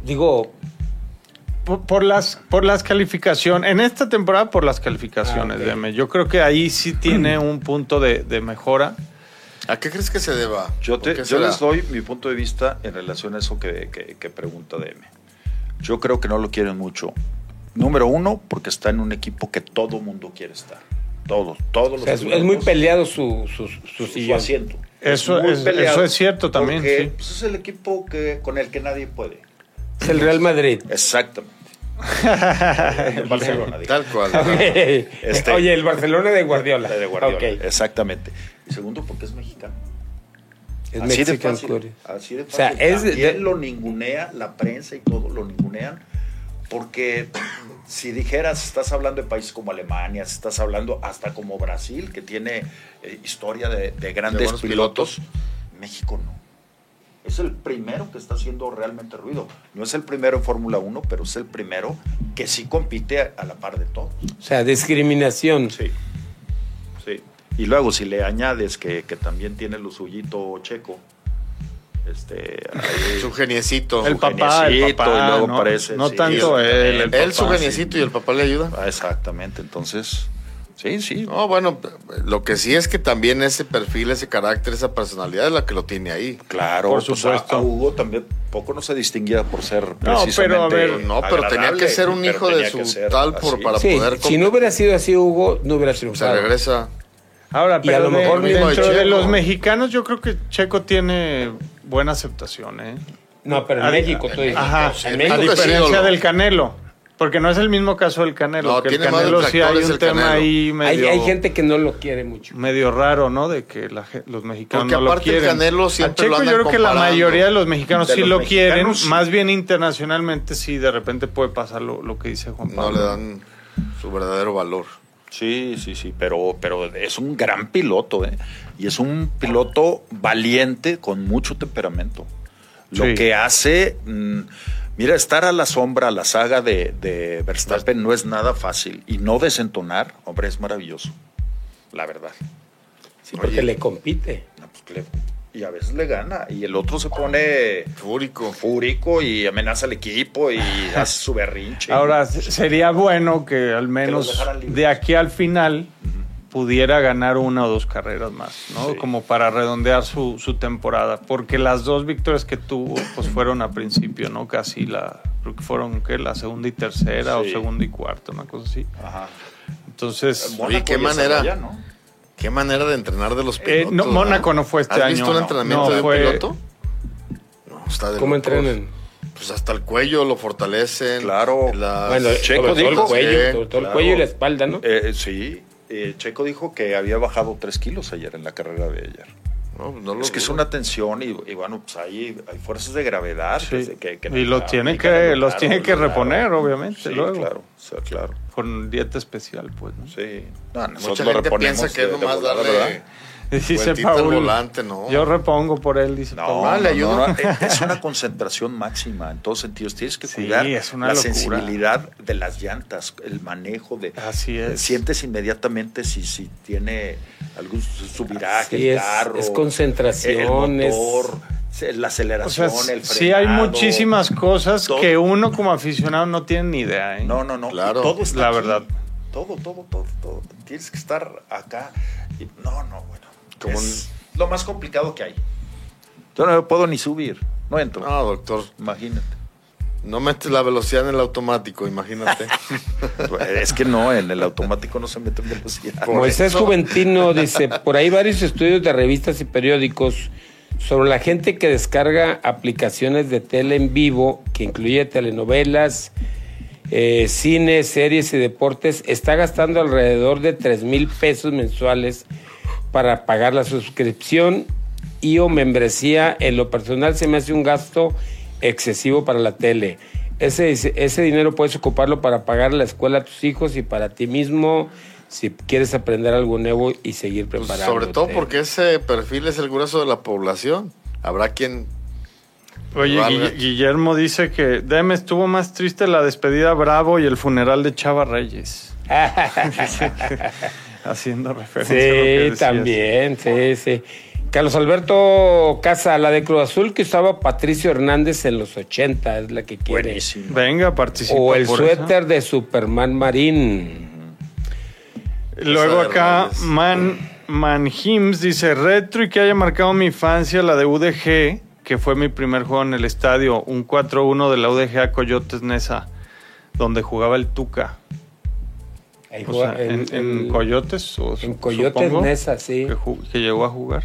Speaker 3: Digo,
Speaker 4: Por, por las, por las calificaciones. En esta temporada, por las calificaciones,
Speaker 3: Ah, ok.
Speaker 4: Deme. Yo creo que ahí sí tiene
Speaker 2: Mm.
Speaker 4: un punto de, de mejora.
Speaker 2: ¿A qué crees que se deba?
Speaker 1: Yo,
Speaker 2: ¿Por
Speaker 1: te,
Speaker 2: qué
Speaker 1: yo
Speaker 2: será?
Speaker 1: les doy mi punto de vista en relación a eso que, que- que pregunta DM. Yo creo que no lo quieren mucho. Número uno, porque está en un equipo que todo mundo quiere estar. Todos, todos
Speaker 3: o
Speaker 1: los
Speaker 3: sea, es, es
Speaker 1: pilotos,
Speaker 3: muy peleado su, su,
Speaker 1: su-
Speaker 3: su
Speaker 1: su
Speaker 3: sillón.
Speaker 1: asiento.
Speaker 4: Eso
Speaker 1: muy
Speaker 4: es-
Speaker 1: peleado
Speaker 4: eso es cierto también,
Speaker 1: porque,
Speaker 4: sí.
Speaker 1: pues, es el equipo que, con el que nadie puede.
Speaker 3: Es el Real Madrid.
Speaker 1: Exactamente. el Eh, Barcelona, digo.
Speaker 2: Tal cual. ¿verdad?
Speaker 3: Ok. Oye, el Barcelona de Guardiola.
Speaker 1: Este, De Guardiola,
Speaker 3: Ok.
Speaker 1: Exactamente. Y segundo, porque es mexicano.
Speaker 3: Es
Speaker 1: así, de
Speaker 3: Mexican
Speaker 1: fácil,
Speaker 3: Curry.
Speaker 1: así de fácil.
Speaker 3: O sea, es de-
Speaker 1: También lo ningunea, la prensa y todo lo ningunean. Porque si dijeras, estás hablando de países como Alemania, estás hablando hasta como Brasil, que tiene eh, historia de, de
Speaker 2: De
Speaker 1: grandes
Speaker 2: buenos
Speaker 1: pilotos. México no. Es el primero que está haciendo realmente ruido. No es el primero en Fórmula 1, pero es el primero que sí compite a, a la par de todos.
Speaker 3: O sea, discriminación.
Speaker 1: Sí. Sí. Y luego, si le añades que, que también tiene lo suyito checo, este. ahí-
Speaker 2: Su geniecito.
Speaker 4: El
Speaker 1: su
Speaker 4: papá, el
Speaker 1: geniecito,
Speaker 4: papá,
Speaker 1: y luego
Speaker 4: ¿no?
Speaker 1: parece.
Speaker 4: No tanto él, el
Speaker 2: Él, su
Speaker 4: papá,
Speaker 2: geniecito y el papá le ayuda.
Speaker 1: Ah, exactamente, entonces. Sí, sí.
Speaker 2: No, bueno, lo que sí es que también ese perfil, ese carácter, esa personalidad es la que lo tiene ahí.
Speaker 1: Claro,
Speaker 4: Por
Speaker 1: pues, a-
Speaker 4: supuesto.
Speaker 1: a Hugo también poco no se distinguía por ser
Speaker 4: pero a
Speaker 1: precisamente
Speaker 4: ver,
Speaker 2: No, pero tenía
Speaker 1: agradable,
Speaker 2: que ser un
Speaker 1: pero
Speaker 2: hijo de
Speaker 1: tenía que
Speaker 2: su
Speaker 1: ser
Speaker 2: tal
Speaker 1: así.
Speaker 2: por, para
Speaker 3: Sí,
Speaker 2: poder
Speaker 3: si no hubiera sido así, Hugo, no hubiera
Speaker 2: se
Speaker 3: triunfado.
Speaker 2: regresa.
Speaker 4: Ahora,
Speaker 3: Y a
Speaker 4: pero
Speaker 3: lo
Speaker 4: de-
Speaker 3: mejor
Speaker 2: mismo de
Speaker 4: dentro de,
Speaker 2: Checo.
Speaker 4: los mexicanos, yo creo que Checo tiene buena aceptación, ¿eh?
Speaker 3: No, pero en
Speaker 4: A-
Speaker 3: México, tú dices.
Speaker 4: Ajá,
Speaker 2: en
Speaker 4: a
Speaker 2: México es
Speaker 4: diferencia
Speaker 2: ídolo.
Speaker 4: del Canelo. Porque no es el mismo caso del Canelo.
Speaker 2: No,
Speaker 4: que el
Speaker 2: tiene más
Speaker 4: Canelo sí hay
Speaker 2: detractores
Speaker 4: un
Speaker 2: el
Speaker 4: tema
Speaker 2: Canelo.
Speaker 4: ahí
Speaker 3: hay,
Speaker 4: medio,
Speaker 3: hay gente que no lo quiere mucho.
Speaker 4: medio raro, ¿no? De que la ge- los mexicanos
Speaker 2: Porque
Speaker 4: no lo
Speaker 2: aparte el
Speaker 4: quieren.
Speaker 2: Canelo
Speaker 4: A
Speaker 2: siempre
Speaker 4: Checo
Speaker 2: lo andan
Speaker 4: yo creo que la
Speaker 2: comparando.
Speaker 4: mayoría de los mexicanos
Speaker 1: De
Speaker 4: sí
Speaker 1: los
Speaker 4: lo
Speaker 1: mexicanos,
Speaker 4: quieren.
Speaker 1: sí.
Speaker 4: Más bien internacionalmente sí de repente puede pasar lo, lo que dice Juan
Speaker 2: No
Speaker 4: Pablo.
Speaker 2: le dan su verdadero valor.
Speaker 1: Sí, sí, sí, pero, pero es un gran piloto, ¿eh? Y es un piloto valiente, con mucho temperamento. Lo
Speaker 4: Sí.
Speaker 1: que hace, mm, mira, estar a la sombra, a la saga de, de Verstappen no es nada fácil. Y no desentonar, hombre, es maravilloso, la verdad.
Speaker 3: Sí, porque
Speaker 2: Oye.
Speaker 3: le compite.
Speaker 1: No, pues, le- y a veces le gana, y el otro se pone
Speaker 2: Fúrico.
Speaker 1: fúrico y amenaza al equipo y hace su berrinche.
Speaker 4: Ahora, se- sería bueno que al menos
Speaker 1: dejaran libres.
Speaker 4: de aquí al final pudiera ganar una o dos carreras más, ¿no?
Speaker 1: Sí.
Speaker 4: Como para redondear su, su temporada, porque las dos victorias que tuvo, pues fueron a principio, ¿no? Casi la, creo que fueron, ¿qué? La segunda y tercera o
Speaker 1: Sí.
Speaker 4: segunda y cuarta, una cosa así.
Speaker 1: Ajá.
Speaker 4: Entonces,
Speaker 1: Mónaco
Speaker 2: qué
Speaker 1: y
Speaker 2: manera.
Speaker 1: Azerbaiyán, ¿no?
Speaker 2: Qué manera de entrenar de los
Speaker 4: Eh,
Speaker 2: pilotos.
Speaker 4: no,
Speaker 2: ¿verdad?
Speaker 4: Mónaco no fue este
Speaker 2: ¿Has
Speaker 4: año,
Speaker 2: visto un
Speaker 4: no.
Speaker 2: entrenamiento
Speaker 4: No,
Speaker 2: de un
Speaker 4: fue-
Speaker 2: piloto? No, está de
Speaker 3: ¿Cómo
Speaker 2: locos.
Speaker 3: entrenan?
Speaker 2: Pues hasta el cuello lo fortalecen.
Speaker 1: Claro.
Speaker 2: Las-
Speaker 3: Bueno,
Speaker 1: Checo
Speaker 3: sobre todo el
Speaker 1: dijo
Speaker 3: cuello,
Speaker 2: que,
Speaker 3: sobre todo el
Speaker 1: claro.
Speaker 3: cuello y la espalda, ¿no?
Speaker 1: Eh, sí, eh, Checo dijo que había bajado tres kilos ayer en la carrera de ayer.
Speaker 2: No, pues no lo
Speaker 1: Es que es
Speaker 2: dudo.
Speaker 1: una tensión y, y bueno, pues hay, hay fuerzas de gravedad.
Speaker 4: Sí.
Speaker 1: que se- que- que
Speaker 4: y los
Speaker 1: la-
Speaker 4: tiene
Speaker 1: la-
Speaker 4: que,
Speaker 1: la-
Speaker 4: los
Speaker 1: claro,
Speaker 4: tiene que
Speaker 1: claro.
Speaker 4: reponer, obviamente,
Speaker 1: Sí,
Speaker 4: luego.
Speaker 1: claro, o sea, claro.
Speaker 4: Con dieta especial, pues. ¿no?
Speaker 1: Sí. No,
Speaker 2: Mucha
Speaker 1: nosotros lo
Speaker 2: gente
Speaker 1: reponemos
Speaker 2: piensa que
Speaker 1: de-
Speaker 2: es
Speaker 1: de
Speaker 2: nomás
Speaker 1: volada,
Speaker 2: darle...
Speaker 1: ¿verdad?
Speaker 4: Dice
Speaker 2: Vueltita al
Speaker 4: Paul.
Speaker 2: volante, no.
Speaker 4: Yo repongo por él, dice
Speaker 1: No,
Speaker 4: Paul.
Speaker 2: Toma, le
Speaker 1: no,
Speaker 2: ayudo.
Speaker 1: no, no, eh, es una concentración máxima en todos sentidos. Tienes que
Speaker 4: Sí,
Speaker 1: cuidar
Speaker 4: es una
Speaker 1: la
Speaker 4: locura.
Speaker 1: sensibilidad de las llantas, el manejo de. Eh,
Speaker 4: Así es.
Speaker 1: Sientes inmediatamente si, si tiene algún su- subiraje,
Speaker 3: Sí,
Speaker 1: el
Speaker 3: es-
Speaker 1: carro,
Speaker 3: es concentración,
Speaker 1: el
Speaker 3: es-
Speaker 1: motor, se- la
Speaker 4: O sea,
Speaker 1: aceleración, el frenado.
Speaker 4: sí hay muchísimas cosas
Speaker 1: todo.
Speaker 4: que uno como aficionado no tiene ni idea. ¿eh?
Speaker 1: No, no, no.
Speaker 2: Claro.
Speaker 1: Todo está
Speaker 4: La
Speaker 1: aquí.
Speaker 4: verdad.
Speaker 1: Todo, todo, todo, todo. Tienes que estar acá. Y- No, no, bueno.
Speaker 2: Como
Speaker 1: es lo más complicado que hay. Yo no puedo ni subir. No entro.
Speaker 2: No, doctor,
Speaker 1: Imagínate.
Speaker 2: no metes la velocidad en el automático, imagínate.
Speaker 1: Es que no, en el automático no se mete en velocidad.
Speaker 2: Por
Speaker 3: Moisés
Speaker 2: eso.
Speaker 3: Juventino dice, por ahí varios estudios de revistas y periódicos sobre la gente que descarga aplicaciones de tele en vivo, que incluye telenovelas, eh, cine, series y deportes, está gastando alrededor de 3 mil pesos mensuales para pagar la suscripción y o membresía. En lo personal se me hace un gasto excesivo para la tele. Ese, ese dinero puedes ocuparlo para pagar la escuela a tus hijos y para ti mismo si quieres aprender algo nuevo y seguir
Speaker 2: Pues,
Speaker 3: preparándote.
Speaker 2: sobre todo porque ese perfil es el grueso de la población. Habrá quien...
Speaker 4: Oye,
Speaker 2: Vale.
Speaker 4: Guille- Guillermo dice que Deme estuvo más triste la despedida Bravo y el funeral de Chava Reyes. Haciendo referencia a lo que
Speaker 3: Sí,
Speaker 4: decías.
Speaker 3: también, sí, sí. Carlos Alberto Casa, la de Cruz Azul que usaba Patricio Hernández en los 80, es la que quiere.
Speaker 4: Venga, participa.
Speaker 3: O el
Speaker 4: por
Speaker 3: suéter de Superman Marín.
Speaker 4: esa. Luego
Speaker 2: Esa de
Speaker 4: acá,
Speaker 2: Reyes.
Speaker 4: Man, Manhims dice: Retro y que haya marcado mi infancia la de UDG, que fue mi primer juego en el estadio, un 4-1 de la UDG a Coyotes Nesa, donde jugaba el Tuca.
Speaker 3: Ahí
Speaker 4: O
Speaker 3: juega
Speaker 4: sea, en,
Speaker 3: el-
Speaker 4: en
Speaker 3: el-
Speaker 4: Coyotes. o su-
Speaker 3: en Coyotes
Speaker 4: supongo,
Speaker 3: Nesa, sí.
Speaker 4: Que, ju- que llegó a jugar.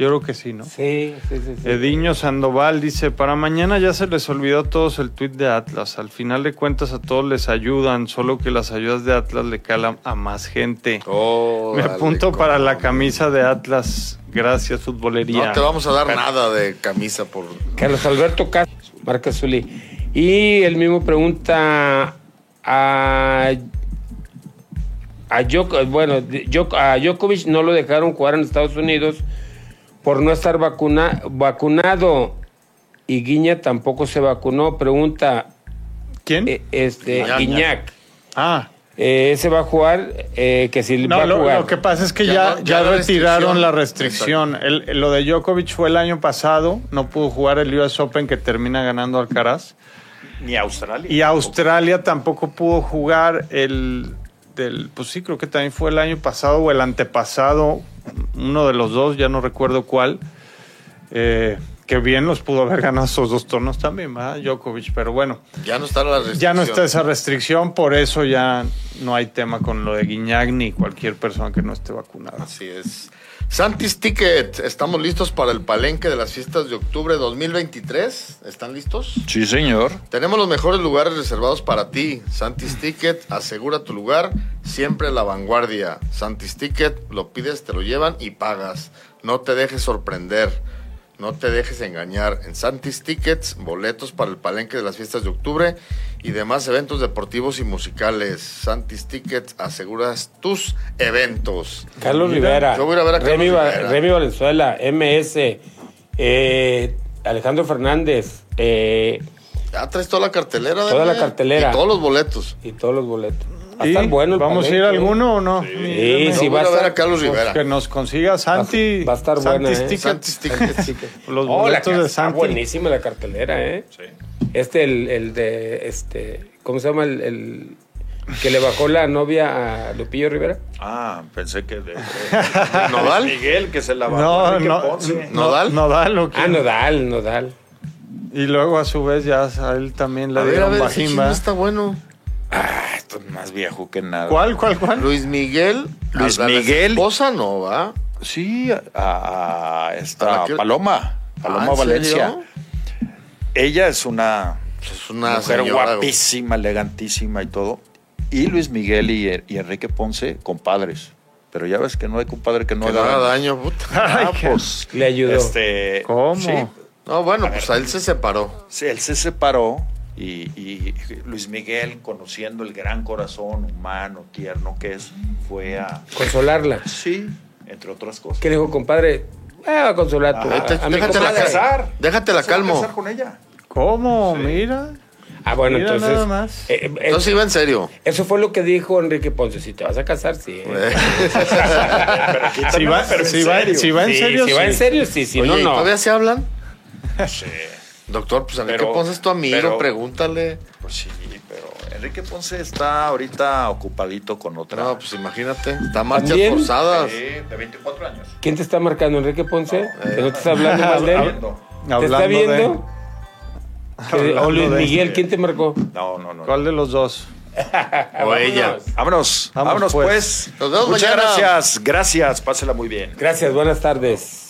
Speaker 4: Yo creo que sí, ¿no?
Speaker 3: Sí, sí, sí. sí.
Speaker 4: Ediño Sandoval dice, para mañana ya se les olvidó a todos el tuit de Atlas. Al final de cuentas a todos les ayudan, solo que las ayudas de Atlas le calan a más gente.
Speaker 2: Oh,
Speaker 4: Me
Speaker 2: dale,
Speaker 4: apunto
Speaker 2: cómo
Speaker 4: para la
Speaker 2: no.
Speaker 4: camisa de Atlas. Gracias, futbolería.
Speaker 2: No te vamos a dar nada de camisa por...
Speaker 3: Carlos Alberto Casa, Marca Zulí. Y él mismo pregunta a. A Djok- bueno, Djok- a Djokovic no lo dejaron jugar en Estados Unidos por no estar vacuna- vacunado. Y Guiña tampoco se vacunó. Pregunta
Speaker 4: ¿Quién?
Speaker 3: eh, este,
Speaker 2: Guiñac.
Speaker 3: Guiñac.
Speaker 4: ah,
Speaker 3: eh, ese va a jugar, eh, que si va
Speaker 4: no,
Speaker 3: a
Speaker 4: lo,
Speaker 3: jugar.
Speaker 4: lo que pasa es que
Speaker 2: Ya
Speaker 4: ya,
Speaker 2: no-
Speaker 4: ya
Speaker 2: ya la
Speaker 4: retiraron la
Speaker 2: restricción.
Speaker 4: restricción. El- lo de Djokovic fue el año pasado, no pudo jugar el US Open que termina ganando Alcaraz.
Speaker 1: Ni Australia.
Speaker 4: Y Australia tampoco pudo jugar el del, pues sí, creo que también fue el año pasado o el antepasado, uno de los dos, ya no recuerdo cuál. eh, que bien los pudo haber ganado esos dos tornos también, ¿verdad? Djokovic, pero bueno,
Speaker 2: Ya no está la restricción.
Speaker 4: ya no está esa restricción, por eso ya no hay tema con lo de Guiñac ni cualquier persona que no esté vacunada.
Speaker 2: Así es. Santis Ticket, estamos listos para el palenque de las fiestas de octubre 2023. ¿Están listos?
Speaker 1: Sí, señor.
Speaker 2: Tenemos los mejores lugares reservados para ti.
Speaker 3: Mm.
Speaker 2: Santis Ticket, asegura tu lugar, siempre a la vanguardia. Santis Ticket, lo pides, te lo llevan y pagas. No te dejes sorprender, no te dejes engañar. En Santis Tickets, boletos para el palenque de las fiestas de octubre y demás eventos deportivos y musicales. Santis Tickets, aseguras tus eventos.
Speaker 3: Carlos Rivera,
Speaker 2: Yo voy a ir a ver a
Speaker 3: Remy,
Speaker 2: Carlos
Speaker 3: Va-
Speaker 2: Rivera.
Speaker 3: Remy Valenzuela, MS, eh, Alejandro Fernández eh,
Speaker 2: Ya traes toda la cartelera.
Speaker 3: Toda la
Speaker 2: Daniel,
Speaker 3: cartelera.
Speaker 2: Y todos los boletos.
Speaker 3: y todos los boletos. Va a
Speaker 4: ¿Y
Speaker 3: estar bueno el
Speaker 4: ¿Vamos a ir a
Speaker 3: palenque, ¿eh?
Speaker 4: alguno o no? Pues
Speaker 3: Sí, sí,
Speaker 2: Yo voy
Speaker 3: va
Speaker 2: a
Speaker 3: a
Speaker 2: ir a ver
Speaker 3: estar.
Speaker 2: a Carlos Rivera.
Speaker 4: Que nos consiga Santi.
Speaker 3: va a estar
Speaker 4: Santi
Speaker 3: buena, ¿eh?
Speaker 4: Tickets,
Speaker 2: Santis Tickets.
Speaker 4: Los
Speaker 3: Oh, la
Speaker 4: boletos
Speaker 3: ca-
Speaker 4: de
Speaker 3: está
Speaker 4: Santi.
Speaker 3: buenísima la cartelera, ¿eh? Este, el, el de, este, ¿cómo se llama? El, el que le bajó la novia a Lupillo Rivera.
Speaker 1: Ah, pensé que. De, de-
Speaker 2: ¿Nodal?
Speaker 1: Miguel, que se la bajó.
Speaker 4: No,
Speaker 1: Enrique
Speaker 4: no,
Speaker 1: Ponce.
Speaker 2: ¿Nodal?
Speaker 4: ¿Nodal? ¿Nodal o
Speaker 3: Ah,
Speaker 4: quién?
Speaker 3: Nodal, Nodal.
Speaker 4: Y luego a su vez ya a él también
Speaker 2: A
Speaker 4: le
Speaker 2: ver, a
Speaker 4: dieron
Speaker 2: ver, ese chisme
Speaker 4: bajimba.
Speaker 2: está bueno.
Speaker 1: Ah, esto es más viejo que nada.
Speaker 4: ¿Cuál, cuál, cuál?
Speaker 2: Luis Miguel.
Speaker 1: Luis
Speaker 2: a la
Speaker 1: Miguel.
Speaker 2: Esposa no, ¿va?
Speaker 1: Sí, a, a
Speaker 2: ¿A
Speaker 1: esta
Speaker 2: la que-
Speaker 1: Paloma. Paloma
Speaker 2: Ah, ¿en
Speaker 1: Valencia.
Speaker 2: serio?
Speaker 1: Ella es una
Speaker 2: Es una
Speaker 1: mujer
Speaker 2: Ah, señora,
Speaker 1: guapísima, elegantísima y todo. y Luis Miguel y, y Enrique Ponce compadres. Pero ya ves que no hay compadre que no
Speaker 2: que no
Speaker 1: haga
Speaker 2: haga
Speaker 1: daño.
Speaker 2: daño, puta.
Speaker 1: Ah,
Speaker 4: qué-
Speaker 1: pues,
Speaker 3: Le ayudó.
Speaker 1: Este,
Speaker 4: ¿Cómo?
Speaker 1: sí,
Speaker 2: No, bueno, pues a él se separó.
Speaker 1: sí, él se separó y, y Luis Miguel, conociendo el gran corazón humano, tierno que es, fue a...
Speaker 3: Consolarla.
Speaker 1: Sí, entre otras cosas.
Speaker 3: ¿Qué le dijo, compadre? Eh, va a consolar tú.
Speaker 1: Ajá.
Speaker 2: Déjate-
Speaker 3: A mi
Speaker 2: Ah, déjate la
Speaker 3: compadre.
Speaker 2: casar. Déjatela
Speaker 1: Se va a
Speaker 2: calmo.
Speaker 1: casar con ella.
Speaker 4: ¿Cómo? Mira.
Speaker 3: Ah, bueno,
Speaker 4: Mira
Speaker 3: entonces.
Speaker 4: nada más.
Speaker 3: eh, eh,
Speaker 2: Entonces iba en serio.
Speaker 3: Eso fue lo que dijo Enrique Ponce. Si te vas a casar, sí. eh.
Speaker 1: Pero aquí
Speaker 4: Si
Speaker 1: también,
Speaker 4: va,
Speaker 1: pero en
Speaker 4: si va-
Speaker 1: serio.
Speaker 4: si va en
Speaker 3: Sí,
Speaker 4: serio,
Speaker 3: Si va en
Speaker 4: sí.
Speaker 3: serio, sí. Si
Speaker 2: Oye,
Speaker 3: no,
Speaker 2: ¿y
Speaker 3: no.
Speaker 2: ¿todavía se hablan?
Speaker 1: Sí,
Speaker 2: Doctor, pues Enrique
Speaker 1: Pero-
Speaker 2: Ponce es tu amigo,
Speaker 1: pero-
Speaker 2: pregúntale.
Speaker 1: pues sí, pero Enrique Ponce está ahorita ocupadito con otra.
Speaker 2: No, pues imagínate, está marchas
Speaker 3: ¿También?
Speaker 2: forzadas.
Speaker 1: Sí, de 24 años.
Speaker 3: ¿Quién te está marcando, Enrique Ponce?
Speaker 2: Eh,
Speaker 3: ¿Que no te está hablando mal de él?
Speaker 1: Hablando.
Speaker 3: ¿Te está
Speaker 4: Hablando de-
Speaker 3: viendo? Que-
Speaker 4: hablando
Speaker 3: O Luis
Speaker 4: de-
Speaker 3: Miguel, ¿quién te marcó?
Speaker 1: No, no, no.
Speaker 4: ¿Cuál de los dos?
Speaker 2: O ella.
Speaker 1: Vámonos,
Speaker 4: Vámonos,
Speaker 1: vámonos pues.
Speaker 2: Nos vemos
Speaker 1: Muchas
Speaker 2: mañana.
Speaker 1: gracias, gracias, pásela muy bien.
Speaker 3: Gracias, buenas tardes.